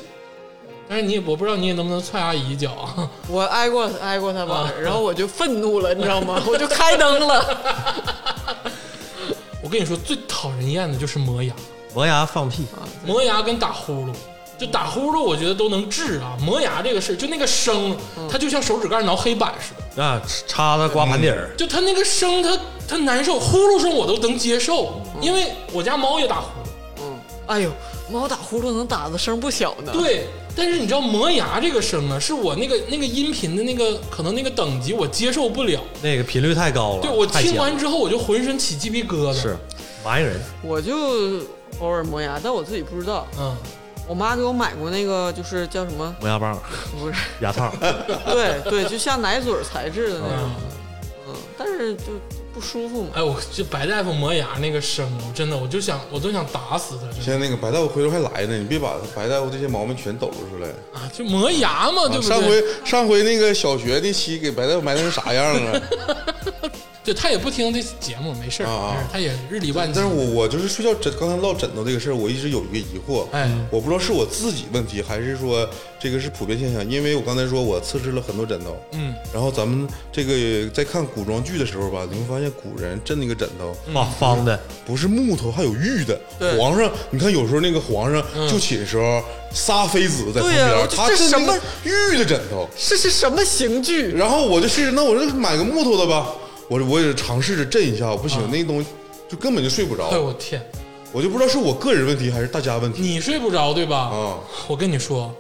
Speaker 1: 但是你也我不知道你也能不能踹阿姨一脚啊？
Speaker 2: 我挨过挨过他吧
Speaker 1: 啊，
Speaker 2: 然后我就愤怒了，你知道吗？ 我就开灯了。
Speaker 1: 我跟你说，最讨人厌的就是磨牙。
Speaker 4: 磨牙放屁，
Speaker 2: 啊
Speaker 1: 磨牙跟打呼噜，就打呼噜，我觉得都能治啊。磨牙这个事儿，就那个声，它就像手指盖挠黑板似的，
Speaker 4: 啊，叉子刮盘底儿，
Speaker 1: 就它那个声，它它难受，呼噜声我都能接受，因为我家猫也打呼噜。
Speaker 2: 哎呦，猫打呼噜能打的声不小呢。
Speaker 1: 对，但是你知道磨牙这个声啊，是我那个那个音频的那个可能那个等级我接受不了，啊
Speaker 4: 那个频率太高了。
Speaker 1: 对我
Speaker 4: 太尖
Speaker 1: 听
Speaker 4: 了
Speaker 1: 完之后我就浑身起鸡皮疙瘩。
Speaker 4: 是，麻人，
Speaker 2: 我就偶尔磨牙，但我自己不知道。
Speaker 1: 嗯，
Speaker 2: 我妈给我买过那个，就是叫什么？
Speaker 4: 磨牙棒、
Speaker 2: 不 是，
Speaker 4: 牙套，
Speaker 2: 对对，就像奶嘴儿材质的那种。嗯，但是就不舒服嘛。
Speaker 1: 哎，我这白大夫磨牙那个声，我真的我就想我都想打死他，真的
Speaker 3: 现在那个白大夫回头还来呢，你别把白大夫这些毛病全抖露出来。啊
Speaker 1: 啊，就磨牙嘛，对不对？
Speaker 3: 上回上回那个小学那期给白大夫埋汰成啥样 啊？
Speaker 1: 对他也不听这节目，没事儿，
Speaker 3: 啊啊
Speaker 1: 没事儿他也日理万
Speaker 3: 但
Speaker 1: 机
Speaker 3: 是。我我就是睡觉枕，刚才唠枕头这个事儿，我一直有一个疑惑，
Speaker 1: 哎，
Speaker 3: 我不知道是我自己问题还是说这个是普遍现象，因为我刚才说我测试了很多枕头，
Speaker 1: 嗯，
Speaker 3: 然后咱们这个在看古装剧的时候吧，你会发现古人枕那个枕头
Speaker 4: 啊，方的，
Speaker 3: 不是木头，还有玉的。
Speaker 2: 对嗯
Speaker 3: 皇上，你看有时候那个皇上就寝的时候，仨妃子在旁边，
Speaker 2: 对呀我就
Speaker 3: 他
Speaker 2: 这
Speaker 3: 枕那
Speaker 2: 什么
Speaker 3: 个玉的枕头，
Speaker 2: 这是什么刑具？
Speaker 3: 然后我就试试，那我就买个木头的吧。我我也尝试着震一下，我不行，那东西就根本就睡不着
Speaker 1: 哎。呦我天，
Speaker 3: 我就不知道是我个人问题还是大家问题
Speaker 1: 你睡不着对吧？
Speaker 3: 啊
Speaker 1: 我跟你说，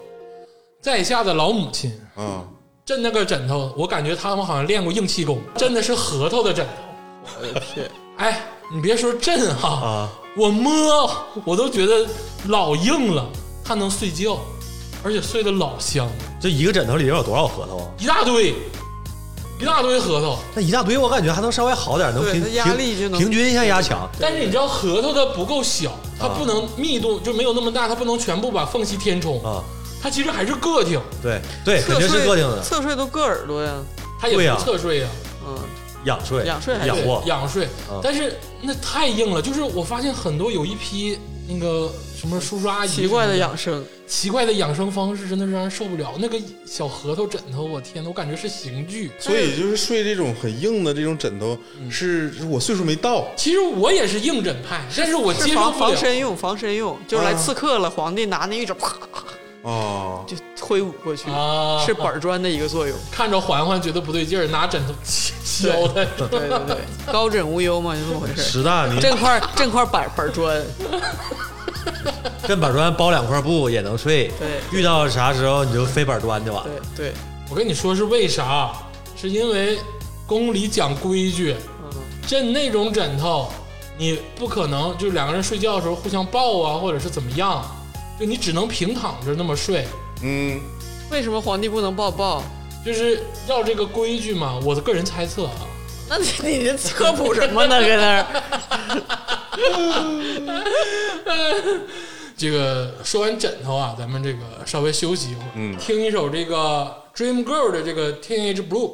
Speaker 1: 在下的老母亲
Speaker 2: 嗯
Speaker 3: 啊！
Speaker 1: 震那个枕头，我感觉他们好像练过硬气功，真的是核桃的枕头。
Speaker 2: 我的天！
Speaker 1: 哎，你别说震哈、
Speaker 4: 啊
Speaker 1: 我摸我都觉得老硬了，他能睡觉，而且睡得老香，
Speaker 4: 这一个枕头里边有多少核桃啊？
Speaker 1: 一大堆，一大堆核桃。
Speaker 4: 那一大堆，我感觉还能稍微好点，能
Speaker 2: 对
Speaker 4: 平
Speaker 2: 它
Speaker 4: 平
Speaker 2: 压力就能
Speaker 4: 平均一下压强。
Speaker 1: 但是你知道核桃它不够
Speaker 4: 啊
Speaker 1: 小，它不能密度就没有那么大，它不能全部把缝隙填充，
Speaker 4: 啊，
Speaker 1: 它其实还是个挺，
Speaker 4: 对对，肯
Speaker 2: 侧
Speaker 4: 定是
Speaker 2: 睡
Speaker 4: 个性的
Speaker 2: 侧睡都硌耳朵呀。
Speaker 1: 它也
Speaker 4: 对呀
Speaker 1: 不侧睡呀、
Speaker 2: 嗯，
Speaker 4: 仰睡，
Speaker 2: 仰睡还
Speaker 4: 仰
Speaker 1: 对
Speaker 4: 卧，
Speaker 1: 仰睡
Speaker 4: 啊。
Speaker 1: 但是那太硬了，就是我发现很多有一批那个什么叔叔阿姨
Speaker 2: 奇怪的
Speaker 1: 什么
Speaker 2: 养生，
Speaker 1: 奇怪的养生方式，真的是让人受不了。那个小核桃枕头，我天呐，我感觉是刑具。
Speaker 3: 所以就是睡这种很硬的这种枕头，是是我岁数没到，
Speaker 1: 其实我也是硬枕派，但是我接
Speaker 2: 是
Speaker 1: 受
Speaker 2: 防
Speaker 1: 不
Speaker 2: 防
Speaker 1: 了。
Speaker 2: 身用，防身用，就是
Speaker 4: 啊
Speaker 2: 来刺客了。皇帝拿那一掌，啪
Speaker 3: 啊，
Speaker 2: 就挥舞过去，
Speaker 1: 啊
Speaker 2: 是板砖的一个作用。
Speaker 1: 看着环环觉得不对劲儿，拿枕头敲他。
Speaker 2: 对对 对，高枕无忧嘛，就这么回事。
Speaker 4: 十大你
Speaker 2: 这块这块板板砖，
Speaker 4: 跟板砖包两块布也能睡。
Speaker 2: 对
Speaker 4: 遇到啥时候你就飞板砖就完了。
Speaker 2: 对对，
Speaker 1: 我跟你说是为啥？是因为宫里讲规矩，
Speaker 2: 嗯，
Speaker 1: 枕那种枕头，你不可能就是两个人睡觉的时候互相抱啊，或者是怎么样，就你只能平躺着那么睡，
Speaker 3: 嗯，
Speaker 2: 为什么皇帝不能抱抱？
Speaker 1: 就是要这个规矩嘛。我的个人猜测啊，
Speaker 2: 那你 你这科普 什么呢？搁那儿？
Speaker 1: 这个说完枕头啊，咱们这个稍微休息一会儿，
Speaker 3: 嗯
Speaker 1: 听一首这个 Dream Girl 的这个 Teenage Blue。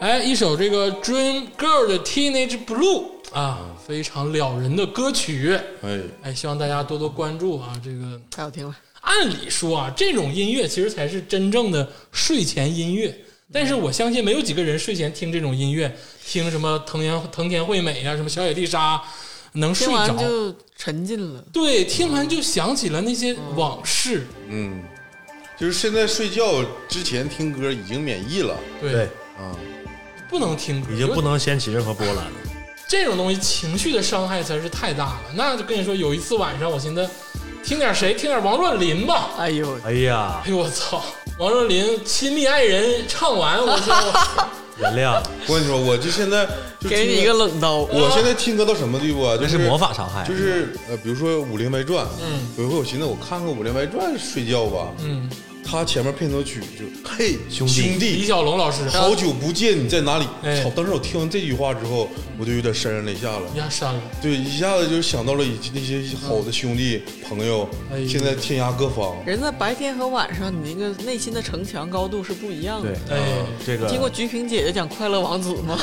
Speaker 1: 哎，一首这个 Dream Girl 的 Teenage Blue 啊，非常了人的歌曲。
Speaker 3: 哎，
Speaker 1: 哎，希望大家多多关注啊！这个
Speaker 2: 太好听了。
Speaker 1: 按理说啊，这种音乐其实才是真正的睡前音乐。但是我相信没有几个人睡前听这种音乐，听什么藤原藤田惠美呀、啊什么小野丽莎，能睡
Speaker 2: 听完
Speaker 1: 着。
Speaker 2: 就沉浸了，
Speaker 1: 对，听完就想起了那些往事。
Speaker 3: 嗯，就是现在睡觉之前听歌已经免疫了
Speaker 1: 对，
Speaker 4: 对，
Speaker 3: 啊，
Speaker 1: 不能听歌，
Speaker 4: 已经不能掀起任何波澜了。
Speaker 1: 这种东西情绪的伤害才是太大了。那就跟你说，有一次晚上，我寻思听点谁，听点王若琳吧。
Speaker 2: 哎呦，
Speaker 4: 哎呀，
Speaker 1: 哎呦我操！王若琳《亲密爱人》唱完，我就
Speaker 4: 原谅，
Speaker 3: 我跟你说，我就现在就
Speaker 2: 给
Speaker 3: 听
Speaker 2: 你一个冷刀。
Speaker 3: 我现在听歌到什么地步啊？就
Speaker 4: 这是魔法伤害。
Speaker 3: 就是呃，比如说《武林外传》，嗯，有一回我寻思我看看《武林外传》睡觉吧，
Speaker 1: 嗯，
Speaker 3: 他前面片头曲就嘿
Speaker 4: 兄弟
Speaker 3: 兄
Speaker 1: 李小龙老师
Speaker 3: 好久不见你在哪里？
Speaker 1: 哎
Speaker 3: 操！当时我听完这句话之后，我就有点潸然泪下了
Speaker 1: 一。下删了。
Speaker 3: 对，一下子就想到了以那些好的兄弟朋友
Speaker 1: 哎，呦
Speaker 3: 现在天涯各方。
Speaker 2: 人在白天和晚上，你那个内心的城墙高度是不一样的。
Speaker 4: 对，嗯
Speaker 1: 哎，
Speaker 4: 这个
Speaker 2: 听过菊萍姐姐讲《快乐王子》吗？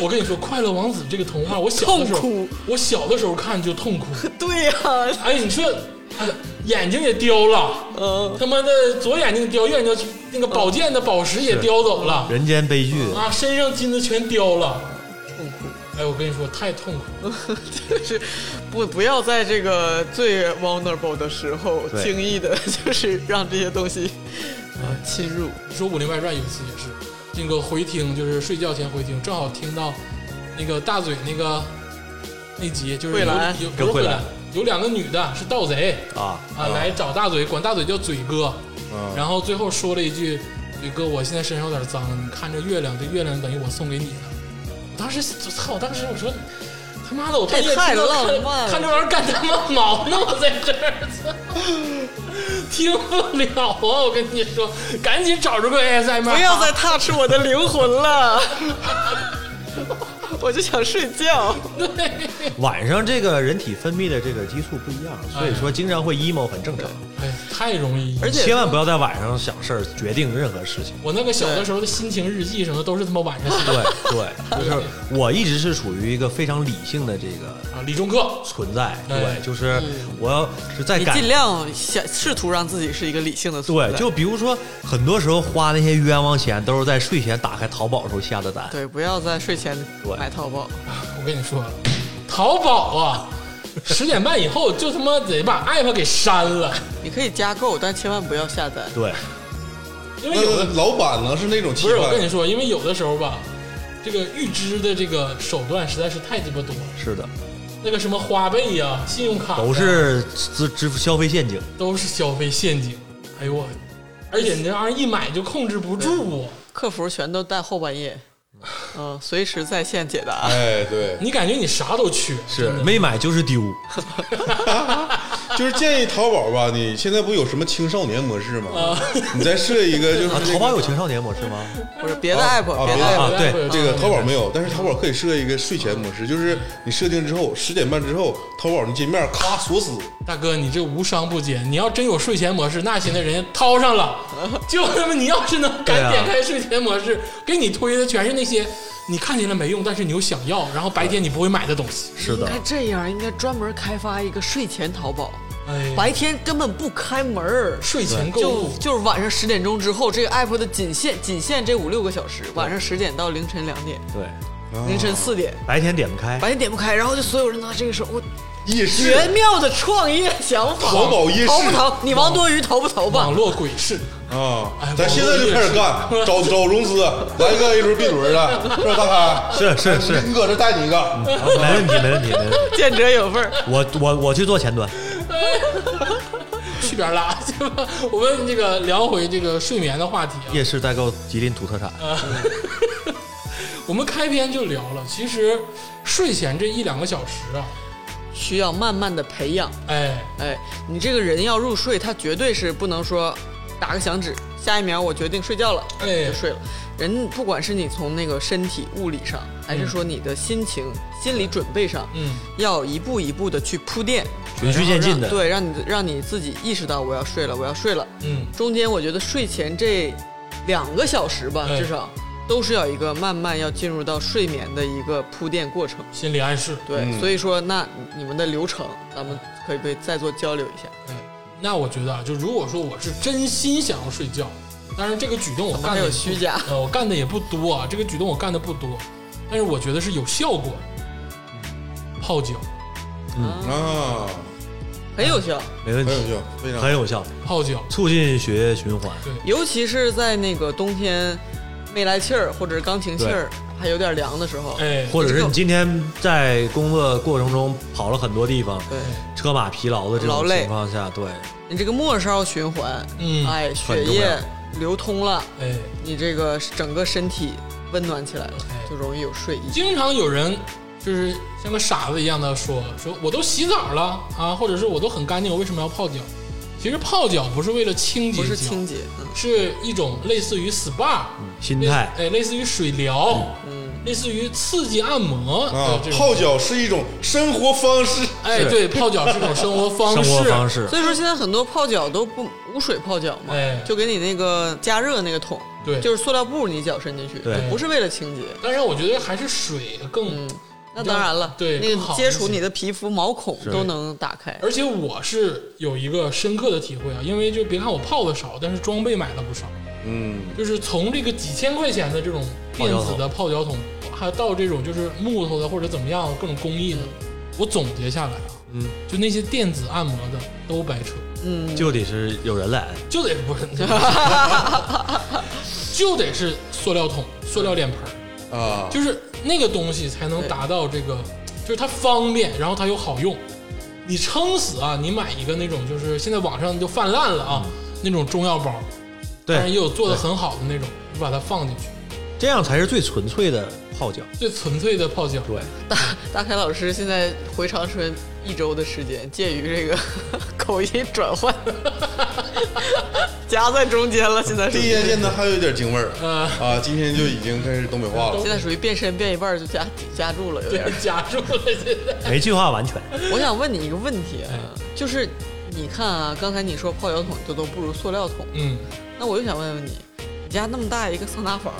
Speaker 1: 我跟你说，《快乐王子》这个童话，我小的时候
Speaker 2: 痛哭，
Speaker 1: 我小的时候看就痛哭。
Speaker 2: 对呀、
Speaker 1: 哎，你说，哎眼睛也雕了，
Speaker 2: 嗯，
Speaker 1: 他妈的左眼睛雕，右眼睛那个宝剑的宝
Speaker 4: 嗯
Speaker 1: 石也雕走了。
Speaker 4: 人间悲剧，
Speaker 1: 啊，身上金子全雕了，痛苦。哎，我跟你说，太痛苦了。
Speaker 2: 就是不不要在这个最 vulnerable 的时候
Speaker 4: 对
Speaker 2: 轻易的，就是让这些东西啊侵入。
Speaker 1: 你说《武林外传》有一次也是，那个回听就是睡觉前回听，正好听到那个大嘴那个那集，就是
Speaker 2: 慧
Speaker 1: 有
Speaker 2: 兰
Speaker 1: 有
Speaker 4: 跟
Speaker 1: 有
Speaker 4: 慧
Speaker 1: 慧
Speaker 4: 兰
Speaker 1: 兰有两个女的是盗贼
Speaker 4: 啊
Speaker 1: 啊，来找大嘴，管大嘴叫嘴哥，然后最后说了一句：“嘴哥，我现在身上有点脏，你看这月亮，这月亮等于我送给你的。”我当时我操，我当时我说。他妈的！我半夜
Speaker 2: 这也太
Speaker 1: 听到
Speaker 2: 浪
Speaker 1: 看
Speaker 2: 漫了
Speaker 1: 看这玩意儿干他妈毛呢！我在这儿， 操听不了啊！我跟你说，赶紧找着个 ASMR，
Speaker 2: 不要再 touch 我的灵魂了， 我就想睡觉。
Speaker 1: 哎
Speaker 4: 晚上这个人体分泌的这个激素不一样，所以说经常会 emo 很正常。
Speaker 1: 哎，太容易。
Speaker 2: 哎而且
Speaker 4: 千万不要在晚上想事儿，决定任何事情。
Speaker 1: 我那个小的时候的心情日记什么，都是他妈晚上写的
Speaker 4: 对 对，就是我一直是处于一个非常理性的这个
Speaker 1: 啊。理中课，
Speaker 4: 存在，
Speaker 1: 哎
Speaker 4: 对，就是我要是在
Speaker 2: 嗯你
Speaker 4: 感
Speaker 2: 尽量想试图让自己是一个理性的存
Speaker 4: 对，
Speaker 2: 在，
Speaker 4: 就比如说很多时候花那些冤枉钱都是在睡前打开淘宝时候下的单，
Speaker 2: 对，不要在睡前
Speaker 4: 对
Speaker 2: 买淘宝。
Speaker 1: 我跟你说，淘宝啊，十点半以后就他妈得把 app 给删了，
Speaker 2: 你可以加购，但千万不要下载。
Speaker 4: 对，
Speaker 1: 因为有
Speaker 3: 那
Speaker 1: 的
Speaker 3: 老板呢是那种
Speaker 1: 不
Speaker 3: 气
Speaker 1: 是我跟你
Speaker 3: 派，
Speaker 1: 说，因为有的时候吧，这个预支的这个手段实在是太鸡巴多了，
Speaker 4: 是的，
Speaker 1: 那个什么花呗呀、信用卡呀
Speaker 4: 都是支支付消费陷阱，
Speaker 1: 都是消费陷阱。哎呦我，而且你这玩意儿一买就控制不住啊，
Speaker 2: 客服全都在后半夜，嗯、随时在线解答。
Speaker 3: 哎，对，
Speaker 1: 你感觉你啥都缺，
Speaker 4: 是没买就是丢，
Speaker 3: 就是建议淘宝吧，你现在不有什么青少年模式吗？
Speaker 1: 啊
Speaker 3: 你再设一个，就是
Speaker 4: 啊，
Speaker 3: 这
Speaker 4: 淘
Speaker 3: 个
Speaker 4: 宝有青少年模式吗？
Speaker 2: 不是别的 app，、
Speaker 3: 啊
Speaker 2: 别的
Speaker 3: 别的
Speaker 2: app，、
Speaker 4: 啊对
Speaker 1: 会有
Speaker 3: 这个淘宝没有，但是淘宝可以设一个睡前模式，就是你设定之后，十点半之后，淘宝那界面咔锁死，
Speaker 1: 大哥，你这无商不奸，你要真有睡前模式，那现在人家掏上了，就他妈你要是能
Speaker 4: 对
Speaker 1: 敢
Speaker 4: 啊
Speaker 1: 点开睡前模式，给你推的全是那些你看起来没用，但是你又想要，然后白天你不会买的东西。
Speaker 4: 是
Speaker 2: 应
Speaker 4: 的
Speaker 2: 该，这样，应该专门开发一个睡前淘宝，
Speaker 1: 哎，
Speaker 2: 白天根本不开门儿。
Speaker 1: 睡前购
Speaker 2: 就
Speaker 1: 物，
Speaker 2: 就是晚上十点钟之后，这个 app 的仅限仅限这五六个小时，晚上十点到凌晨两点、
Speaker 4: 对，
Speaker 2: 凌晨四点，
Speaker 4: 白天点不开，
Speaker 2: 白天点不开，然后就所有人拿这个手，我
Speaker 3: 夜市
Speaker 2: 绝妙的创业想法，哦
Speaker 3: 淘宝夜市
Speaker 2: 投不投？你王多鱼投不投吧
Speaker 1: 网？络鬼市，
Speaker 3: 啊
Speaker 1: 哎，
Speaker 3: 咱现在就开始干，找找融资，来个 A 轮 B 轮的，是吧，大
Speaker 4: 是是
Speaker 3: 开？
Speaker 4: 是，
Speaker 3: 你搁这带你一个，啊
Speaker 4: 没问题没问题没问题，
Speaker 2: 见者有份儿。
Speaker 4: 我我我去做前端，
Speaker 1: 去边儿拉去吧。我们这个聊回这个睡眠的话题啊，
Speaker 4: 夜市代购吉林土特产，
Speaker 1: 我们开篇就聊了，其实睡前这一两个小时啊，
Speaker 2: 需要慢慢的培养。
Speaker 1: 哎，
Speaker 2: 哎，你这个人要入睡，他绝对是不能说打个响指，下一秒我决定睡觉了，
Speaker 1: 哎
Speaker 2: 就睡了。人不管是你从那个身体物理上，还是说你的心情、心理准备上，
Speaker 1: 嗯，
Speaker 2: 要一步一步的去铺垫，
Speaker 4: 循序渐进的，
Speaker 2: 然后让对，让你让你自己意识到我要睡了，我要睡了。
Speaker 1: 嗯，
Speaker 2: 中间我觉得睡前这两个小时吧，
Speaker 1: 哎
Speaker 2: 至少都是要一个慢慢要进入到睡眠的一个铺垫过程。
Speaker 1: 心理暗示。
Speaker 2: 对，
Speaker 3: 嗯
Speaker 2: 所以说那你们的流程，咱们可以不可以再做交流一下？
Speaker 1: 嗯那我觉得啊，就如果说我是真心想要睡觉，但是这个举动我
Speaker 2: 我们
Speaker 1: 干
Speaker 2: 还
Speaker 1: 的
Speaker 2: 有虚假，
Speaker 1: 呃，我干的也不多啊，这个举动我干的不多，但是我觉得是有效果。泡脚，
Speaker 2: 啊，
Speaker 3: 啊，
Speaker 2: 很有效，
Speaker 4: 没问
Speaker 3: 很有
Speaker 4: 题，
Speaker 3: 效，非常
Speaker 4: 很有效，
Speaker 1: 泡脚，
Speaker 4: 促进血液循环。
Speaker 2: 尤其是在那个冬天没来气儿或者是刚停气儿还有点凉的时候，
Speaker 1: 哎，
Speaker 4: 或者是你今天在工作过程中跑了很多地方，
Speaker 2: 对
Speaker 4: 车马疲劳的这
Speaker 2: 劳
Speaker 4: 种
Speaker 2: 累
Speaker 4: 情况下，对，
Speaker 2: 你这个末梢循环，
Speaker 1: 嗯，哎，
Speaker 2: 哎，
Speaker 4: 很
Speaker 2: 血
Speaker 4: 重
Speaker 2: 液
Speaker 4: 要
Speaker 2: 流通了，你这个整个身体温暖起来了，就容易有睡意。
Speaker 1: 经常有人就是像个傻子一样的说说，我都洗澡了啊，或者是我都很干净，我为什么要泡脚？其实泡脚不是为了清洁啊脚，
Speaker 2: 不是清洁，嗯，
Speaker 1: 是一种类似于 SPA，
Speaker 4: 心
Speaker 1: 类似
Speaker 4: 态
Speaker 1: 哎，类似于水疗，嗯，类似于刺激按摩
Speaker 3: 啊
Speaker 1: 的这，种
Speaker 3: 泡，脚是一种生活方式，
Speaker 1: 哎，对，泡脚是种生活方
Speaker 4: 生
Speaker 1: 式，
Speaker 4: 活方式，
Speaker 2: 所以说现在很多泡脚都不无水泡脚嘛
Speaker 1: 哎，
Speaker 2: 就给你那个加热那个桶，
Speaker 1: 对
Speaker 2: 就是塑料布你脚伸进去，
Speaker 4: 对
Speaker 2: 不是为了清洁。
Speaker 1: 当然，我觉得还是水更，
Speaker 2: 嗯那当然了，
Speaker 1: 对
Speaker 2: 那
Speaker 1: 更
Speaker 2: 个
Speaker 1: 好
Speaker 2: 接
Speaker 1: 一
Speaker 2: 触
Speaker 1: 些
Speaker 2: 你的皮肤毛孔
Speaker 4: 是
Speaker 2: 都能打开。
Speaker 1: 而且我是有一个深刻的体会啊，因为就别看我泡的少，但是装备买了不少，
Speaker 3: 嗯，
Speaker 1: 就是从这个几千块钱的这种电子的泡脚桶，还到这种就是木头的或者怎么样各种工艺的，我总结下来啊，
Speaker 4: 嗯，
Speaker 1: 就那些电子按摩的都白扯，
Speaker 4: 就得是有人来，
Speaker 1: 就得不是， 就得是塑料桶、塑料脸盆儿。
Speaker 3: 啊，
Speaker 1: 就是那个东西才能达到这个，就是它方便，然后它又好用。你撑死啊，你买一个那种就是现在网上就泛滥了啊，那种中药包，但是也
Speaker 4: 嗯对，
Speaker 1: 有做的很好的那种，你把它放进去，
Speaker 4: 这样才是最纯粹的泡脚。
Speaker 1: 最纯粹的泡脚。
Speaker 4: 对，
Speaker 2: 大开老师现在回长春一周的时间，介于这个 口音转换夹在中间了，现在
Speaker 3: 第一天
Speaker 2: 是。
Speaker 3: 见他还有一点京味儿
Speaker 1: 呃，
Speaker 3: 啊，今天就已经开始东北话了
Speaker 2: 现，在属于变身变一半儿就夹夹住了，有
Speaker 1: 对
Speaker 2: 点儿。，
Speaker 1: 夹住了现在。
Speaker 4: 没计划 完全，
Speaker 2: 我想问你一个问题啊，
Speaker 1: 哎
Speaker 2: 就是你看啊，刚才你说泡脚桶就都不如塑料桶，
Speaker 1: 嗯，
Speaker 2: 那我就想问问你，你家那么大一个桑拿房，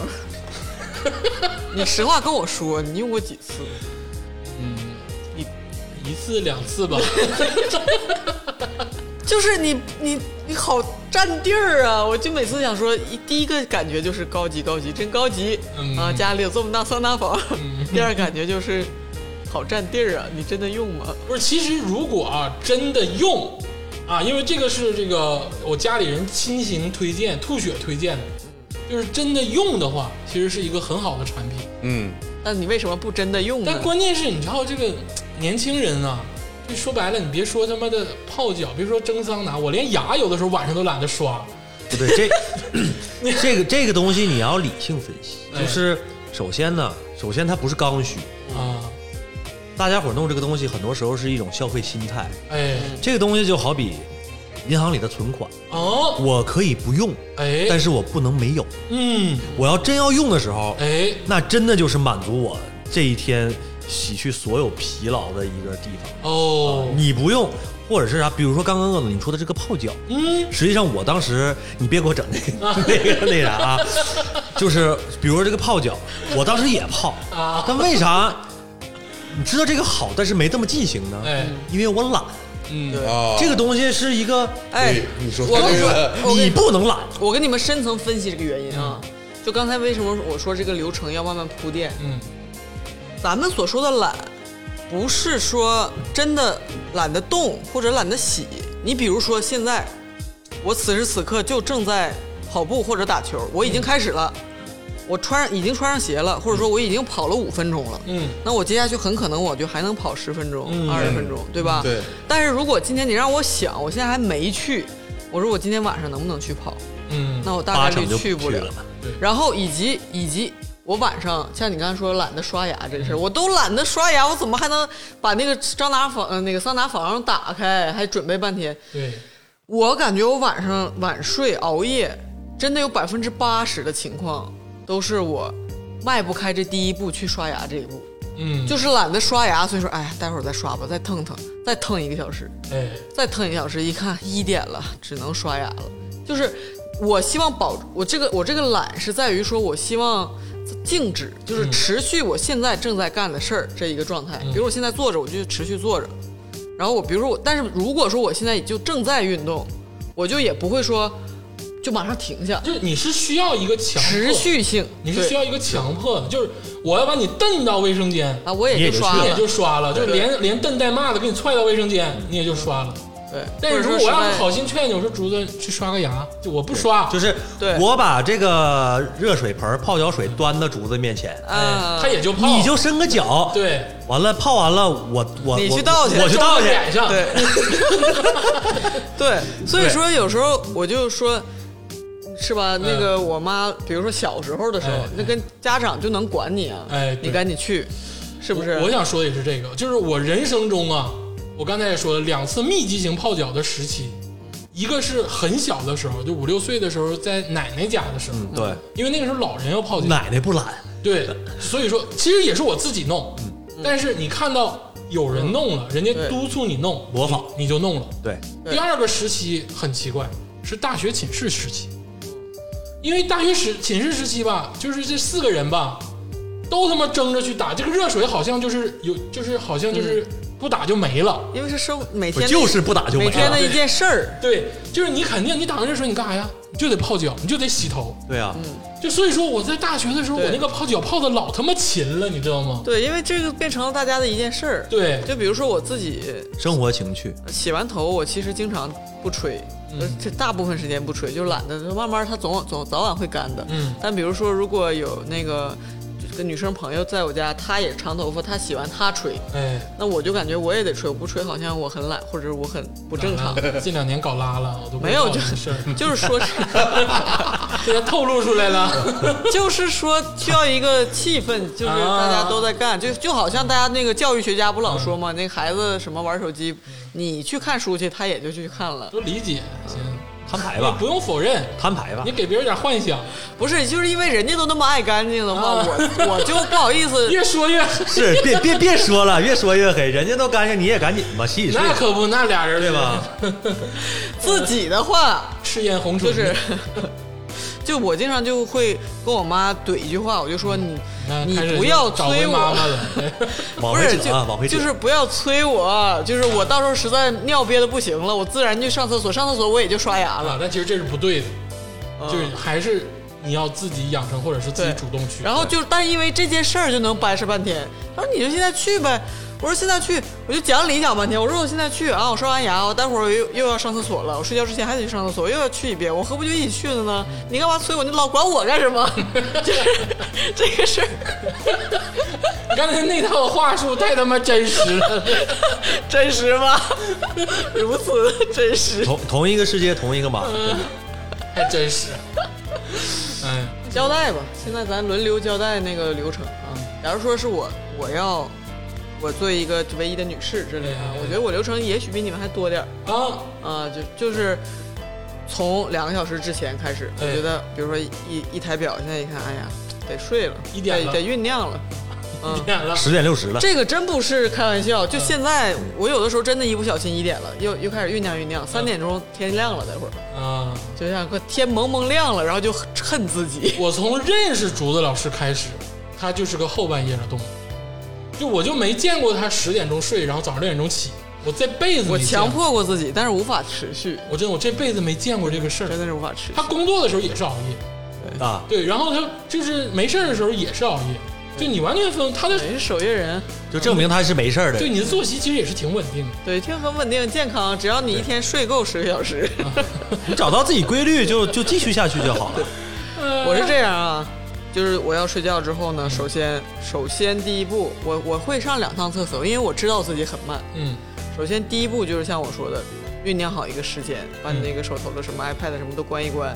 Speaker 2: 你实话跟我说，你用过几次？
Speaker 1: 一次两次吧，
Speaker 2: 就是你你你好占地儿啊！我就每次想说，一第一个感觉就是高级高级，真高级、
Speaker 1: 嗯
Speaker 2: 啊！家里有这么大桑拿房。 第二感觉就是好占地儿啊！你真的用吗？
Speaker 1: 不是，其实如果啊真的用啊，因为这个是这个我家里人亲情推荐、吐血推荐的，就是真的用的话，其实是一个很好的产品。
Speaker 3: 嗯，
Speaker 2: 那你为什么不真的用呢
Speaker 1: 但？关键是，你知道这个年轻人啊，就说白了，你别说他妈的泡脚，别说蒸桑拿，我连牙有的时候晚上都懒得刷。
Speaker 4: 不对， 这这个这个东西你要理性分析，
Speaker 1: 哎
Speaker 4: 就是首先呢，首先它不是刚需，
Speaker 2: 嗯
Speaker 1: 啊，
Speaker 4: 大家伙弄这个东西，很多时候是一种消费心态。
Speaker 1: 哎，
Speaker 4: 这个东西就好比银行里的存款，
Speaker 1: 哦，
Speaker 4: 我可以不用，
Speaker 1: 哎，
Speaker 4: 但是我不能没有。
Speaker 1: 嗯，
Speaker 4: 我要真要用的时候，
Speaker 1: 哎，
Speaker 4: 那真的就是满足我这一天洗去所有疲劳的一个地方。
Speaker 1: 哦，
Speaker 2: 嗯
Speaker 4: 你不用，或者是啥，比如说刚刚鄂总你说的这个泡脚，
Speaker 1: 嗯，
Speaker 4: 实际上我当时你别给我整那个那个那啥啊，就是比如说这个泡脚，我当时也泡
Speaker 1: 啊，
Speaker 4: 但为啥你知道这个好，但是没这么进行呢？
Speaker 1: 哎，
Speaker 4: 因为我懒。
Speaker 1: 嗯，
Speaker 3: 啊，
Speaker 4: 这个东西是一个
Speaker 2: 哎，
Speaker 3: 你说
Speaker 2: 我跟你
Speaker 3: 这
Speaker 2: 说
Speaker 3: 个，
Speaker 2: 我跟
Speaker 4: 你
Speaker 2: 你
Speaker 4: 不能懒，
Speaker 2: 我跟你们深层分析这个原因啊。就刚才为什么我说这个流程要慢慢铺垫？
Speaker 1: 嗯，
Speaker 2: 咱们所说的懒，不是说真的懒得动或者懒得洗。你比如说，现在我此时此刻就正在跑步或者打球，我已经开始了，我穿上已经穿上鞋了，或者说我已经跑了五分钟了。
Speaker 1: 嗯，
Speaker 2: 那我接下去很可能我就还能跑十分钟、
Speaker 1: 嗯
Speaker 2: 二十分钟，对吧？
Speaker 3: 对。
Speaker 2: 但是如果今天你让我想，我现在还没去，我说我今天晚上能不能去跑？
Speaker 1: 嗯，
Speaker 2: 那我大
Speaker 4: 八
Speaker 2: 概率
Speaker 4: 成就
Speaker 2: 去
Speaker 4: 不
Speaker 2: 不
Speaker 4: 去
Speaker 2: 了。
Speaker 4: 了。
Speaker 2: 然后以及以及我晚上像你刚才说懒得刷牙这个事儿，我都懒得刷牙，我怎么还能把那个桑拿房呃那个桑拿房打开，还准备半天？
Speaker 1: 对，
Speaker 2: 我感觉我晚上晚睡熬夜，真的有百分之八十的情况都是我迈不开这第一步去刷牙这一步，
Speaker 1: 嗯，
Speaker 2: 就是懒得刷牙，所以说哎，待会儿再刷吧，再腾腾，再腾一个小时，
Speaker 1: 哎，
Speaker 2: 再腾一个小时，一看一点了，只能刷牙了。就是我希望保我这个我这个懒是在于说我希望静止，
Speaker 1: 嗯
Speaker 2: 就是持续我现在正在干的事儿这一个状态。比如我现在坐着，我就持续坐着。然后我比如说我，但是如果说我现在就正在运动，我就也不会说就马上停下，
Speaker 1: 就是你是需要一个强迫
Speaker 2: 持，续性。
Speaker 1: 你
Speaker 2: 对
Speaker 1: 是需要一个强迫的，就是我要把你蹬到卫生间，
Speaker 2: 啊，我
Speaker 4: 你
Speaker 2: 也
Speaker 4: 也就
Speaker 2: 就刷
Speaker 4: 去
Speaker 1: 你
Speaker 2: 了，
Speaker 1: 也就刷了，就是连连蹬带骂的给你踹到卫生间，你也就刷了。
Speaker 2: 对。
Speaker 1: 但是
Speaker 2: 或者
Speaker 1: 如
Speaker 2: 说
Speaker 1: 果我要
Speaker 2: 实
Speaker 1: 是
Speaker 2: 在
Speaker 1: 好心劝你，我说竹子去刷个牙，就我不刷，
Speaker 4: 就是
Speaker 2: 对
Speaker 4: 我把这个热水盆儿泡脚水端到竹子面前，
Speaker 2: 啊，
Speaker 1: 哎他也就泡，
Speaker 4: 你就伸个脚，
Speaker 1: 对，
Speaker 4: 完了泡完了，我我
Speaker 2: 你去
Speaker 4: 我
Speaker 2: 倒去
Speaker 4: 我去倒
Speaker 1: 到
Speaker 4: 去，
Speaker 1: 点上，
Speaker 2: 对，对，所以说有时候我就说，是吧？那个我妈，比如说小时候的时候
Speaker 1: 哎哎，
Speaker 2: 那跟家长就能管你啊，
Speaker 1: 哎对
Speaker 2: 你赶紧去，是不是？
Speaker 1: 我我想说的也是这个，就是我人生中啊，我刚才也说了两次密集型泡脚的时期，一个是很小的时候，就五六岁的时候，在奶奶家的时候，
Speaker 2: 嗯
Speaker 4: 对，
Speaker 1: 因为那个时候老人要泡脚，
Speaker 4: 奶奶不懒，
Speaker 1: 对，所以说其实也是我自己弄，但是你看到有人弄了，人家
Speaker 2: 对
Speaker 1: 督促你弄，
Speaker 4: 模仿
Speaker 1: 你就弄了。
Speaker 4: 嗯对，
Speaker 2: 对
Speaker 1: 第二个时期很奇怪，是大学寝室时期，因为大学时寝室时期吧，就是这四个人吧，都他妈争着去打这个热水，好像就是有，就是好像就是不打就没了。
Speaker 2: 因为是生每
Speaker 4: 不
Speaker 2: 天的
Speaker 4: 就是不打就没
Speaker 2: 每天
Speaker 4: 了
Speaker 2: 的，一件事儿，
Speaker 1: 对，就是你肯定你打完热水你干啥呀？你就得泡脚，你就得洗头。
Speaker 4: 对啊，
Speaker 2: 嗯
Speaker 1: 就所以说我在大学的时候，
Speaker 2: 对
Speaker 1: 我那个泡脚泡的老他妈勤了，你知道吗？
Speaker 2: 对，因为这个变成了大家的一件事儿。
Speaker 1: 对，
Speaker 2: 就比如说我自己
Speaker 4: 生活情趣，
Speaker 2: 洗完头，我其实经常不吹，
Speaker 1: 嗯
Speaker 2: 呃这大部分时间不吹，就懒得，慢慢它总总早晚会干的。
Speaker 1: 嗯，
Speaker 2: 但比如说如果有那个这个女生朋友在我家，她也长头发，她洗完她吹，
Speaker 1: 哎，
Speaker 2: 那我就感觉我也得吹，我不吹好像我很懒，或者我很不正常。
Speaker 1: 咋了。近两年搞拉了，啊我都不
Speaker 2: 没有
Speaker 1: 知道
Speaker 2: 就
Speaker 1: 这 事儿，
Speaker 2: 就是说，
Speaker 1: 现在透露出来了。
Speaker 2: 就是说，需要一个气氛，就是
Speaker 1: 啊嗯
Speaker 2: 大家都在干，就就好像大家那个教育学家不老说嘛，那个孩子什么玩手机，你去看书去，他也就去看了。
Speaker 1: 都理解，行，
Speaker 2: 嗯
Speaker 4: 摊牌
Speaker 1: 你
Speaker 4: 吧
Speaker 1: 不，用否认，
Speaker 4: 摊牌吧
Speaker 1: 你，给别人点幻想，
Speaker 2: 不是，就是因为人家都那么爱干净的话，
Speaker 1: 啊
Speaker 2: 我我就不好意 思。
Speaker 1: 越说越
Speaker 4: 是别别别说了，越说越黑，人家都干净，你也赶紧吧，洗洗睡，
Speaker 1: 那可不，那俩人
Speaker 4: 对？吧？
Speaker 2: 自己的话，
Speaker 1: 赤焰红唇
Speaker 2: 就是，就我经常就会跟我妈怼一句话，我就说你
Speaker 1: 那
Speaker 2: 你
Speaker 1: 开始
Speaker 2: 不要
Speaker 1: 找回
Speaker 2: 催我
Speaker 1: 妈妈了，哎对
Speaker 4: 往
Speaker 2: 不
Speaker 4: 回
Speaker 2: 是
Speaker 4: 整
Speaker 2: 就
Speaker 4: 啊，往回整
Speaker 2: 就，是不要催我，就是我到时候实在尿憋的不行了，我自然就上厕所，上厕所我也就刷牙了
Speaker 1: 啊。，但其实这是不对的，
Speaker 2: 嗯
Speaker 1: 就是还是你要自己养成，或者是自己
Speaker 2: 对
Speaker 1: 主动去。
Speaker 2: 然后就但因为这件事儿就能掰扯半天。他说你就现在去呗，我说现在去，啊我就讲理讲半天。我说我现在去啊，我刷完牙，我待会儿又又要上厕所了，我睡觉之前还得去上厕所，又要去一遍，我何不就一起去了呢？你干嘛催我？你老管我干什么？就是这个事儿
Speaker 1: 你刚才那套话术太他妈真实了，
Speaker 2: 真实吗？如此的真实。
Speaker 4: 同同一个世界，同一个妈，
Speaker 2: 嗯
Speaker 1: 太真实。 哎，
Speaker 2: 交代吧，现在咱轮流交代那个流程啊。假如说是我，我要我做一个唯一的女士之类啊
Speaker 1: 哎哎，哎
Speaker 2: 我觉得我流程也许比你们还多点儿
Speaker 1: 啊，
Speaker 2: 啊，就就是从两个小时之前开始，我
Speaker 1: 哎
Speaker 2: 觉得比如说一一抬表，现在一看，哎呀，得睡了，
Speaker 1: 一点
Speaker 2: 得
Speaker 1: 了
Speaker 2: 得酝酿 了，嗯。
Speaker 1: 点了，
Speaker 4: 十点六十了，
Speaker 2: 这个真不是开玩
Speaker 1: 嗯
Speaker 2: 笑，就现在，我有的时候真的，一不小心一点了，又又开始酝酿酝酿，三点钟天亮了，那会儿
Speaker 1: 啊，
Speaker 2: 就像个天蒙蒙亮了，然后就很恨自己。
Speaker 1: 我从认识竹子老师开始，他就是个后半夜的动物，就我就没见过他十点钟睡，然后早上六点钟起。我这辈子
Speaker 2: 我
Speaker 1: 没见过
Speaker 2: 强迫过自己，但是无法持续，
Speaker 1: 我真我这辈子没见过这个事儿
Speaker 2: 真。的是无法持续
Speaker 1: 他。工作的时候也是熬夜，
Speaker 4: 啊，
Speaker 1: 对，然后他就是没事儿的时候也是熬夜，就你完全分他的，
Speaker 2: 哎也是守夜人，
Speaker 4: 就证明他是没事儿的
Speaker 1: 对。你的作息其实也是挺稳定的。
Speaker 2: 对，挺很稳定健康，只要你一天睡够十个小时。
Speaker 4: 你找到自己规律，就就继续下去就好了。
Speaker 2: 我是这样啊，就是我要睡觉之后呢，首先首先第一步，我我会上两趟厕所，因为我知道自己很慢。
Speaker 1: 嗯
Speaker 2: 首先第一步就是像我说的，酝酿好一个时间，把你那个手头的什么 iPad 什么都关一关，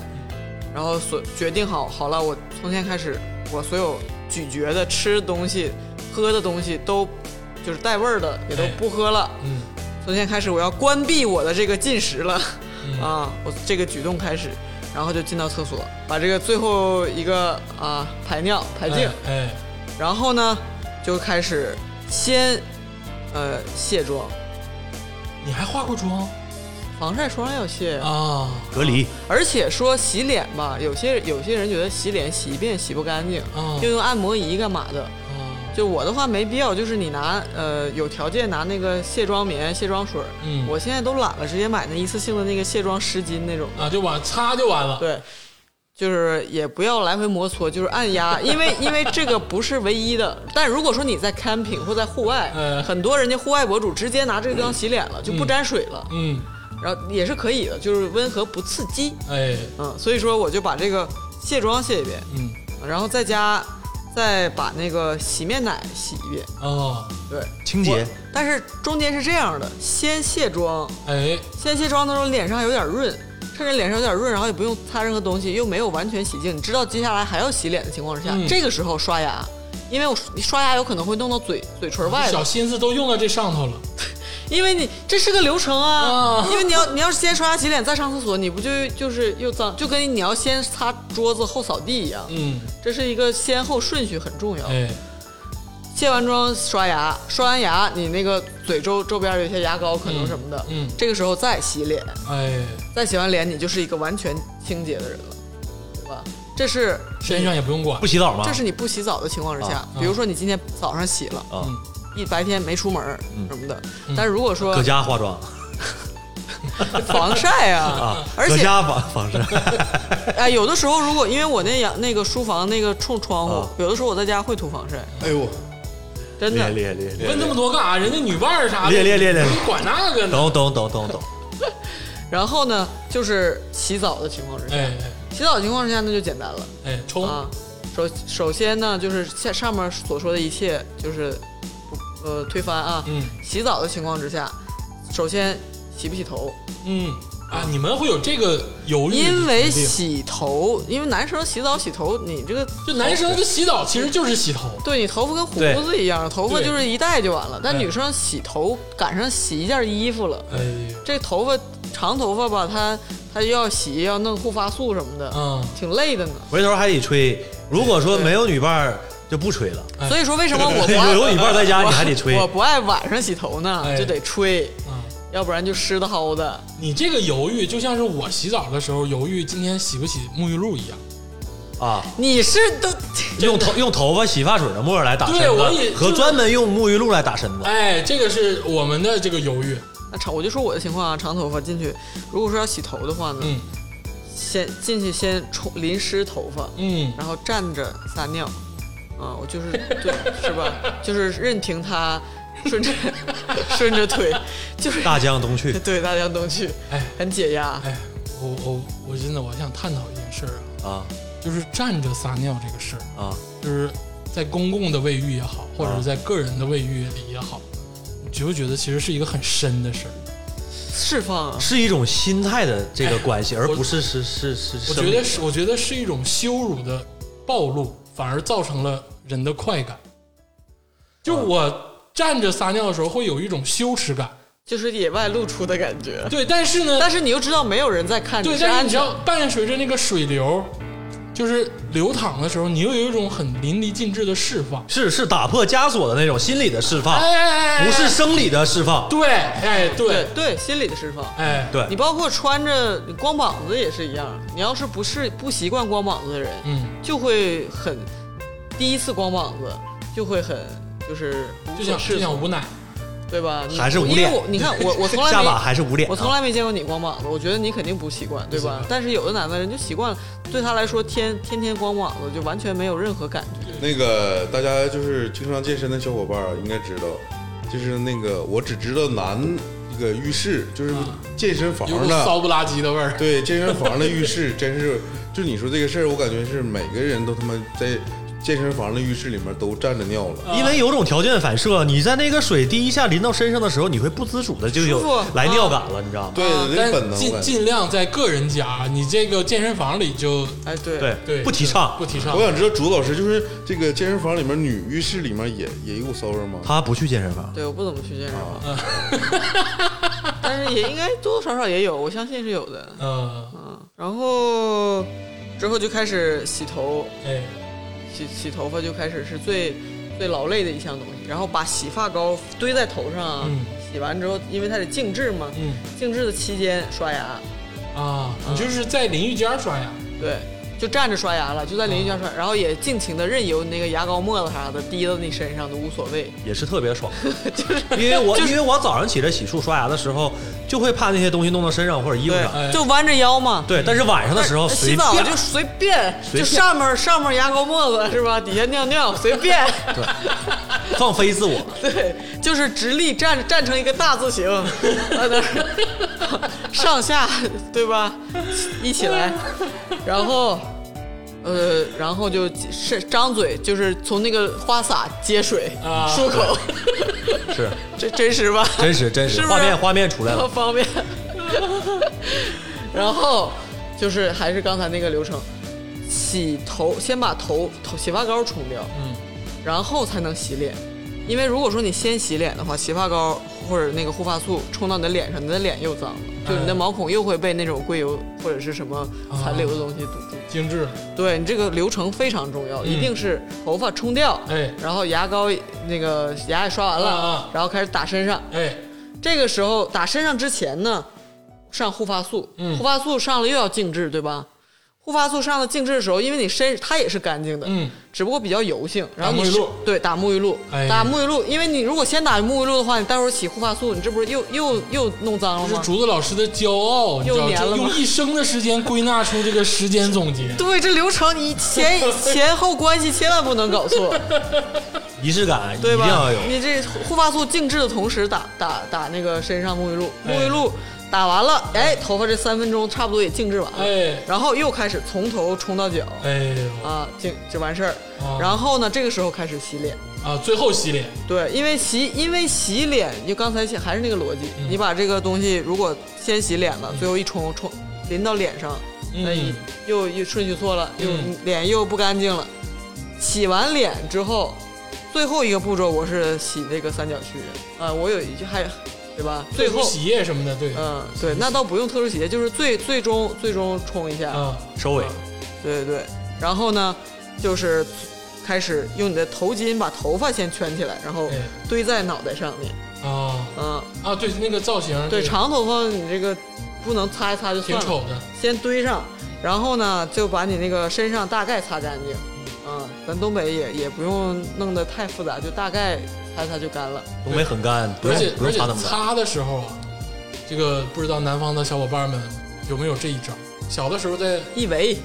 Speaker 2: 然后所决定好好了，我从现在开始，我所有咀嚼的、吃东西、喝的东西都就是带味儿的也都
Speaker 1: 哎
Speaker 2: 不喝了。
Speaker 1: 嗯，
Speaker 2: 从现在开始，我要关闭我的这个进食了，
Speaker 1: 嗯
Speaker 2: 啊，我这个举动开始，然后就进到厕所，把这个最后一个啊排尿排净，
Speaker 1: 哎，哎
Speaker 2: 然后呢就开始先呃卸妆，
Speaker 1: 你还化过妆
Speaker 2: 防晒霜要卸呀、
Speaker 1: 啊？
Speaker 4: 隔离，
Speaker 2: 而且说洗脸吧，有些有些人觉得洗脸洗一遍洗不干净，
Speaker 1: 啊
Speaker 2: 就用按摩仪干嘛的。
Speaker 1: 啊，
Speaker 2: 就我的话没必要，就是你拿呃有条件拿那个卸妆棉、卸妆水儿，
Speaker 1: 嗯
Speaker 2: 我现在都懒了，直接买那一次性的那个卸妆湿巾那种，
Speaker 1: 啊，就往擦就完了。
Speaker 2: 对，就是也不要来回摩搓，就是按压，因为因为这个不是唯一的。但如果说你在 camping 或在户外，
Speaker 1: 嗯
Speaker 2: 很多人家户外博主直接拿这个地方洗脸了，就不沾水了，
Speaker 1: 嗯，
Speaker 2: 然后也是可以的，就是温和不刺激，
Speaker 1: 哎，
Speaker 2: 嗯，所以说我就把这个卸妆卸一遍，
Speaker 1: 嗯，
Speaker 2: 然后在家再把那个洗面奶洗一遍，
Speaker 1: 哦，
Speaker 2: 对。
Speaker 4: 清洁，
Speaker 2: 但是中间是这样的，先卸妆，
Speaker 1: 哎，
Speaker 2: 先卸妆的时候脸上还有点润，趁着脸上有点润，然后也不用擦任何东西，又没有完全洗净，你知道接下来还要洗脸的情况之下，
Speaker 1: 嗯
Speaker 2: 这个时候刷牙，因为我你刷牙有可能会弄到嘴嘴唇外
Speaker 1: 小
Speaker 2: 头，
Speaker 1: 心思都用到这上头了。
Speaker 2: 因为你这是个流程啊，
Speaker 1: 啊
Speaker 2: 因为你要你要是先刷牙洗脸再上厕所，你不就就是又脏，就跟你要先擦桌子后扫地一样，
Speaker 1: 嗯，
Speaker 2: 这是一个先后顺序很重要。
Speaker 1: 哎，
Speaker 2: 卸完妆刷牙，刷完牙你那个嘴周周边有一些牙膏可能什么的，
Speaker 1: 嗯嗯
Speaker 2: 这个时候再洗脸，
Speaker 1: 哎，
Speaker 2: 再洗完脸你就是一个完全清洁的人了，对吧？这是
Speaker 1: 身上也不用管
Speaker 4: 不。洗澡吗？
Speaker 2: 这是你不洗澡的情况之下
Speaker 4: 啊，
Speaker 2: 比如说你今天早上洗了，
Speaker 1: 嗯
Speaker 4: 啊，嗯
Speaker 2: 一白天没出门儿什么的，但是如果说
Speaker 4: 搁家化妆
Speaker 2: 防晒啊
Speaker 4: 啊，，
Speaker 2: 嗯而
Speaker 4: 搁
Speaker 2: 且
Speaker 4: 家防防晒，
Speaker 2: 哎，有的时候如果因为我那阳那个书房那个冲窗户
Speaker 4: 啊，
Speaker 2: 有的时候我在家会涂防晒，
Speaker 3: 哎呦，
Speaker 2: 真
Speaker 4: 厉害
Speaker 2: 的。
Speaker 4: 厉害厉害厉害
Speaker 1: 问！那么多干啥？人家女伴儿啥的，
Speaker 4: 练练练练
Speaker 1: 你管那个呢？
Speaker 4: 懂懂懂懂懂，
Speaker 2: 然后呢，就是洗澡的情况之下，
Speaker 1: 哎
Speaker 2: 洗澡的情况之下那就简单了。
Speaker 1: 哎哎，冲！
Speaker 2: 啊，首首先呢，就是下上面所说的一切，就是不呃推翻啊。
Speaker 1: 嗯
Speaker 2: 洗澡的情况之下，首先洗不洗头？
Speaker 1: 嗯啊，你们会有这个犹豫？
Speaker 2: 因为
Speaker 1: 一定
Speaker 2: 洗头，因为男生洗澡洗头，你这个
Speaker 1: 就男生的洗澡其实就是洗头，
Speaker 2: 对你头发跟胡
Speaker 4: 对
Speaker 2: 子一样，头发
Speaker 1: 对
Speaker 2: 就是一戴就完了。但
Speaker 1: 哎
Speaker 2: 女生洗头赶上洗一件衣服了，
Speaker 1: 哎呦，
Speaker 2: 这头发长头发吧，它它又要洗，要弄护发素什么的，
Speaker 1: 嗯，
Speaker 2: 挺累的呢。
Speaker 4: 回头还得吹。如果说
Speaker 2: 对
Speaker 4: 没有女伴儿，就不吹了。
Speaker 1: 哎
Speaker 2: 所以说，为什么我不 爱
Speaker 4: 有女伴儿在家，你还得吹。
Speaker 2: 我不爱晚上洗头呢，
Speaker 1: 哎
Speaker 2: 就得吹，
Speaker 1: 嗯
Speaker 2: 要不然就湿的齁的。
Speaker 1: 你这个犹豫就像是我洗澡的时候犹豫今天洗不洗沐浴露一样。
Speaker 4: 啊，
Speaker 2: 你是都，
Speaker 4: 用头用头发洗发水的沫儿来打身
Speaker 1: 对我也
Speaker 4: 子，和
Speaker 1: 就是
Speaker 4: 专门用沐浴露来打身子。
Speaker 1: 哎，这个是我们的这个犹豫。
Speaker 2: 那长我就说我的情况啊，长头发进去，如果说要洗头的话呢，
Speaker 1: 嗯
Speaker 2: 先进去先冲淋湿头发，
Speaker 1: 嗯，
Speaker 2: 然后站着撒尿，啊，我 就是对，是吧？就是任凭它 顺着顺着腿，就是
Speaker 4: 大江东去，
Speaker 2: 对大江东去，
Speaker 1: 哎
Speaker 2: 很解压。
Speaker 1: 哎，我我我真的我想探讨一件事儿啊，
Speaker 4: 啊
Speaker 1: 就是站着撒尿这个事儿，
Speaker 4: 啊，
Speaker 1: 就是在公共的卫浴也好，或者是在个人的卫浴里也好，你觉不觉得其实是一个很深的事儿？
Speaker 2: 释放啊，
Speaker 4: 是一种心态的这个
Speaker 1: 哎
Speaker 4: 关系，而
Speaker 1: 我
Speaker 4: 不是是是是。
Speaker 1: 我
Speaker 4: 生
Speaker 1: 觉得是，我觉得是一种羞辱的暴露，反而造成了人的快感。就我站着撒尿的时候，会有一种羞耻感。
Speaker 2: 就是野外露出的感觉。
Speaker 1: 对，但是呢，
Speaker 2: 但是你又知道没有人在看，
Speaker 1: 对，
Speaker 2: 是
Speaker 1: 但是
Speaker 2: 安
Speaker 1: 你知
Speaker 2: 全的。
Speaker 1: 道，伴随着那个水流，就是流淌的时候，你又有一种很淋漓尽致的释放。
Speaker 4: 是是打破枷锁的那种心理的释放
Speaker 1: 哎，哎哎，
Speaker 4: 不是生理的释放。
Speaker 1: 对，哎对
Speaker 2: 对，对，心理的释放。
Speaker 1: 哎
Speaker 4: 对
Speaker 2: 你包括穿着你光膀子也是一样，啊你要是不是不习惯光膀子的人，
Speaker 1: 嗯，
Speaker 2: 就会很第一次光膀子就会很就是无
Speaker 1: 就
Speaker 2: 所
Speaker 1: 像
Speaker 2: 适
Speaker 1: 就
Speaker 2: 从，
Speaker 1: 像无奶，
Speaker 2: 对吧？你
Speaker 4: 还是无
Speaker 2: 因为
Speaker 4: 脸
Speaker 2: 我你 看我我从来
Speaker 4: 下
Speaker 2: 没
Speaker 4: 巴还是无脸啊，
Speaker 2: 我从来没见过你光膀子，我觉得你肯定不习惯，对吧？但是有的男的人就习惯了，对他来说天天天光膀子就完全没有任何感觉。
Speaker 3: 那个大家就是经常健身的小伙伴儿应该知道，就是那个我只知道男这个浴室就是健身房
Speaker 1: 有股
Speaker 3: 的，
Speaker 1: 骚不拉几的味儿。
Speaker 3: 对健身房的浴室 真是，就你说这个事儿，我感觉是每个人都他妈在健身房的浴室里面都站着尿
Speaker 1: 啊
Speaker 3: 了。
Speaker 4: 因为有种条件反射，你在那个水第一下淋到身上的时候，你会不自主的就
Speaker 2: 舒服
Speaker 4: 有
Speaker 2: 啊
Speaker 4: 来尿感了，你知道吗？
Speaker 3: 对，
Speaker 1: 但
Speaker 3: 那本能
Speaker 1: 尽
Speaker 3: 感觉。
Speaker 1: 尽量在个人家，你这个健身房里就
Speaker 2: 哎，对
Speaker 4: 对
Speaker 1: 对
Speaker 4: 不提倡
Speaker 1: 不，提倡
Speaker 3: 我。想知道竹子老师就是这个健身房里面女浴室里面也也有骚味吗？
Speaker 4: 他不去健身房，哦
Speaker 2: 对我不怎么去健身房， 但是也应该多多少少也有，我相信是有的。
Speaker 1: 嗯，
Speaker 2: 嗯，然后之后就开始洗头，
Speaker 1: 哎，
Speaker 2: 洗洗头发就开始是最最劳累的一项东西，然后把洗发膏堆在头上啊，
Speaker 1: 嗯
Speaker 2: 洗完之后，因为它得静置嘛，
Speaker 1: 嗯
Speaker 2: 静置的期间刷牙，
Speaker 1: 啊，
Speaker 2: 嗯
Speaker 1: 你就是在淋浴间刷牙，
Speaker 2: 对，就站着刷牙了，就在淋浴间刷，
Speaker 4: 啊
Speaker 2: 然后也尽情的任由你那个牙膏沫子啥的滴到你身上都无所谓，
Speaker 4: 也是特 别爽，因为我因为我早上起来洗漱刷牙的时候，就会怕那些东西弄到身上或者衣服
Speaker 2: 对，
Speaker 4: 上。
Speaker 1: 哎
Speaker 2: 就弯着腰嘛。
Speaker 4: 对，但是晚上的时候
Speaker 2: 哎洗
Speaker 4: 随
Speaker 2: 澡
Speaker 4: 便
Speaker 2: 就随便，
Speaker 4: 随便
Speaker 2: 就上面上面牙膏沫子是吧？底下尿尿随 便，
Speaker 4: 放飞自我，
Speaker 2: 对，就是直立站站成一个大字 形，在那儿上下对吧？一起来，然后呃，然后就是张嘴，就是从那个花洒接水
Speaker 1: 啊
Speaker 2: 漱 口，
Speaker 4: 是
Speaker 2: 这真实吧？
Speaker 4: 真实真
Speaker 2: 是
Speaker 4: 实，
Speaker 2: 不是
Speaker 4: 画面画面出来
Speaker 2: 多
Speaker 4: 了，
Speaker 2: 方便。 然后就是还是刚才那个流程，洗头先把头头洗发膏冲掉，
Speaker 1: 嗯，
Speaker 2: 然后才能洗脸。因为如果说你先洗脸的话，洗发膏或者那个护发素冲到你的脸上，你的脸又脏了，就你的
Speaker 1: 嗯
Speaker 2: 毛孔又会被那种硅油或者是什么
Speaker 1: 啊
Speaker 2: 残留的东西堵住。
Speaker 1: 精致了，
Speaker 2: 对你这个流程非常重要，一定是头发冲掉，
Speaker 1: 嗯哎
Speaker 2: 然后牙膏那个牙也刷完了，
Speaker 1: 啊啊
Speaker 2: 然后开始打身上，
Speaker 1: 哎，
Speaker 2: 这个时候打身上之前呢，上护发素，
Speaker 1: 嗯
Speaker 2: 护发素上了又要静置，对吧？护发素上了静置的时候，因为你身它也是干净的，
Speaker 1: 嗯，
Speaker 2: 只不过比较油性。然后
Speaker 1: 打沐
Speaker 2: 你
Speaker 1: 浴露
Speaker 2: 是对打沐浴露，
Speaker 1: 哎
Speaker 2: 打沐浴露，因为你如果先打沐浴露的话，你待会儿洗护发素，你这不是又又又弄脏了
Speaker 1: 这是
Speaker 2: 吗？
Speaker 1: 竹子老师的骄傲，你知道，
Speaker 2: 又粘了
Speaker 1: 就
Speaker 2: 吗
Speaker 1: 用一生的时间归纳出这个时间总结，
Speaker 2: 对，这流程你前前后关系千万不能搞错，
Speaker 4: 仪式感一
Speaker 2: 对
Speaker 4: 定
Speaker 2: 吧？
Speaker 4: 要有。
Speaker 2: 你这护发素静置的同时打打打那个身上沐浴露，
Speaker 1: 哎
Speaker 2: 沐浴露打完了，哎，头发这三分钟差不多也静置完了。
Speaker 1: 哎
Speaker 2: 然后又开始从头冲到脚，
Speaker 1: 哎呦
Speaker 2: 啊，就就完事儿
Speaker 1: 啊。
Speaker 2: 然后呢，这个时候开始洗脸，
Speaker 1: 啊，最后洗脸，
Speaker 2: 对，因为洗因为洗脸，就刚才还是那个逻辑，
Speaker 1: 嗯
Speaker 2: 你把这个东西如果先洗脸了，最后一冲冲淋到脸上，
Speaker 1: 嗯
Speaker 2: 那你又又顺序错了，又
Speaker 1: 嗯
Speaker 2: 脸又不干净了。洗完脸之后，最后一个步骤我是洗这个三角区，啊，我有一句还对吧？最后
Speaker 1: 特殊。洗液什么的，对，
Speaker 2: 嗯，对，那倒不用特殊洗洁，就是最最终最终冲一下，
Speaker 1: 啊，
Speaker 4: 收尾，
Speaker 2: 对对对，然后呢，就是开始用你的头巾把头发先圈起来，然后
Speaker 1: 哎
Speaker 2: 堆在脑袋上面。
Speaker 1: 啊
Speaker 2: 嗯，
Speaker 1: 啊，对，那个造型，
Speaker 2: 对，长头发你这个不能擦一擦就
Speaker 1: 挺
Speaker 2: 算了，
Speaker 1: 丑的，
Speaker 2: 先堆上，然后呢就把你那个身上大概擦干净。嗯，咱东北也也不用弄得太复杂，就大概擦一擦就干了。
Speaker 4: 东北很干，不
Speaker 1: 而且
Speaker 4: 用不
Speaker 1: 而
Speaker 4: 用
Speaker 1: 且
Speaker 4: 擦那么干。
Speaker 1: 擦的时候啊，这个不知道南方的小伙伴们有没有这一招？小的时候在
Speaker 2: 一围，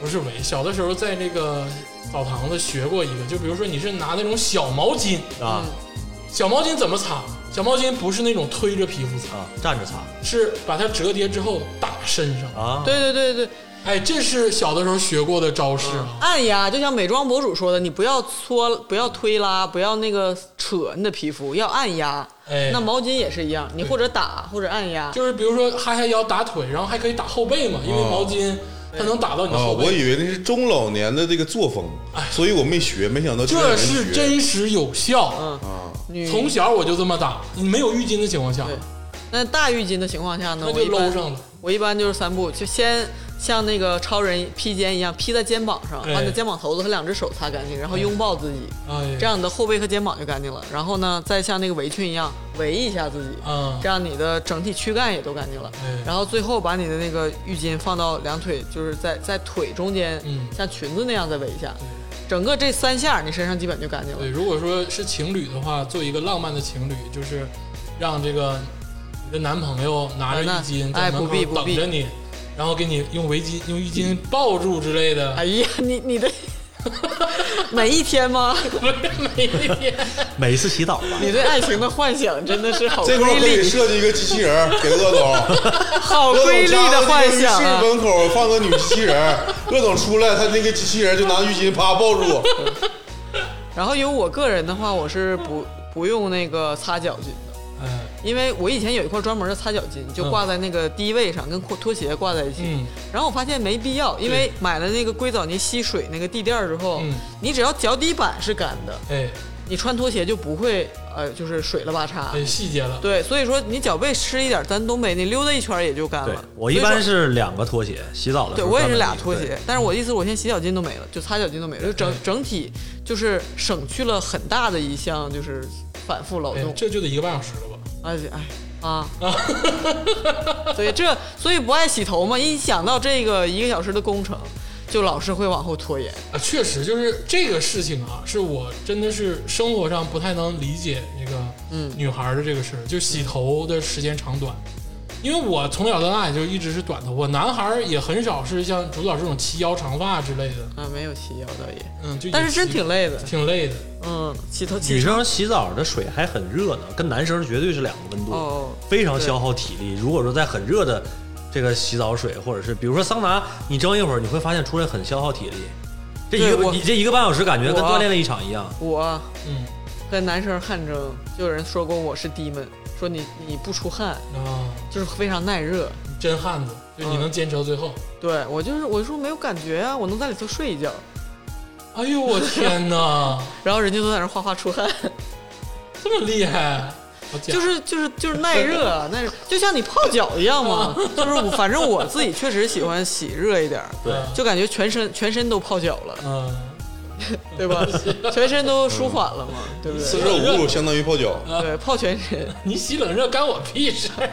Speaker 1: 不是围，小的时候在那个澡堂子学过一个，就比如说你是拿那种小毛巾，
Speaker 4: 啊
Speaker 2: 嗯
Speaker 1: 小毛巾怎么擦？小毛巾不是那种推着皮肤擦，
Speaker 4: 啊，站着擦
Speaker 1: 是把它折叠之后打身上。
Speaker 4: 啊，
Speaker 2: 对对对对，
Speaker 1: 哎，这是小的时候学过的招式
Speaker 4: 嗯
Speaker 1: 啊。
Speaker 2: 按压，就像美妆博主说的，你不要搓，不要推拉，不要那个扯你的皮肤，要按压。
Speaker 1: 哎，
Speaker 2: 那毛巾也是一样，你或者打或者按压，
Speaker 1: 就是比如说哈下腰打腿，然后还可以打后背嘛，因为
Speaker 3: 哦
Speaker 1: 毛巾它能打到你的
Speaker 3: 啊，
Speaker 1: 后背。
Speaker 3: 我以为那是中老年的这个作风，所以我没学，没想到居然有
Speaker 1: 哎这
Speaker 3: 人
Speaker 1: 是
Speaker 3: 学
Speaker 1: 真实有
Speaker 4: 嗯
Speaker 1: 效，
Speaker 3: 啊，
Speaker 2: 女
Speaker 1: 从小我就这么打，你没有浴巾的情况下，
Speaker 2: 对。那大浴巾的情况下呢，
Speaker 1: 那
Speaker 2: 我
Speaker 1: 就
Speaker 2: 一
Speaker 1: 搂
Speaker 2: 般
Speaker 1: 上了。
Speaker 2: 我一般就是三步，就先像那个超人披肩一样披在肩膀上，
Speaker 1: 哎
Speaker 2: 把你的肩膀头子和两只手擦干净，然后拥抱自己，
Speaker 1: 哎，
Speaker 2: 这样你的后背和肩膀就干净了。然后呢，再像那个围裙一样围一下自己，
Speaker 1: 嗯
Speaker 2: 这样你的整体躯干也都干净了
Speaker 1: 哎。
Speaker 2: 然后最后把你的那个浴巾放到两腿，就是在在腿中间
Speaker 1: 嗯，
Speaker 2: 像裙子那样再围一下，整个这三下你身上基本就干净了
Speaker 1: 对，。如果说是情侣的话，做一个浪漫的情侣，就是让这个你的男朋友拿着浴巾在
Speaker 2: 哎
Speaker 1: 门
Speaker 2: 不必
Speaker 1: 口
Speaker 2: 不
Speaker 1: 等
Speaker 2: 必
Speaker 1: 着你，然后给你用围巾、用浴巾抱住之类的
Speaker 2: 哎。呀，你 你的每一天吗？
Speaker 1: 不是每一天，
Speaker 4: 每一次洗澡吧，
Speaker 2: 你对爱情的幻想真的是好
Speaker 3: 这
Speaker 2: 瑰
Speaker 3: 块儿可以
Speaker 2: 丽，
Speaker 3: 设计一个机器人儿给鄂 总，
Speaker 2: 好
Speaker 3: 鄂
Speaker 2: 瑰
Speaker 3: 总
Speaker 2: 丽
Speaker 3: 家
Speaker 2: 的幻想
Speaker 3: 那
Speaker 2: 啊
Speaker 3: 个！浴室门口放个女机器人儿，鄂总出来，他那个机器人就拿浴巾啪抱 住，
Speaker 2: 然后有我个人的话，我是不不用那个擦脚巾的，
Speaker 1: 哎，
Speaker 2: 因为我以前有一块专门的擦脚巾，就挂在那个低位上，跟拖拖鞋挂在一起。
Speaker 1: 嗯
Speaker 2: 然后我发现没必要，因为买了那个硅藻泥吸水那个地垫儿之后，
Speaker 1: 嗯
Speaker 2: 你只要脚底板是干的，
Speaker 1: 哎，
Speaker 2: 你穿拖鞋就不会呃，就是水了吧叉。
Speaker 1: 很哎细节了。
Speaker 2: 对，所以说你脚背湿一点，咱东北那溜达一圈也就干
Speaker 4: 对
Speaker 2: 了。
Speaker 4: 我一
Speaker 2: 所以
Speaker 4: 般
Speaker 2: 说
Speaker 4: 是两个拖鞋，洗澡的时
Speaker 2: 对
Speaker 4: 候
Speaker 2: 我也是
Speaker 4: 专门
Speaker 2: 俩
Speaker 4: 一个
Speaker 2: 拖鞋
Speaker 4: 对，
Speaker 2: 但是我意思，我现在洗脚巾都没了，就擦脚巾都没了，就整整体就是省去了很大的一项就是反复劳
Speaker 1: 哎
Speaker 2: 动，。
Speaker 1: 这就得一个半小时了吧？
Speaker 2: 哎哎啊！ 所以这所以不爱洗头嘛，一想到这个一个小时的工程，就老是会往后拖延。
Speaker 1: 啊，确实就是这个事情啊，是我真的是生活上不太能理解这个
Speaker 2: 嗯
Speaker 1: 女孩儿的这个事儿，就是洗头的时间长短。因为我从小到大也就一直是短头发，男孩儿也很少是像竹子老师这种齐腰长发之类的，
Speaker 2: 啊，没有洗腰倒也，
Speaker 1: 嗯，就也
Speaker 2: 但是真
Speaker 1: 习
Speaker 2: 挺累的。
Speaker 1: 挺累的。
Speaker 2: 嗯，洗头
Speaker 4: 女
Speaker 2: 洗
Speaker 4: 生洗澡的水还很热呢，跟男生绝对是两个温度，
Speaker 2: 哦
Speaker 4: 非常消耗体力。如果说在很热的这个洗澡水，或者是比如说桑拿，你蒸一会儿，你会发现出来很消耗体力。这一
Speaker 2: 对
Speaker 4: 个
Speaker 2: 我
Speaker 4: 你这一个半小时，感觉跟
Speaker 2: 我
Speaker 4: 锻炼了一场一样。
Speaker 2: 我
Speaker 1: 嗯
Speaker 2: 跟男生汗蒸，就有人说过我是 demon，说你你不出汗，
Speaker 1: 啊，
Speaker 2: 就是非常耐热。
Speaker 1: 真汉子，就你
Speaker 2: 嗯
Speaker 1: 能坚持到最后。
Speaker 2: 对我就是我说没有感觉啊，我能在里头睡一觉，
Speaker 1: 哎呦我天哪，
Speaker 2: 然后人家都在那儿哗哗出汗，
Speaker 1: 这么厉害！好家伙
Speaker 2: 就是就是就是耐热 啊，耐热就像你泡脚一样嘛。就是我反正我自己确实喜欢洗热一点儿，
Speaker 4: 对
Speaker 1: 嗯
Speaker 2: 就感觉全身全身都泡脚了，
Speaker 1: 嗯，
Speaker 2: 对 吧？全身都舒缓了嘛，对不
Speaker 3: 四
Speaker 2: 对？
Speaker 3: 舍五入相当于泡脚。
Speaker 2: 对，泡全身。
Speaker 1: 你洗冷热干我屁事儿！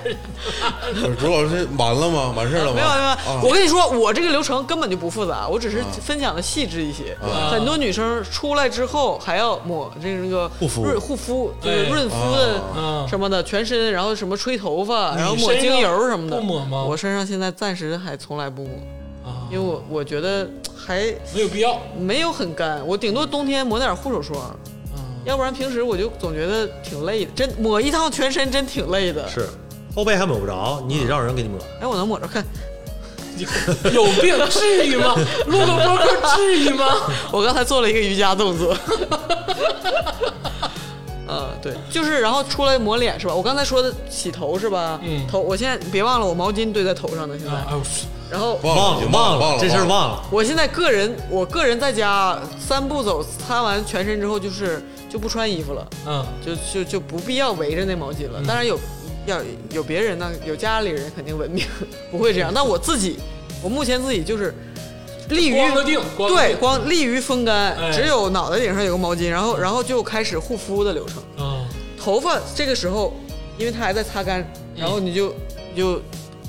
Speaker 3: 不是朱老师完了吗？完事儿了吗？
Speaker 2: 没有没有，
Speaker 3: 啊
Speaker 2: 我跟你说，我这个流程根本就不复杂，我只是分享的细致一些。
Speaker 1: 啊
Speaker 2: 很多女生出来之后还要抹这个这个
Speaker 4: 护肤
Speaker 2: 润护肤就是
Speaker 1: 哎
Speaker 2: 润肤
Speaker 1: 啊
Speaker 2: 的什么的，全身，然后什么吹头发，然后抹
Speaker 1: 你身
Speaker 2: 精
Speaker 1: 上
Speaker 2: 油什么的。
Speaker 1: 不抹吗
Speaker 2: 我身上现在暂时还从来不抹，
Speaker 1: 啊
Speaker 2: 因为，我我觉得还
Speaker 1: 没有必要。
Speaker 2: 没有很干，我顶多冬天抹点护手霜。
Speaker 1: 嗯，
Speaker 2: 要不然平时我就总觉得挺累的，真抹一趟全身真挺累的。
Speaker 4: 是，后背还抹不着，你得让人给你抹。
Speaker 2: 哎，我能抹着看，
Speaker 1: 有病，至于吗？录个播客至于 吗？
Speaker 2: 我刚才做了一个瑜伽动 作。嗯，对，就是然后出来抹脸是吧？我刚才说的洗头是吧？
Speaker 1: 嗯
Speaker 2: 头，我现在别忘了我毛巾堆在头上呢，现在。
Speaker 1: 啊，
Speaker 2: 然后
Speaker 3: 忘
Speaker 4: 忘
Speaker 3: 了
Speaker 4: 忘
Speaker 3: 忘了
Speaker 4: 这事儿
Speaker 3: 忘了。
Speaker 4: 忘了。
Speaker 2: 我现在个人，我个人在家三步走，擦完全身之后就是就不穿衣服了，
Speaker 1: 嗯，
Speaker 2: 就就就不必要围着那毛巾了。当然有要有别人呢，有家里人肯定文明， 不会这样。但我自己，我目前自己就是利于
Speaker 1: 光个腚，光个
Speaker 2: 对，
Speaker 1: 腚，
Speaker 2: 光利于风干，
Speaker 1: 哎
Speaker 2: 只有脑袋顶上有个毛巾，然后然后就开始护肤的流程。
Speaker 1: 嗯，
Speaker 2: 头发这个时候，因为它还在擦干，
Speaker 1: 嗯
Speaker 2: 然后你就、你就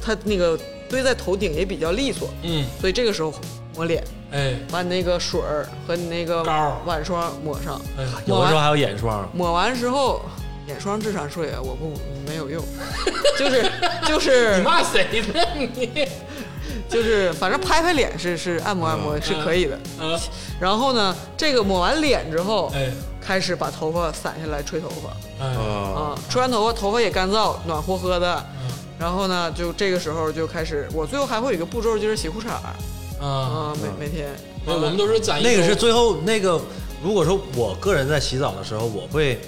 Speaker 2: 它那个堆在头顶也比较利索，
Speaker 1: 嗯，
Speaker 2: 所以这个时候抹脸，
Speaker 1: 哎，
Speaker 2: 把你那个水儿和你那个
Speaker 1: 膏儿
Speaker 2: 晚霜抹上，
Speaker 1: 哎，
Speaker 4: 有的时候还有眼霜，
Speaker 2: 抹完之后。眼霜智商税啊，我不没有用， 就是就是
Speaker 1: 你骂谁呢？你，
Speaker 2: 就是，反正拍拍脸是是按摩按摩是可以的。
Speaker 1: 啊，
Speaker 2: 然后呢，这个抹完脸之后，
Speaker 1: 哎，
Speaker 2: 开始把头发散下来吹头发
Speaker 1: 哎，
Speaker 3: 啊，
Speaker 2: 啊，吹完头发头发也干燥，暖和和的。然后呢，就这个时候就开始，我最后还会有一个步骤就是洗裤衩儿
Speaker 1: 啊，
Speaker 2: 啊，每每天。啊
Speaker 1: 哎我们都是攒一
Speaker 4: 那个是
Speaker 1: 周
Speaker 4: 最后那个。如果说我个人在洗澡的时候，我会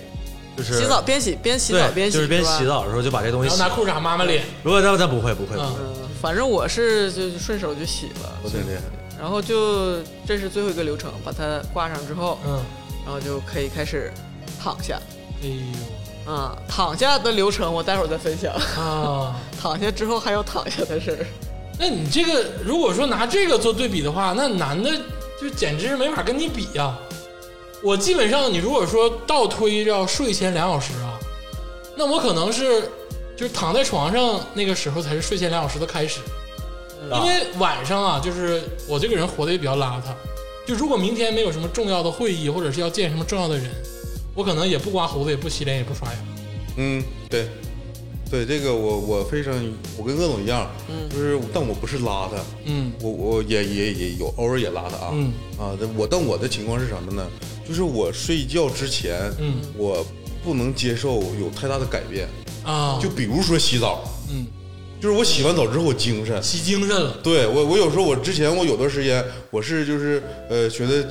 Speaker 4: 就是
Speaker 2: 洗澡边洗边洗澡
Speaker 4: 对
Speaker 2: 边洗，
Speaker 4: 就是边
Speaker 2: 吧
Speaker 4: 洗。澡的时候就把这东西
Speaker 1: 然后
Speaker 4: 洗
Speaker 1: 拿。裤衩抹抹脸，
Speaker 4: 如果他他不会不会，不会
Speaker 1: 嗯，
Speaker 2: 嗯，反正我是就就顺手就洗了，
Speaker 3: 我真厉害。
Speaker 2: 然后就这是最后一个流程，把它挂上之后，
Speaker 1: 嗯，
Speaker 2: 然后就可以开始躺下。
Speaker 1: 哎呦，
Speaker 2: 啊、躺下的流程我待会儿再分享。
Speaker 1: 啊，
Speaker 2: 躺下之后还有躺下的事儿。
Speaker 1: 那你这个如果说拿这个做对比的话，那男的就简直没法跟你比呀、我基本上，你如果说倒推到睡前两小时啊，那我可能是就是躺在床上那个时候才是睡前两小时的开始，因为晚上啊，就是我这个人活得也比较邋遢，就如果明天没有什么重要的会议或者是要见什么重要的人，我可能也不刮胡子，也不洗脸，也不刷牙。
Speaker 3: 嗯，对，对，这个我我非常，我跟鄂总一样，就是，但我不是邋遢，
Speaker 1: 嗯
Speaker 3: 我我也也也有偶尔也邋遢啊，
Speaker 1: 嗯
Speaker 3: 啊，但我但我的情况是什么呢？就是我睡觉之前，
Speaker 1: 嗯
Speaker 3: 我不能接受有太大的改变，
Speaker 1: 啊，
Speaker 3: 就比如说洗澡，
Speaker 1: 嗯
Speaker 3: 就是我洗完澡之后我精神，
Speaker 1: 洗精神了，
Speaker 3: 对我，我有时候我之前我有段时间我是就是呃觉得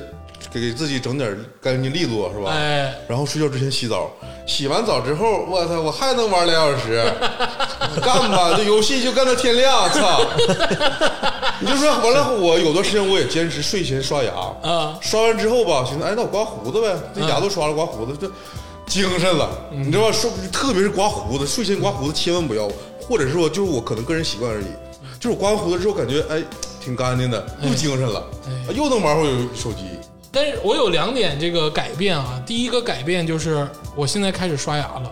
Speaker 3: 给给自己整点干净利落是吧？
Speaker 1: 哎，
Speaker 3: 然后睡觉之前洗澡，洗完澡之后，我操，我还能玩俩小时，干吧，这游戏就干到天亮，操！ 你就说完了，我有段时间我也坚持睡前刷牙，
Speaker 1: 啊
Speaker 3: 刷完之后吧，寻思，哎，那我刮胡子呗，这牙都刷了，刮胡子，这精神了，你知道吧？说特别是刮胡子，睡前刮胡子千万不要，或者说就是我可能个人习惯而已，就是我刮完胡子之后感觉哎挺干净的，又精神了，
Speaker 1: 哎
Speaker 3: 又能玩会儿手机。
Speaker 1: 但是我有两点这个改变啊，第一个改变就是我现在开始刷牙了，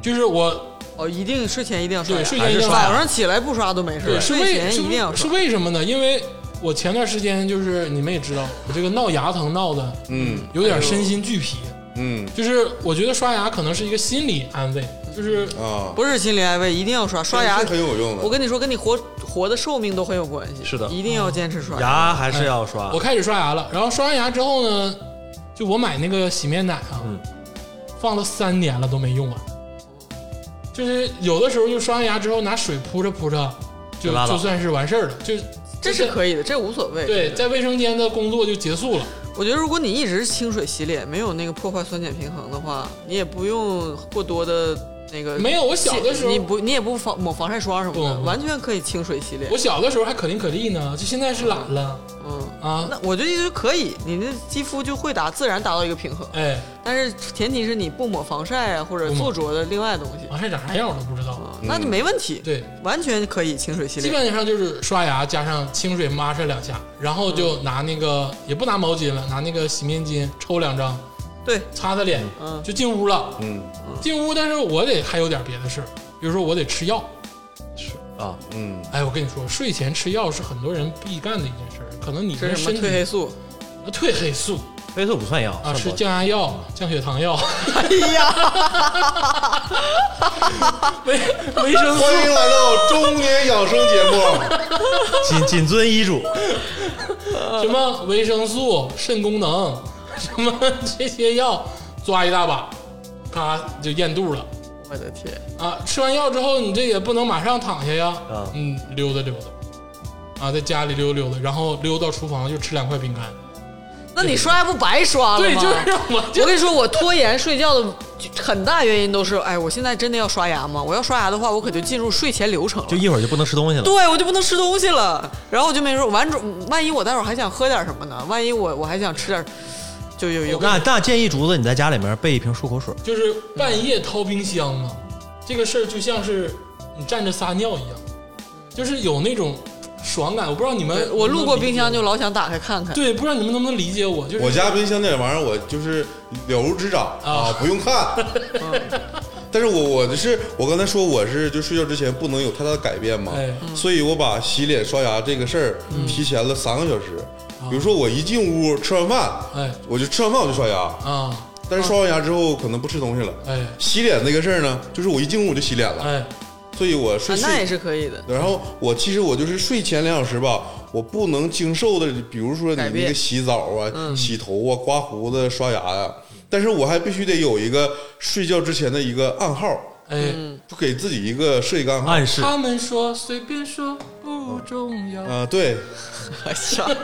Speaker 1: 就是我
Speaker 2: 哦，一定睡前一定要刷牙，
Speaker 1: 对睡前一定要刷牙
Speaker 2: 早上起来不刷都没事
Speaker 1: 对
Speaker 2: 儿，
Speaker 1: 是
Speaker 2: 睡
Speaker 1: 为
Speaker 2: 前
Speaker 1: 是
Speaker 2: 一定要
Speaker 1: 为是
Speaker 2: 刷。
Speaker 1: 为什么呢？因为我前段时间就是你们也知道，我这个闹牙疼闹的
Speaker 3: 嗯
Speaker 1: 有点身心俱疲，
Speaker 3: 嗯
Speaker 1: 就是我觉得刷牙可能是一个心理安慰，就是
Speaker 3: 啊，
Speaker 2: 不是心理安慰，一定要刷刷牙
Speaker 3: 是。很有用的。
Speaker 2: 我跟你说，跟你活活的寿命都很有关系。
Speaker 4: 是的
Speaker 2: 一定要坚持刷。
Speaker 4: 牙还是要刷
Speaker 1: 哎我。开始刷牙了，然后刷完牙之后呢，就我买那个洗面奶啊，
Speaker 4: 嗯
Speaker 1: 放了三年了都没用完，啊就是有的时候就刷完牙之后拿水扑着扑着，就
Speaker 4: 就拉倒
Speaker 1: 就算是完事儿了，就
Speaker 2: 这是可以的，这无所谓。
Speaker 1: 对，在卫生间的工作就结束了。
Speaker 2: 我觉得如果你一直清水洗脸，没有那个破坏酸碱平衡的话，你也不用过多的那个。
Speaker 1: 没有我小的时候
Speaker 2: 你不你也不防抹防晒霜什么的，
Speaker 1: 不不
Speaker 2: 完全可以清水洗脸
Speaker 1: 我。小的时候还可伶可俐呢，啊就现在是懒了
Speaker 2: 嗯，
Speaker 1: 啊，
Speaker 2: 那我觉得就可以，你的肌肤就会达自然达到一个平衡，
Speaker 1: 哎，
Speaker 2: 但是前提是你不抹防晒啊，或者
Speaker 1: 不抹嗯
Speaker 2: 做着的另外的东西，
Speaker 1: 防晒长啥样我都不知道。
Speaker 2: 啊那就没问题，
Speaker 1: 对，
Speaker 2: 完全可以清水洗
Speaker 1: 基
Speaker 2: 脸。
Speaker 1: 本上就是刷牙加上清水抹上两下，然后就拿那个也不拿毛巾了，拿那个洗面巾抽两张
Speaker 2: 对，
Speaker 1: 擦擦脸，
Speaker 2: 嗯
Speaker 1: 就进屋了。
Speaker 3: 嗯
Speaker 1: 进屋，但是我得还有点别的事儿，比如说我得吃药。
Speaker 4: 啊，
Speaker 3: 嗯，
Speaker 1: 哎，我跟你说，睡前吃药是很多人必干的一件事儿，可能你
Speaker 2: 这
Speaker 1: 跟
Speaker 2: 是什
Speaker 1: 身
Speaker 2: 么
Speaker 1: 体
Speaker 2: 褪黑素？
Speaker 1: 褪黑素
Speaker 4: 黑素不算药
Speaker 1: 啊，
Speaker 4: 算
Speaker 1: 吃
Speaker 4: 保健
Speaker 1: 降压药、降血糖药，
Speaker 2: 哎呀，
Speaker 1: 维维生素。
Speaker 3: 欢迎来到中年养生节目。
Speaker 4: 谨谨遵医嘱。
Speaker 1: 什么维生素、肾功能， 什么这些药，抓一大把，咔就咽肚了
Speaker 2: 我的天，
Speaker 1: 啊！吃完药之后，你这也不能马上躺下呀，
Speaker 4: 啊
Speaker 1: 嗯，溜达溜达，啊，在家里溜达溜达，然后溜到厨房就吃两块饼干，
Speaker 2: 那你刷还不白刷了
Speaker 1: 对，
Speaker 2: 吗？
Speaker 1: 就是让我
Speaker 2: 我
Speaker 1: 就
Speaker 2: 跟你说，我拖延睡觉的很大原因都是，哎，我现在真的要刷牙吗？我要刷牙的话，我可就进入睡前流程了
Speaker 4: 就。一会儿就不能吃东西了。
Speaker 2: 对，我就不能吃东西了，然后我就没说，完之后万一我待会儿还想喝点什么呢？万一我我还想吃点，就有有
Speaker 4: 那那建议竹子你在家里面备一瓶漱口水，
Speaker 1: 就是半夜掏冰箱啊，这个事儿就像是你站着撒尿一样，就是有那种爽感。我不知道你们，
Speaker 2: 我路过冰箱就
Speaker 1: 老
Speaker 2: 老想打开看看。
Speaker 1: 对，不知道你们能不能理解我，就是
Speaker 3: 我家冰箱那玩意儿，我就是了如指掌啊，不用看。 但是我我的是我刚才说我是就睡觉之前不能有太大的改变嘛，
Speaker 1: 哎
Speaker 3: 所以我把洗脸刷牙这个事儿提前了三个小时。比如说我一进屋吃完饭，
Speaker 1: 哎
Speaker 3: 我就吃完饭我就刷牙，
Speaker 1: 啊
Speaker 3: 但是刷完牙之后可能不吃东西了。
Speaker 1: 哎
Speaker 3: 洗脸这个事儿呢，就是我一进屋我就洗脸了，
Speaker 1: 哎
Speaker 3: 所以我
Speaker 2: 啊
Speaker 3: 睡，
Speaker 2: 那
Speaker 3: 睡
Speaker 2: 也是可以 的。
Speaker 3: 然后我其实我就是睡前两小时吧，我不能经受的，比如说你
Speaker 2: 改
Speaker 3: 那
Speaker 2: 变
Speaker 3: 个洗澡啊、洗头啊、刮胡子、刷牙呀、但是我还必须得有一个睡觉之前的一个暗号，
Speaker 1: 哎，
Speaker 2: 嗯
Speaker 3: 就给自己一个设一个暗号。
Speaker 4: 暗示
Speaker 1: 他们说随便说不重要，
Speaker 3: 啊、对，
Speaker 2: 哎呀，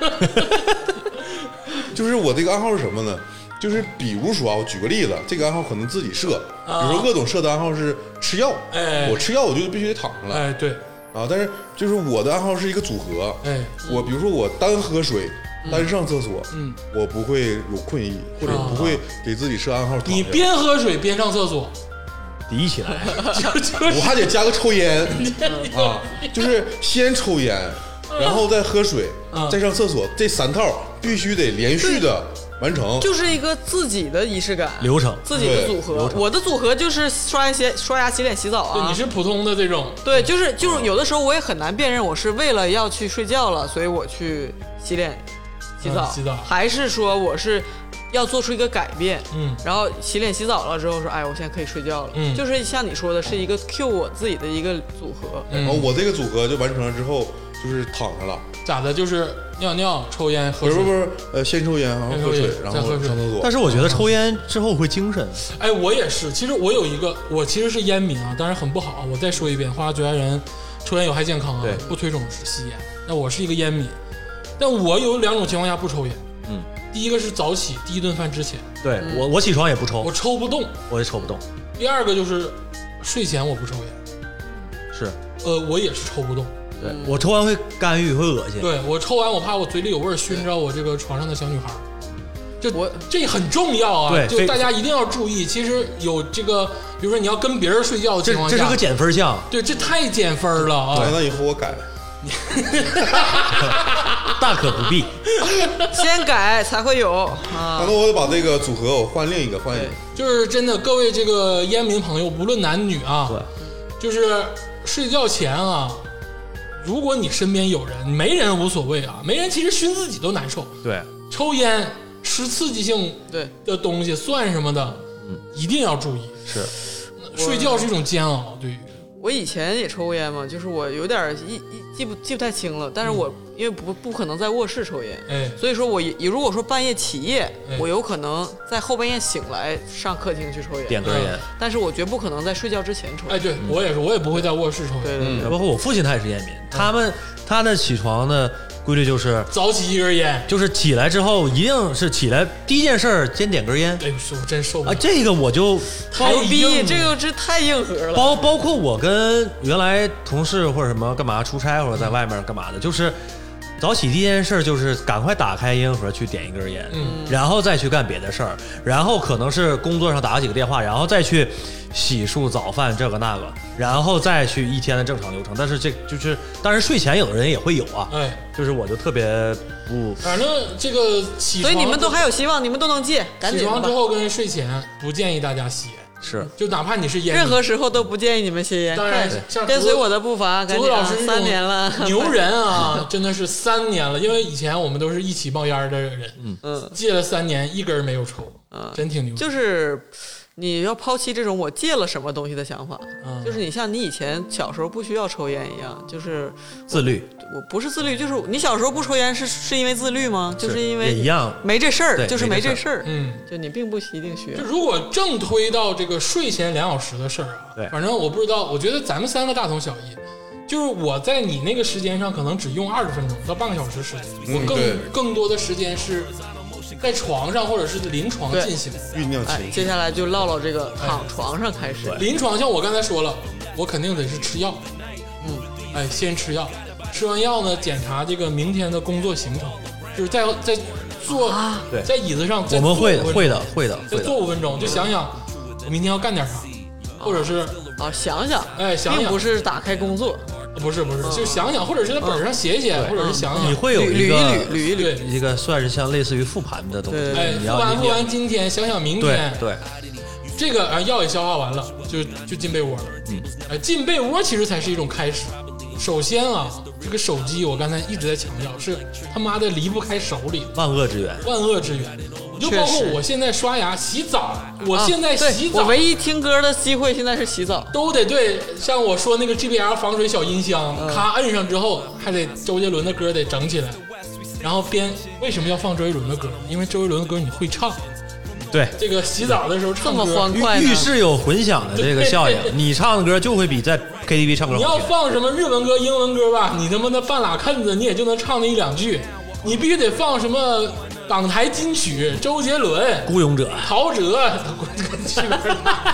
Speaker 3: 就是我这个暗号是什么呢？就是比如说啊，我举个例子，这个暗号可能自己设，比如说鄂总设的暗号是吃药，
Speaker 1: 哎
Speaker 3: 我吃药我就必须得躺着了、
Speaker 1: 哎对，
Speaker 3: 啊。但是就是我的暗号是一个组合，
Speaker 1: 哎
Speaker 3: 我比如说我单喝水，单上厕所，
Speaker 1: 嗯，啊
Speaker 3: 我不会有困意，或者不会给自己设暗号。
Speaker 1: 你，边喝水边上厕所，
Speaker 4: 抵起 来，
Speaker 1: 就就是
Speaker 3: 我还得加个 抽烟啊，就是先抽烟，然后再喝水
Speaker 1: 嗯，
Speaker 3: 再上厕所，这三套必须得连续的完成。
Speaker 2: 就是一个自己的仪式感，
Speaker 4: 流程
Speaker 2: 自己的
Speaker 3: 对
Speaker 2: 组合。我的组合就是刷牙、洗刷牙、洗脸、洗澡
Speaker 1: 对
Speaker 2: 啊。
Speaker 1: 你是普通的这种，
Speaker 2: 对，就是就是，有的时候我也很难辨认我是为了要去睡觉了，所以我去洗脸、洗澡，
Speaker 1: 嗯洗澡
Speaker 2: 还是说我是要做出一个改变，
Speaker 1: 嗯
Speaker 2: 然后洗脸、洗澡了之后说，哎，我现在可以睡觉了，
Speaker 1: 嗯
Speaker 2: 就是像你说的，是一个 Q 我自己的一个组合，
Speaker 1: 嗯
Speaker 3: 然后我这个组合就完成了之后，就是躺下了，
Speaker 1: 咋的？就是尿尿、抽烟、喝
Speaker 3: 不是
Speaker 1: 水
Speaker 3: 不。是，呃，先抽烟，然后
Speaker 1: 先抽
Speaker 3: 喝水
Speaker 1: 烟，
Speaker 3: 然
Speaker 1: 再
Speaker 3: 后
Speaker 1: 喝
Speaker 3: 上
Speaker 1: 水
Speaker 3: 厕所。
Speaker 4: 但是我觉得抽烟之后会精神，
Speaker 1: 哎，我也是。其实我有一个，我其实是烟民啊，当然很不好。我再说一遍，花绝爱人，抽烟有害健康啊
Speaker 4: 对，
Speaker 1: 不推崇吸烟。那我是一个烟民，但我有两种情况下不抽烟。
Speaker 4: 嗯，
Speaker 1: 第一个是早起，第一顿饭之前
Speaker 4: 对
Speaker 2: 嗯
Speaker 4: 我我起床也不抽
Speaker 1: 我，抽不动；
Speaker 4: 我也抽不动，
Speaker 1: 第二个就是睡前我不抽烟，
Speaker 4: 是
Speaker 1: 呃，我也是抽不动。
Speaker 4: 对我抽完会干预会恶心，
Speaker 1: 对我抽完，我怕我嘴里有味儿熏着我这个床上的小女孩儿。就
Speaker 2: 我
Speaker 1: 这很重要啊！
Speaker 4: 对
Speaker 1: 就
Speaker 4: 非
Speaker 1: 大家一定要注意。其实有这个，比如说你要跟别人睡觉的
Speaker 4: 这
Speaker 1: 情况
Speaker 4: 这
Speaker 1: 下，
Speaker 4: 是个减分项。
Speaker 1: 对，这太减分了
Speaker 3: 长
Speaker 1: 啊！
Speaker 3: 大以后我改，
Speaker 4: 大可不必。
Speaker 2: 先改才会有啊。
Speaker 3: 那我得把这个组合我换另一个，换一个。
Speaker 1: 就是真的，各位这个烟民朋友，不论男女啊，
Speaker 4: 对，
Speaker 1: 就是睡觉前啊，如果你身边有人，没人无所谓啊，没人其实熏自己都难受。
Speaker 4: 对，
Speaker 1: 抽烟吃刺激性
Speaker 2: 对，
Speaker 1: 的东西，蒜什么的，
Speaker 2: 嗯
Speaker 1: 一定要注意。
Speaker 4: 是
Speaker 1: 睡觉是一种煎熬，对于
Speaker 2: 我以前也抽过烟嘛，就是我有点儿一一记不记不太清了，但是我因为不不可能在卧室抽烟，
Speaker 1: 嗯哎
Speaker 2: 所以说我也如果说半夜起夜
Speaker 1: 哎，
Speaker 2: 我有可能在后半夜醒来上客厅去抽
Speaker 4: 点
Speaker 2: 烟，
Speaker 4: 根烟。
Speaker 2: 但是我绝不可能在睡觉之前抽
Speaker 1: 哎，嗯
Speaker 2: 烟。
Speaker 1: 对我也是，我也不会在卧室抽
Speaker 2: 嗯对
Speaker 1: 烟，
Speaker 2: 对对，
Speaker 4: 嗯包括我父亲他也是烟民，他们他的起床的规律就是
Speaker 1: 早起一根烟，
Speaker 4: 就是起来之后一定是起来第一件事儿先点根烟
Speaker 1: 哎呦，我真受不
Speaker 4: 啊，
Speaker 1: 了。
Speaker 4: 这个我就包
Speaker 2: 牛逼，
Speaker 1: 硬
Speaker 2: 哎这个这太硬核了。
Speaker 4: 包包括我跟原来同事或者什么干嘛出差或者在外面干嘛的，就是。早起第一件事就是赶快打开烟盒去点一根烟，
Speaker 1: 嗯
Speaker 4: 然后再去干别的事儿，然后可能是工作上打几个电话，然后再去洗漱、早饭这个那个，然后再去一天的正常流程。但是这就是，当然睡前有的人也会有啊，
Speaker 1: 哎，
Speaker 4: 就是我就特别不
Speaker 1: 反正这个起
Speaker 2: 所
Speaker 1: 床，
Speaker 2: 以你们都还有希望，你们都能戒，赶
Speaker 1: 起
Speaker 2: 紧
Speaker 1: 床
Speaker 2: 吧
Speaker 1: 之。后跟睡前不建议大家吸烟，
Speaker 4: 是
Speaker 1: 就哪怕你是烟民，
Speaker 2: 任何时候都不建议你们吸烟，
Speaker 1: 当然
Speaker 2: 快
Speaker 1: 像
Speaker 2: 跟
Speaker 1: 竹
Speaker 2: 随我的步伐，赶
Speaker 1: 竹子
Speaker 2: 紧
Speaker 1: 老
Speaker 2: 啊！
Speaker 1: 师这种
Speaker 2: 三年了，
Speaker 1: 牛人 啊，真的是三年了，因为以前我们都是一起冒烟的人，嗯，
Speaker 2: 嗯，
Speaker 1: 戒了三年一根儿没有抽，真挺牛的，
Speaker 2: 就是你要抛弃这种我戒了什么东西的想法，
Speaker 1: 嗯
Speaker 2: 就是你像你以前小时候不需要抽烟一样，就是
Speaker 4: 自律，
Speaker 2: 我不是自律，就是你小时候不抽烟是是因为自律吗？就是因
Speaker 4: 也一
Speaker 2: 为
Speaker 4: 样，
Speaker 2: 没这事儿，
Speaker 4: 对
Speaker 2: 就是
Speaker 4: 没
Speaker 2: 没
Speaker 4: 这
Speaker 2: 这事儿，
Speaker 1: 嗯。
Speaker 2: 就你并不一定需要
Speaker 1: 就。如果正推到这个睡前两小时的事儿啊，
Speaker 4: 对
Speaker 1: 反正我不知道，我觉得咱们三个大同小异，就是我在你那个时间上可能只用二十分钟到半个小时时间，我
Speaker 3: 嗯
Speaker 1: 更、
Speaker 3: 对
Speaker 1: 更多的时间是在床上或者是临床
Speaker 2: 对
Speaker 1: 进行的。
Speaker 3: 酝酿
Speaker 2: 哎
Speaker 3: 情，绪
Speaker 2: 接，下来就唠唠这个躺床上开始，
Speaker 1: 临床像我刚才说了，我肯定得是吃药，嗯，哎，先吃药，吃完药呢，检查这个明天的工作行程，就是在在坐、
Speaker 4: 对
Speaker 1: 在椅子上再
Speaker 4: 我们会
Speaker 1: 坐五分钟
Speaker 4: 会的会的啊
Speaker 1: 再
Speaker 4: 会
Speaker 1: 坐
Speaker 4: 的，
Speaker 1: 五分钟，就想想我明天要干点啥，或者是。
Speaker 2: 啊，想想，
Speaker 1: 哎想想
Speaker 2: 并不是打开工作，
Speaker 1: 不是不是，就想想，或者是在本儿上写一写，或者是想想。
Speaker 4: 啊你会有
Speaker 2: 捋捋
Speaker 4: 一
Speaker 2: 一捋，
Speaker 4: 个
Speaker 2: 捋一捋。
Speaker 1: 对，
Speaker 4: 一个算是像类似于复盘的东西
Speaker 2: 对，
Speaker 1: 哎，
Speaker 4: 你
Speaker 1: 复
Speaker 4: 要
Speaker 1: 完
Speaker 4: 你
Speaker 1: 复完今天，想想明
Speaker 4: 对
Speaker 1: 天，
Speaker 4: 对
Speaker 1: 这个啊药也消化完了，就就进被窝了。嗯，哎，进被窝其实才是一种开始。首先啊，这个手机我刚才一直在强调，是他妈的离不开手里，
Speaker 4: 万恶之源，
Speaker 1: 万恶之源。你就包括
Speaker 2: 确实
Speaker 1: 我现在刷牙、洗澡，我
Speaker 2: 啊
Speaker 1: 现在
Speaker 2: 对
Speaker 1: 洗澡，
Speaker 2: 我唯一听歌的机会现在是洗澡。
Speaker 1: 都得对，像我说那个 GBL 防水小音箱，
Speaker 2: 嗯
Speaker 1: 咔摁上之后，还得周杰伦的歌得整起来，然后边为什么要放周杰伦的歌？因为周杰伦的歌你会唱，
Speaker 4: 对。
Speaker 1: 这个洗澡的时候
Speaker 2: 这
Speaker 1: 唱
Speaker 2: 么欢
Speaker 1: 歌，
Speaker 2: 快呢
Speaker 4: 浴？室有混响的这个效
Speaker 1: 对
Speaker 4: 应，你唱的歌就会比在 KTV 唱歌
Speaker 1: 你要
Speaker 4: 好听。
Speaker 1: 放什么日文歌、英文歌吧，你他妈的半拉坑子你也就能唱那一两句，你必须得放什么港台金曲，周杰伦、
Speaker 4: 孤勇者，
Speaker 1: 陶喆， 去边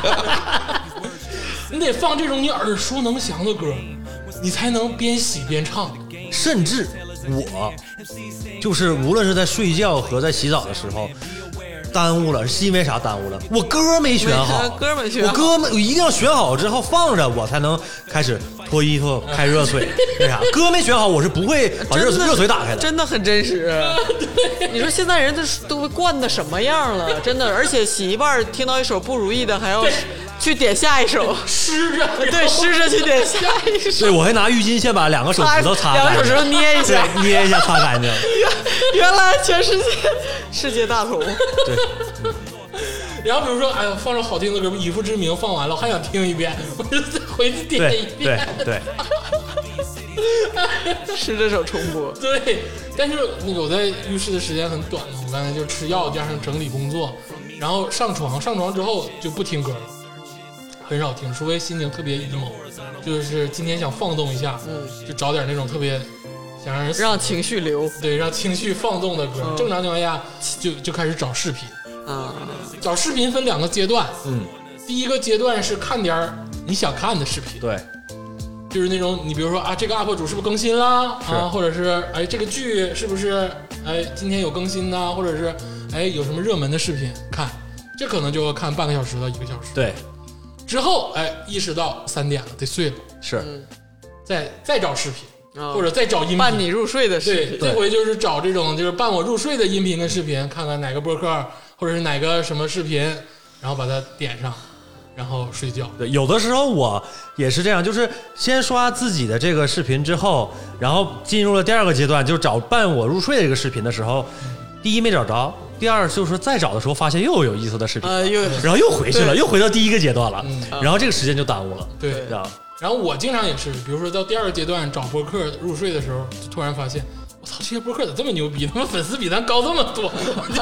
Speaker 1: 儿你得放这种你耳熟能详的歌，你才能边洗边唱。
Speaker 4: 甚至我，就是无论是在睡觉和在洗澡的时候，耽误了，是因为啥耽误了？我歌没选好，
Speaker 2: 没歌没选好
Speaker 4: 我歌没，我一定要选好之后放着，我才能开始脱衣服、开热 水，那啥。歌没选好，我是不会把热
Speaker 2: 真的
Speaker 4: 热水打开的。
Speaker 2: 真的很真实。你说现在人都都会惯的什么样了？真的，而且洗一半儿听到一首不如意的，还要
Speaker 1: 对
Speaker 2: 去点下一首，
Speaker 1: 湿 着，
Speaker 2: 对，试着去点下一首，
Speaker 4: 对，我还拿浴巾先把两个手
Speaker 2: 擦
Speaker 4: 指头擦
Speaker 2: 两个
Speaker 4: 干
Speaker 2: 手指
Speaker 4: 净，
Speaker 2: 头捏一下。
Speaker 4: 对，捏一下擦干净。
Speaker 2: 原来全世界世界大同，
Speaker 4: 对，
Speaker 1: 然后比如说，哎呦，放首好听的歌，《以父之名》放完了，我还想听一遍，我就再回去点一
Speaker 4: 对，
Speaker 1: 遍
Speaker 4: 对，。对，
Speaker 2: 是这首重播。
Speaker 1: 对但是那个我在浴室的时间很短嘛，我刚才就吃药加上整理工作，然后上床，上床之后就不听歌了，很少听，除非心情特别 emo，就是今天想放纵一下，就找点那种特别想让人死
Speaker 2: 让情绪流
Speaker 1: 对让情绪放纵的歌。正常情况下就就开始找视频，
Speaker 2: 啊！
Speaker 1: 找视频分两个阶段，
Speaker 4: 嗯，
Speaker 1: 第一个阶段是看点儿你想看的视频。
Speaker 4: 对，
Speaker 1: 就是那种你比如说啊，这个 UP 主是不是更新啦？
Speaker 4: 是
Speaker 1: 啊，或者是哎，这个剧是不是哎今天有更新呐？或者是哎，有什么热门的视频看，这可能就要看半个小时到一个小时。
Speaker 4: 对，
Speaker 1: 之后，哎，意识到三点了，得睡了，
Speaker 4: 是
Speaker 1: 再再找视频，
Speaker 2: 啊
Speaker 1: 或者再找音频。
Speaker 2: 伴你入睡的视
Speaker 1: 对，
Speaker 2: 频，
Speaker 1: 这回就是找这种就是伴我入睡的音频跟视频，看看哪个播客或者是哪个什么视频，然后把它点上，然后睡觉。
Speaker 4: 对。有的时候我也是这样，就是先刷自己的这个视频之后，然后进入了第二个阶段，就找伴我入睡的这个视频的时候，第一没找着，第二就是再找的时候发现又有意思的视频，
Speaker 2: 呃，又
Speaker 4: 然后又回去了，又回到第一个阶段了
Speaker 1: 嗯，
Speaker 4: 然后这个时间就耽误了，
Speaker 1: 对，
Speaker 4: 知道吧？
Speaker 1: 然后我经常也是，比如说到第二个阶段找播客入睡的时候，就突然发现。我操，这些播客咋这么牛逼？他们粉丝比咱高这么多，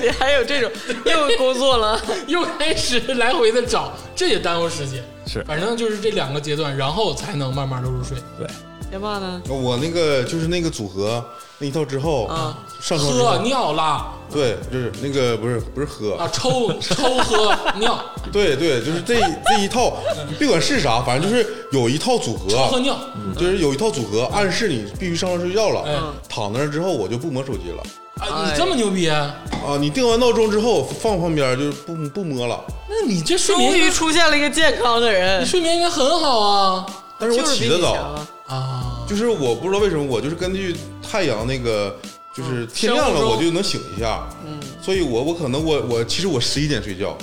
Speaker 2: 你还有这种又工作了，
Speaker 1: 又开始来回的找，这也耽误时间。
Speaker 4: 是
Speaker 1: 反正就是这两个阶段，然后才能慢慢的入睡。
Speaker 4: 对，
Speaker 2: 天霸呢？
Speaker 3: 我那个就是那个组合那一套之后，
Speaker 2: 啊
Speaker 3: 上床之
Speaker 1: 喝
Speaker 3: 后，
Speaker 1: 尿啦
Speaker 3: 对，就是那个不是不是喝，
Speaker 1: 啊，抽抽喝尿，
Speaker 3: 对对，就是这这一套，别管是啥，反正就是有一套组
Speaker 1: 抽喝
Speaker 2: 哦
Speaker 3: 合，
Speaker 1: 尿，啊
Speaker 3: 就是有一套组合暗示你必须上床睡觉了。
Speaker 1: 哎
Speaker 2: 嗯
Speaker 3: 躺那儿之后我就不摸手机了
Speaker 1: 啊，你这么牛逼、
Speaker 3: 啊！你定完闹钟之后放旁边，就是不不摸了。
Speaker 1: 那你这睡眠
Speaker 2: 终
Speaker 1: 应
Speaker 2: 于
Speaker 1: 该
Speaker 2: 出现了一个健康的人
Speaker 1: 你，睡眠应该很好啊
Speaker 3: 但是我
Speaker 2: 就是
Speaker 3: 起
Speaker 2: 比
Speaker 3: 得
Speaker 2: 你强
Speaker 3: 早，
Speaker 2: 啊
Speaker 1: 啊！
Speaker 3: 就是我不知道为什么，我就是根据太阳那个，就是天亮了
Speaker 1: 生物钟
Speaker 3: 我就能醒一下。嗯，所以我我可能我我其实我十一点睡觉，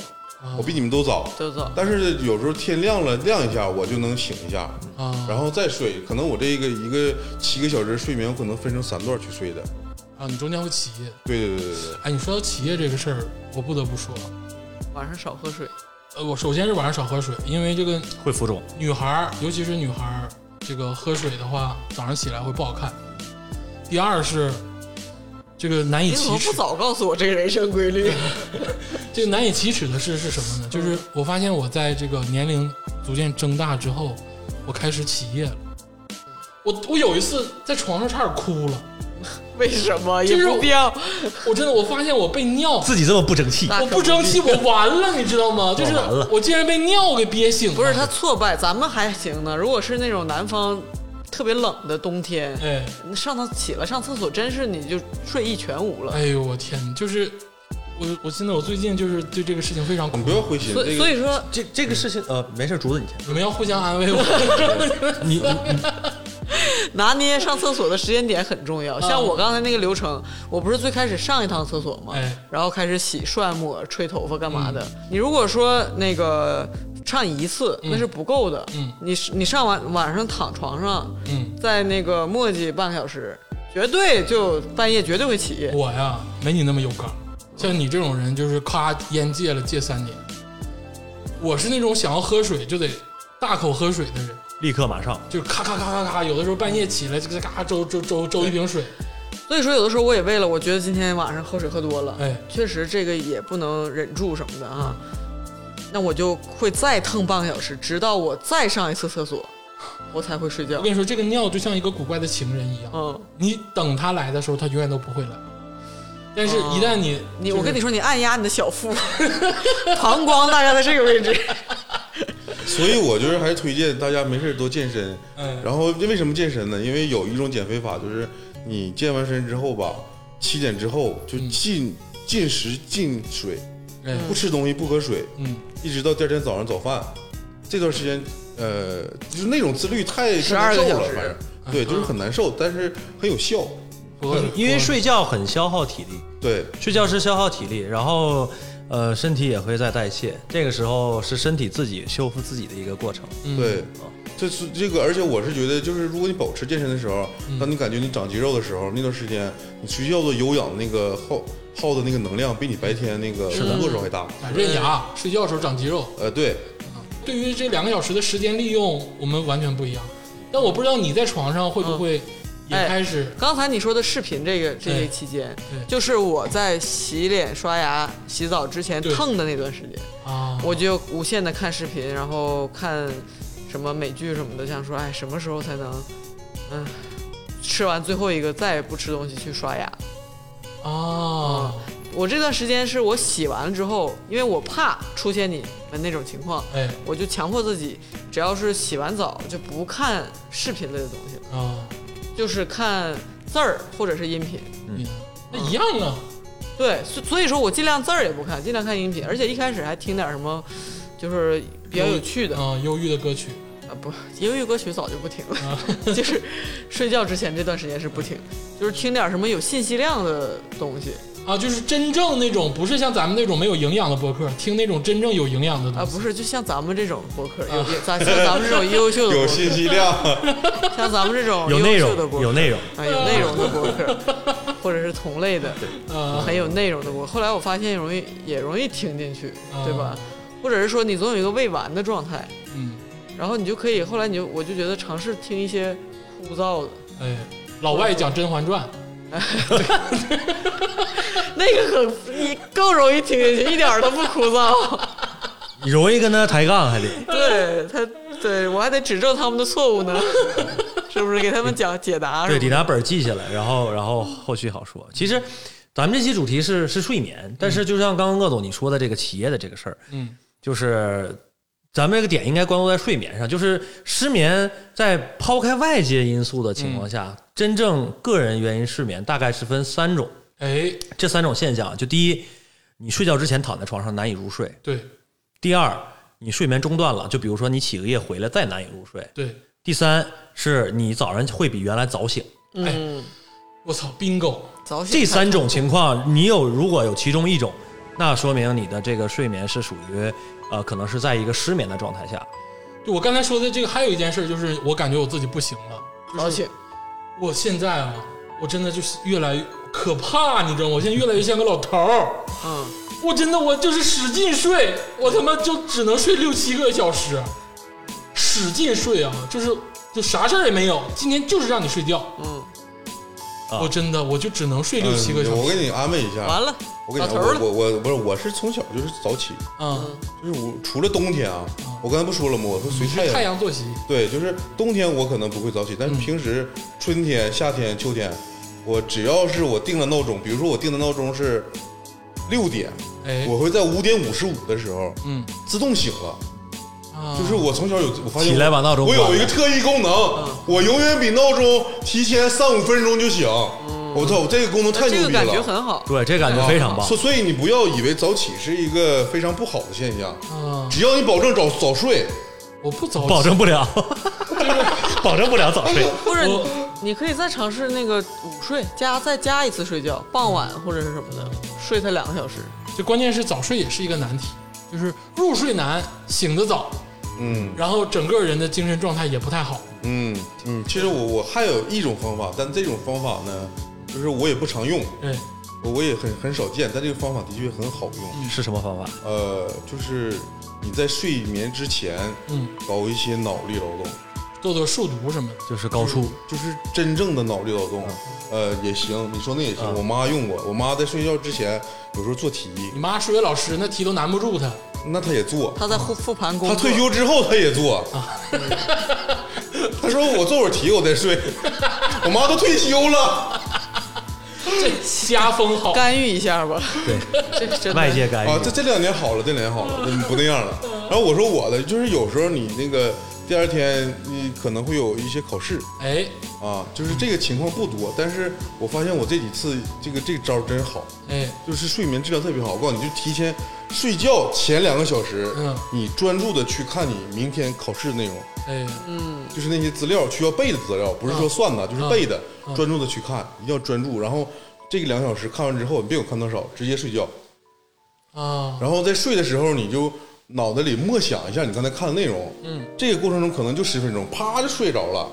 Speaker 3: 我比你们都早。
Speaker 2: 都早
Speaker 3: 但是有时候天亮了亮一下，我就能醒一下，
Speaker 1: 啊
Speaker 3: 然后再睡。可能我这个一个七个小时睡眠，我可能分成三段去睡的。
Speaker 1: 啊，你中间会起夜。
Speaker 3: 对对对对对，
Speaker 1: 哎，你说到起夜这个事儿，我不得不说，
Speaker 2: 晚上少喝水，
Speaker 1: 呃，我首先是晚上少喝水，因为这个
Speaker 4: 会浮肿，
Speaker 1: 女孩儿，尤其是女孩儿，这个喝水的话，早上起来会不好看。第二是这个难以
Speaker 2: 你怎
Speaker 1: 启
Speaker 2: 么
Speaker 1: 齿
Speaker 2: 不，早告诉我这个人生规律？
Speaker 1: 这个难以启齿的事是什么呢？就是我发现我在这个年龄逐渐增大之后，我开始起夜了。我我有一次在床上差点哭了，
Speaker 2: 为什么
Speaker 1: 这
Speaker 2: 也
Speaker 1: 是
Speaker 2: 不必要？
Speaker 1: 我真的我发现我被尿，
Speaker 4: 自己这么不争气，
Speaker 2: 那
Speaker 1: 我不争气，我完了，你知道吗？就是
Speaker 4: 完了
Speaker 1: 我竟然被尿给憋醒了。
Speaker 2: 不是他挫败，咱们还行呢。如果是那种南方特别冷的冬天，
Speaker 1: 哎，
Speaker 2: 你上趟起了上厕所，真是你就睡意全无了。
Speaker 1: 哎呦我天，就是我我现在我最近就是对这个事情非常苦
Speaker 3: 你不要灰心。
Speaker 2: 所以
Speaker 3: 这
Speaker 2: 所
Speaker 3: 个
Speaker 2: 以说，
Speaker 4: 这这个事情呃，没事，竹子你先，
Speaker 1: 你们要互相安慰我。
Speaker 4: 你
Speaker 2: 拿捏上厕所的时间点很重要。像我刚才那个流程，我不是最开始上一趟厕所吗
Speaker 1: 哎？
Speaker 2: 然后开始洗涮、抹、吹头发干嘛的。你如果说那个上一次那是不够的，
Speaker 1: 嗯
Speaker 2: 你是你上完晚上躺床上，
Speaker 1: 嗯，
Speaker 2: 在那个磨叽半个小时，绝对就半夜绝对会起夜。
Speaker 1: 我呀，没你那么有刚，像你这种人就是咔烟戒了戒三年，我是那种想要喝水就得大口喝水的人，
Speaker 4: 立刻马上，
Speaker 1: 就是咔咔咔咔咔，有的时候半夜起来就咔咔周周周周一瓶水，
Speaker 2: 所以说，有的时候我也为了，我觉得今天晚上喝水喝多了，
Speaker 1: 哎
Speaker 2: 确实这个也不能忍住什么的啊。那我就会再腾半个小时，直到我再上一次厕所，我才会睡觉
Speaker 1: 我跟。你说，这个尿就像一个古怪的情人一样，
Speaker 2: 嗯，
Speaker 1: 你等他来的时候，他永远都不会来。但是，
Speaker 2: 哦
Speaker 1: 一旦你、
Speaker 2: 你
Speaker 1: 就是
Speaker 2: 我跟你说，你按压你的 小腹，膀胱大概在这个位置。
Speaker 3: 所以我就是还是推荐大家没事多健身。
Speaker 1: 嗯
Speaker 3: 然后为什么健身呢？因为有一种减肥法，就是你健完身之后吧，七点之后就
Speaker 2: 嗯
Speaker 3: 禁禁食禁水，
Speaker 1: 哎
Speaker 3: 不吃东西不喝水，
Speaker 1: 嗯，
Speaker 3: 一直到第二天早上早饭，这段时间，呃，就是那种自律太
Speaker 2: 12
Speaker 3: 太难受
Speaker 2: 个小
Speaker 3: 了
Speaker 2: 时嗯
Speaker 3: 反正对，就是很难受，但是很有效。
Speaker 1: 不过
Speaker 4: 因为睡觉很消耗体力，
Speaker 3: 对，
Speaker 4: 睡觉是消耗体力，然后呃身体也会在代谢，这个时候是身体自己修复自己的一个过程。
Speaker 1: 嗯
Speaker 3: 对，这是这个，而且我是觉得，就是如果你保持健身的时候，当你感觉你长肌肉的时候，那段时间你睡觉的有氧那个耗耗的那个能量，比你白天那个工作时候还大。
Speaker 1: 打认牙，啊睡觉的时候长肌肉。
Speaker 3: 呃，对，
Speaker 1: 对于这两个小时的时间利用，我们完全不一样。但我不知道你在床上会
Speaker 2: 嗯
Speaker 1: 不会也开始，
Speaker 2: 刚才你说的视频这个这
Speaker 1: 对
Speaker 2: 个期间
Speaker 1: 对，
Speaker 2: 就是我在洗脸、刷牙、洗澡之前
Speaker 1: 对
Speaker 2: 腾的那段时间。
Speaker 1: 啊，
Speaker 2: 哎我就无限的看视频，然后看什么美剧什么的，想说，哎，什么时候才能，嗯，吃完最后一个再也不吃东西去刷牙。
Speaker 1: 啊，
Speaker 2: 我这段时间是我洗完了之后，因为我怕出现你们那种情况，
Speaker 1: 哎
Speaker 2: 我就强迫自己，只要是洗完澡就不看视频类的东西了，
Speaker 1: 啊，
Speaker 2: 就是看字儿或者是音频。
Speaker 1: 嗯那一样啊，
Speaker 2: 对，所所以说我尽量字儿也不看，尽量看音频，而且一开始还听点什么，就是比较有趣的啊、
Speaker 1: 啊、忧郁的歌曲，
Speaker 2: 呃不，英语歌曲早就不听了，
Speaker 4: 啊
Speaker 2: 就是睡觉之前这段时间是不听，就是听点什么有信息量的东西
Speaker 1: 啊，就是真正那种不是像咱们那种没有营养的播客，听那种真正有营养的东
Speaker 2: 啊，
Speaker 1: 西。
Speaker 2: 不是，就像咱们这种博客，
Speaker 4: 啊
Speaker 2: 有有咱像咱们这种优秀的博客，
Speaker 3: 有信息量，
Speaker 2: 像咱们这种
Speaker 4: 有
Speaker 2: 哦优
Speaker 4: 内
Speaker 2: 秀的博客
Speaker 4: 容，有内啊容。
Speaker 2: 啊，有内容的博客， 或者是同类的，
Speaker 1: 啊
Speaker 2: 很有内容的播客。后来我发现容易也容易听进去，对吧
Speaker 1: 啊？
Speaker 2: 或者是说你总有一个未完的状态，
Speaker 1: 嗯，
Speaker 2: 然后你就可以，后来你就我就觉得尝试听一些枯燥的，
Speaker 1: 哎，老外讲《甄嬛传
Speaker 2: 那个很你更容易听进去，一点儿都不枯燥。
Speaker 4: 你容易跟他抬杠， 还得
Speaker 2: 对他，对我还得指正他们的错误呢，是不是？给他们讲解答，
Speaker 4: 对，
Speaker 2: 是
Speaker 4: 得
Speaker 2: 吧？
Speaker 4: 拿本儿记下来，然后然后后续好说。其实咱们这期主题是是睡眠，但是就像刚刚鄂总你说的这个企业的这个事儿，》。
Speaker 1: 嗯，
Speaker 4: 就是咱们这个点应该关注在睡眠上，就是失眠在抛开外界因素的情况
Speaker 2: 嗯
Speaker 4: 下，真正个人原因失眠大概是分三种，
Speaker 1: 哎，
Speaker 4: 这三种现象，就第一，你睡觉之前躺在床上难以入睡；
Speaker 1: 对
Speaker 4: 第二，你睡眠中断了，就比如说你起个夜回来再难以入睡；
Speaker 1: 对，
Speaker 4: 第三是你早上会比原来早醒。
Speaker 2: 嗯，
Speaker 1: 我操，bingo！
Speaker 2: 早起
Speaker 4: 这三种情况，你有如果有其中一种，那说明你的这个睡眠是属于呃，可能是在一个失眠的状态下。
Speaker 1: 就我刚才说的这个，还有一件事就是，我感觉我自己不行了。
Speaker 2: 早起，
Speaker 1: 我现在啊，我真的就是越来越可怕，你知道吗？我现在越来越像个老头儿。
Speaker 2: 嗯，
Speaker 1: 我真的我就是使劲睡，我他妈就只能睡六七个小时，使劲睡啊，就是就啥事儿也没有，今天就是让你睡觉。
Speaker 2: 嗯，
Speaker 4: 啊
Speaker 1: 我真的我就只能睡六七个小
Speaker 3: 嗯我
Speaker 1: 时。
Speaker 3: 给你安慰一下，
Speaker 2: 完了，
Speaker 3: 我跟
Speaker 2: 老
Speaker 3: 你
Speaker 2: 头
Speaker 3: 讲，
Speaker 2: 儿了
Speaker 3: 我我我不是，我是从小就是早起，
Speaker 1: 嗯，
Speaker 3: 就是我除了冬天啊，我刚才不说了吗？我说随太
Speaker 1: 太
Speaker 3: 阳，
Speaker 1: 阳作息，
Speaker 3: 对，就是冬天我可能不会早起，但是
Speaker 4: 嗯
Speaker 3: 平时春天、夏天、秋天，我只要是我定了闹钟，比如说我定的闹钟是六点，
Speaker 1: 哎，
Speaker 3: 我会在五点五十五的时候
Speaker 1: 嗯
Speaker 3: 自动醒了。
Speaker 1: 啊，
Speaker 3: 就是我从小有，我发现
Speaker 4: 嗯起来把闹钟
Speaker 3: 哎我
Speaker 4: 关
Speaker 3: 有
Speaker 4: 了嗯
Speaker 3: 一个特异功能，我永远比闹钟提前三五分钟就醒。我操，我这个功能太
Speaker 2: 这
Speaker 3: 牛
Speaker 2: 个
Speaker 3: 逼
Speaker 2: 感觉
Speaker 3: 了！
Speaker 2: 很好，
Speaker 4: 对，这感觉嗯非常棒。
Speaker 3: 所所以你不要以为早起是一个非常不好的现象，
Speaker 4: 嗯
Speaker 1: 啊，
Speaker 3: 只要你保证早早睡，
Speaker 1: 我不早起
Speaker 4: 保证不 了，保证不了早睡。
Speaker 2: 或者
Speaker 1: 我
Speaker 2: 你可以再尝试那个午睡，加再加一次睡觉，傍晚或者是什么的，睡它两个小时。
Speaker 1: 就关键是早睡也是一个难题，就是入睡难，醒得早，
Speaker 3: 嗯
Speaker 1: 然后整个人的精神状态也不太好。
Speaker 3: 嗯嗯。其实我我还有一种方法，但这种方法呢，就是我也不常用，
Speaker 1: 哎，
Speaker 3: 我也很很少见，但这个方法的确很好用。
Speaker 4: 是什么方法？
Speaker 3: 呃，就是你在睡眠之前
Speaker 1: 嗯，
Speaker 3: 搞一些脑力劳动。
Speaker 1: 做做数独什么的，
Speaker 4: 就是高处。
Speaker 3: 就是真正的脑力劳动，呃，也行，你说那也行。
Speaker 4: 嗯
Speaker 3: 我妈用过，我妈在睡觉之前有时候做题，
Speaker 1: 你妈数学老师那题都难不住她。
Speaker 3: 那她也做。
Speaker 2: 他在复复盘工
Speaker 3: 她
Speaker 2: 作，
Speaker 3: 退休之后她也做。她说我做会儿题我再睡，我妈都退休了
Speaker 1: 这家风 好，
Speaker 2: 干预一下吧，
Speaker 4: 对，
Speaker 3: 哎
Speaker 2: 这真的
Speaker 4: 外界干
Speaker 3: 啊。
Speaker 4: 预
Speaker 3: 这。这两年好了，这两年好了，嗯不那样了。然后我说我的，就是有时候你那个第二天你可能会有一些考试
Speaker 1: 哎，
Speaker 3: 啊，就是这个情况不多，但是我发现我这几次这个这个招儿真好。
Speaker 1: 哎，
Speaker 3: 就是睡眠质量特别好。我告诉你，就提前睡觉前两个小时，
Speaker 1: 嗯
Speaker 3: 你专注的去看你明天考试的内容，
Speaker 1: 哎，
Speaker 3: 就是那些资料需要背的资料，不是说算的，就是背的，专注的去看，一定要专注。然后这个两个小时看完之后，你别管看多少，直接睡觉。
Speaker 1: 啊，
Speaker 3: 然后在睡的时候，你就脑袋里默想一下你刚才看的内容，
Speaker 1: 嗯，
Speaker 3: 这个过程中可能就十分钟，啪就睡着了。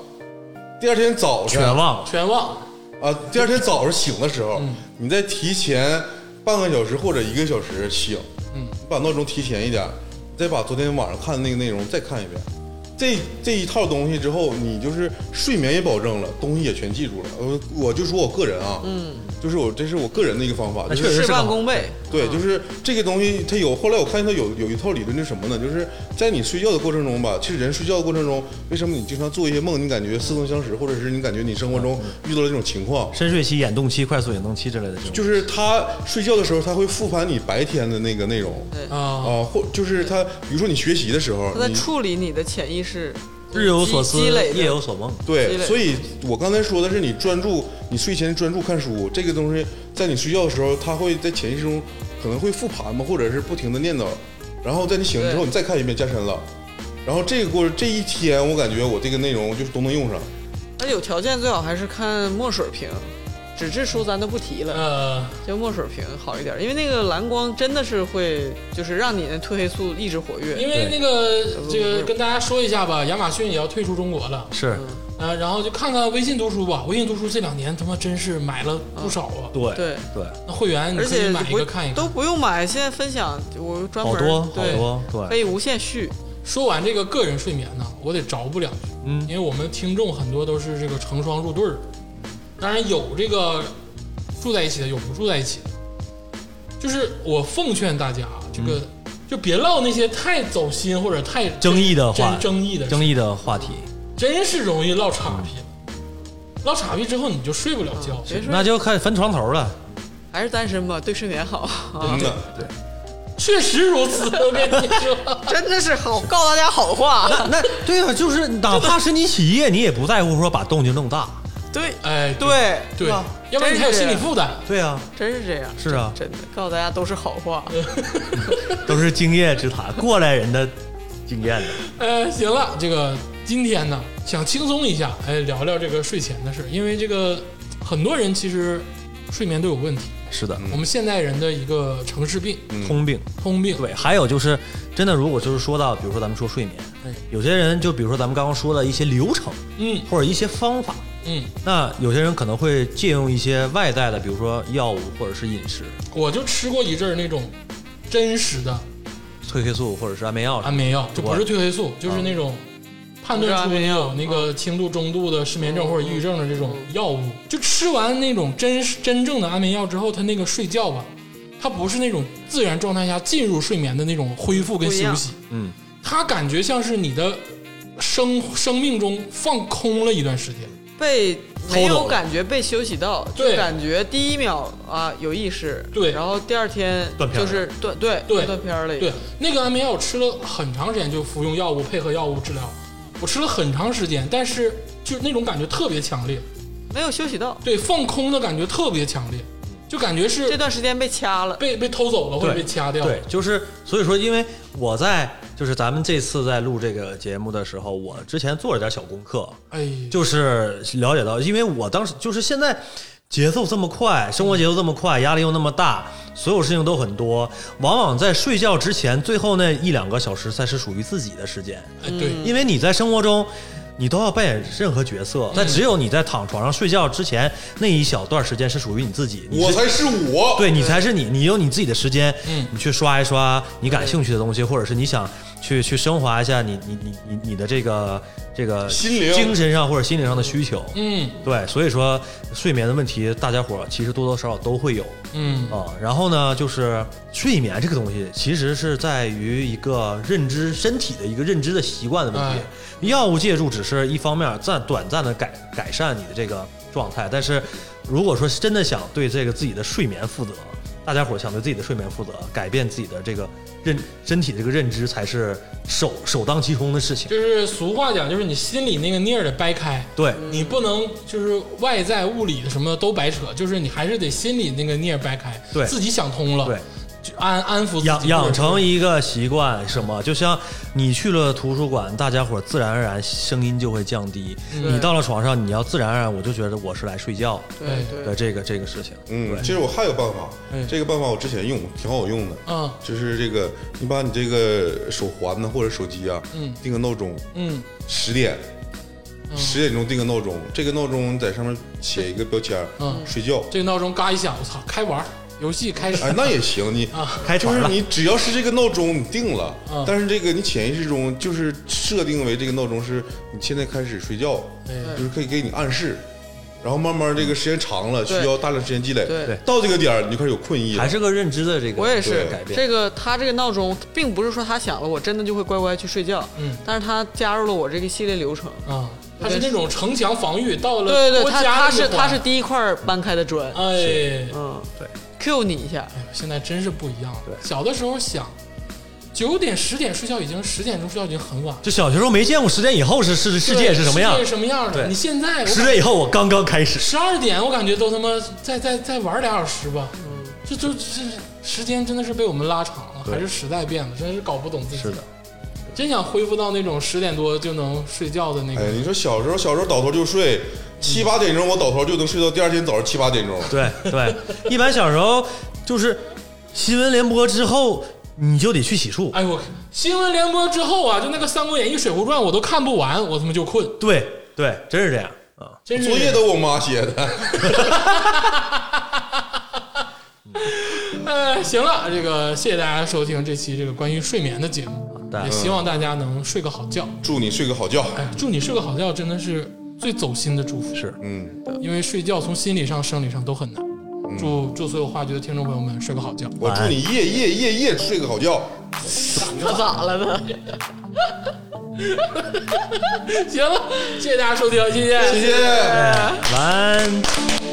Speaker 3: 第二天早
Speaker 4: 全
Speaker 3: 上
Speaker 4: 忘了，嗯
Speaker 1: 全忘，
Speaker 3: 啊，第二天早上醒的时候，你再提前半个小时或者一个小时醒，
Speaker 1: 嗯，
Speaker 3: 把闹钟提前一点，再把昨天晚上看的那个内容再看一遍。这这一套东西之后，你就是睡眠也保证了，东西也全记住了。呃，我就说我个人啊，嗯，就是我这是我个人的一个方法，
Speaker 4: 那
Speaker 3: 就
Speaker 4: 确
Speaker 3: 是
Speaker 4: 实
Speaker 2: 事
Speaker 4: 是个
Speaker 2: 半
Speaker 4: 好
Speaker 2: 功倍。
Speaker 3: 对，就是这个东西它有。后来我看见它有有一套理论是什么呢？就是在你睡觉的过程中吧，其实人睡觉的过程中，为什么你经常做一些梦，你感觉似曾相识，或者是你感觉你生活中遇到了这种情况？
Speaker 4: 深睡期、眼动期、快速眼动期之类的这种。
Speaker 3: 就是他睡觉的时候，他会复盘你白天的那个内容
Speaker 2: 对
Speaker 1: 啊，
Speaker 3: 哦啊，或就是他，比如说你学习的时候
Speaker 2: 他，在
Speaker 3: 你
Speaker 2: 处理你的潜意识
Speaker 4: 日有所思
Speaker 2: 积积累，的
Speaker 4: 夜有所梦。
Speaker 2: 积
Speaker 3: 对，
Speaker 2: 累
Speaker 3: 所以我刚才说的是你专注，你睡前专注看书，这个东西在你睡觉的时候，它会在潜意识中可能会复盘嘛，或者是不停的念叨，然后在你醒了之后，
Speaker 2: 对
Speaker 3: 你再看一遍加深了，然后这个过这一天，我感觉我这个内容就是都能用上。
Speaker 2: 那有条件最好还是看墨水屏，纸质书咱都不提了，
Speaker 1: 呃，
Speaker 2: 就墨水屏好一点，因为那个蓝光真的是会，就是让你的褪黑素一直活跃。
Speaker 1: 因为那个这个跟大家说一下吧，亚马逊也要退出中国了，
Speaker 4: 是，
Speaker 2: 嗯
Speaker 1: 啊，然后就看看微信读书吧。微信读书这两年他妈真是买了不少啊，
Speaker 4: 对
Speaker 2: 对，
Speaker 4: 对，
Speaker 1: 那会员你
Speaker 2: 而
Speaker 1: 可以
Speaker 2: 且
Speaker 1: 买一
Speaker 2: 不
Speaker 1: 个看一看。
Speaker 2: 都不用买，现在分享我专门
Speaker 4: 好多好
Speaker 2: 对
Speaker 4: 多，
Speaker 2: 可
Speaker 4: 对，
Speaker 2: 以无限续。
Speaker 1: 说完这个个人睡眠呢，我得着补两句，
Speaker 4: 嗯
Speaker 1: 因为我们听众很多都是这个成双入对儿，当然有这个住在一起的，有不住在一起的。就是我奉劝大家，啊，这个、就别唠那些太走心或者太
Speaker 4: 嗯争议的话
Speaker 1: 真争议的，
Speaker 4: 争议的话题，
Speaker 1: 真是容易唠岔劈。唠岔劈之后你就睡不了觉，
Speaker 2: 别说
Speaker 4: 那就看分床头 了。
Speaker 2: 还是单身吧，对睡眠好啊，
Speaker 1: 嗯
Speaker 3: 真的，
Speaker 1: 确实如此。我跟你 说，
Speaker 2: 真的是好，告诉大家好话。
Speaker 4: 那对啊，就是哪怕是你起夜，你也不在乎说把动静弄大。
Speaker 2: 对
Speaker 1: 哎，
Speaker 2: 对
Speaker 1: 对
Speaker 4: 吧，
Speaker 1: 要不然你还有
Speaker 2: 真是
Speaker 1: 心理
Speaker 2: 这样
Speaker 1: 负担。
Speaker 4: 对啊，
Speaker 2: 真是这样，
Speaker 4: 是啊
Speaker 2: 真的告诉大家都是好话。
Speaker 4: 都是经验之谈，过来人的经验的。
Speaker 1: 呃，行了，这个今天呢，想轻松一下，哎，聊聊这个睡前的事，因为这个很多人其实睡眠都有问题，
Speaker 4: 是的，
Speaker 1: 我们现代人的一个城市病、
Speaker 4: 嗯通病。
Speaker 1: 通病。
Speaker 4: 嗯对，还有就是，真的，如果就是说到，比如说咱们说睡眠
Speaker 1: 哎，
Speaker 4: 有些人就比如说咱们刚刚说的一些流程
Speaker 1: 嗯
Speaker 4: 或者一些方法，
Speaker 1: 嗯，
Speaker 4: 那有些人可能会借用一些外在的，比如说药物或者是饮食、
Speaker 1: 我就吃过一阵儿那种真实的
Speaker 4: 褪黑素或者是安眠药什
Speaker 1: 安
Speaker 4: 么的。
Speaker 1: 眠啊药，就不是褪黑素，就是那种
Speaker 2: 啊
Speaker 1: 判断出你有那个轻度、中度的失眠
Speaker 2: 哦
Speaker 1: 症或者抑郁症的这种药物。就吃完那种真真正的安眠药之后，他那个睡觉吧，他不是那种自然状态下进入睡眠的那种恢复跟
Speaker 2: 不一
Speaker 1: 休
Speaker 2: 样
Speaker 1: 息，
Speaker 4: 嗯，
Speaker 1: 它感觉像是你的生生命中放空了一段时间。
Speaker 2: 被没
Speaker 4: 偷走
Speaker 2: 有
Speaker 4: 了
Speaker 2: 感觉被休息到，就
Speaker 1: 对
Speaker 2: 感觉第一秒啊有意识，
Speaker 1: 对
Speaker 2: 然后第二天
Speaker 4: 断片儿
Speaker 2: 就
Speaker 4: 了
Speaker 2: 是断对
Speaker 1: 对
Speaker 2: 断片儿了，
Speaker 1: 对，，那个安眠药我吃了很长时间，就服用药物配合药物治疗，我吃了很长时间，但是就那种感觉特别强烈，
Speaker 2: 没有休息到，
Speaker 1: 对放空的感觉特别强烈，就感觉
Speaker 2: 这
Speaker 1: 是
Speaker 2: 段时间被掐了，
Speaker 1: 被被偷走了或者被掐掉了。
Speaker 4: 嗯对，就是所以说，因为我在就是咱们这次在录这个节目的时候，我之前做了点小功课，
Speaker 1: 哎，
Speaker 4: 就是了解到，因为我当时就是现在节奏这么快，生活节奏这么快，压力又那么大，所有事情都很多，往往在睡觉之前最后那一两个小时才是属于自己的时间，
Speaker 1: 哎对，
Speaker 4: 因为你在生活中。你都要扮演任何角色，
Speaker 3: 嗯
Speaker 4: 但只有你在躺床上睡觉之前那一小段时间是属于你自己，你
Speaker 3: 我
Speaker 4: 是
Speaker 3: 才是我。
Speaker 4: 对你才是你，你有你自己的时间，
Speaker 1: 嗯
Speaker 4: 你去刷一刷你感兴趣的东西，或者是你想去去升华一下你你你你你的这个这个
Speaker 3: 心灵
Speaker 4: 精神上或者心灵上的需求。
Speaker 1: 嗯
Speaker 4: 对，所以说睡眠的问题，大家伙儿其实多多少少都会有
Speaker 1: 嗯
Speaker 4: 啊、然后呢，就是睡眠这个东西，其实是在于一个认知身体的一个认知的习惯的问题。药物介入只是一方面，暂短暂的改改善你的这个状态，但是如果说真的想对这个自己的睡眠负责，大家伙儿想对自己的睡眠负责，改变自己的这个认身体的这个认知，才是首首当其冲的事情。
Speaker 1: 就是俗话讲，就是你心里那个念儿得掰开，
Speaker 4: 对，
Speaker 1: 你不能就是外在物理的什么都白扯，就是你还是得心里那个念儿掰开，
Speaker 4: 对
Speaker 1: 自己想通了，
Speaker 4: 对，
Speaker 1: 就安安抚自己，
Speaker 4: 养养成
Speaker 1: 或者是
Speaker 4: 一个习惯，什么就像你去了图书馆，大家伙儿自然而然声音就会降低。你到了床上，你要自然而然，我就觉得我是来睡觉
Speaker 2: 对
Speaker 4: 的
Speaker 2: 对，
Speaker 4: 这个这个事情。
Speaker 3: 嗯，
Speaker 4: 对
Speaker 3: 其实我还有办法
Speaker 1: 哎，
Speaker 3: 这个办法我之前用挺好用的，
Speaker 1: 嗯
Speaker 3: 就是这个，你把你这个手环呢或者手机啊，
Speaker 1: 嗯
Speaker 3: 定个闹钟，
Speaker 1: 嗯
Speaker 3: 十点，十点钟定个闹钟，这个闹钟在上面写一个标签儿，
Speaker 1: 嗯
Speaker 3: 睡觉。
Speaker 1: 这个闹钟嘎一响，我操，开玩儿游戏开始
Speaker 3: 哎，那也行，你
Speaker 1: 啊
Speaker 4: 开
Speaker 3: 就
Speaker 4: 船
Speaker 3: 是
Speaker 4: 了，
Speaker 3: 你只要是这个闹钟你定了
Speaker 1: 嗯，
Speaker 3: 但是这个你潜意识中就是设定为这个闹钟是你现在开始睡觉，
Speaker 1: 哎
Speaker 3: 就是可以给你暗示，然后慢慢这个时间长了，需
Speaker 2: 对
Speaker 3: 要大量时间积累，
Speaker 2: 对
Speaker 3: 到这个点儿你就开始有困意
Speaker 4: 还
Speaker 3: 了。
Speaker 4: 是个认知的这个
Speaker 2: 我也是
Speaker 3: 对
Speaker 4: 改变。
Speaker 2: 这个，他这个闹钟并不是说他响了，我真的就会乖乖去睡觉，
Speaker 1: 嗯，
Speaker 2: 但是他加入了我这个系列流程，
Speaker 1: 啊，它是那种城墙防御到了
Speaker 2: 对对
Speaker 1: 国
Speaker 2: 对，他
Speaker 1: 家
Speaker 2: 他
Speaker 1: 那一
Speaker 2: 是
Speaker 1: 环
Speaker 2: 他是第一块搬开的砖，
Speaker 1: 哎
Speaker 2: 嗯
Speaker 4: 对
Speaker 2: ，Q 你一下，
Speaker 1: 哎呦，现在真是不一样了。
Speaker 4: 对
Speaker 1: 小的时候想，九点十点睡觉已经十点钟睡觉已经很晚了。
Speaker 4: 就小学时候没见过十点以后是是世界是什么样
Speaker 1: 世界，是什么样的？
Speaker 4: 对
Speaker 1: 你现在我
Speaker 4: 十点以后我刚刚开始。
Speaker 1: 十二点，我感觉都他妈再再再玩俩小时吧。这就这时间真的是被我们拉长了，
Speaker 4: 嗯对
Speaker 1: 还是时代变了，真是搞不懂自己。
Speaker 4: 是的，
Speaker 1: 真想恢复到那种十点多就能睡觉的那个。
Speaker 3: 哎，你说小时候，小时候倒头就睡，七八点钟我倒头就能睡到第二天早上七八点钟。
Speaker 4: 对对，一般小时候就是新闻联播之后，你就得去洗漱。
Speaker 1: 哎呦，我新闻联播之后啊，就那个《三国演义》《水浒传》，我都看不完，我他妈就困，
Speaker 4: 对对，真是这样啊。
Speaker 1: 真是
Speaker 3: 作业都我妈写的，
Speaker 1: 呃，行了，这个谢谢大家收听这期这个关于睡眠的节目，
Speaker 4: 的
Speaker 1: 也希望大家能睡个好觉。
Speaker 3: 祝你睡个好觉。
Speaker 1: 哎，祝你睡个好觉，真的是最走心的祝福。
Speaker 4: 是
Speaker 3: 嗯，
Speaker 1: 因为睡觉从心理上、生理上都很难。
Speaker 4: 嗯
Speaker 1: 祝祝所有话剧的听众朋友们睡个好觉。
Speaker 3: 我祝你夜夜夜夜睡个好觉。
Speaker 2: 他咋了呢？
Speaker 1: 行了，谢谢大家收听，谢谢，
Speaker 3: 谢谢。
Speaker 4: 晚安。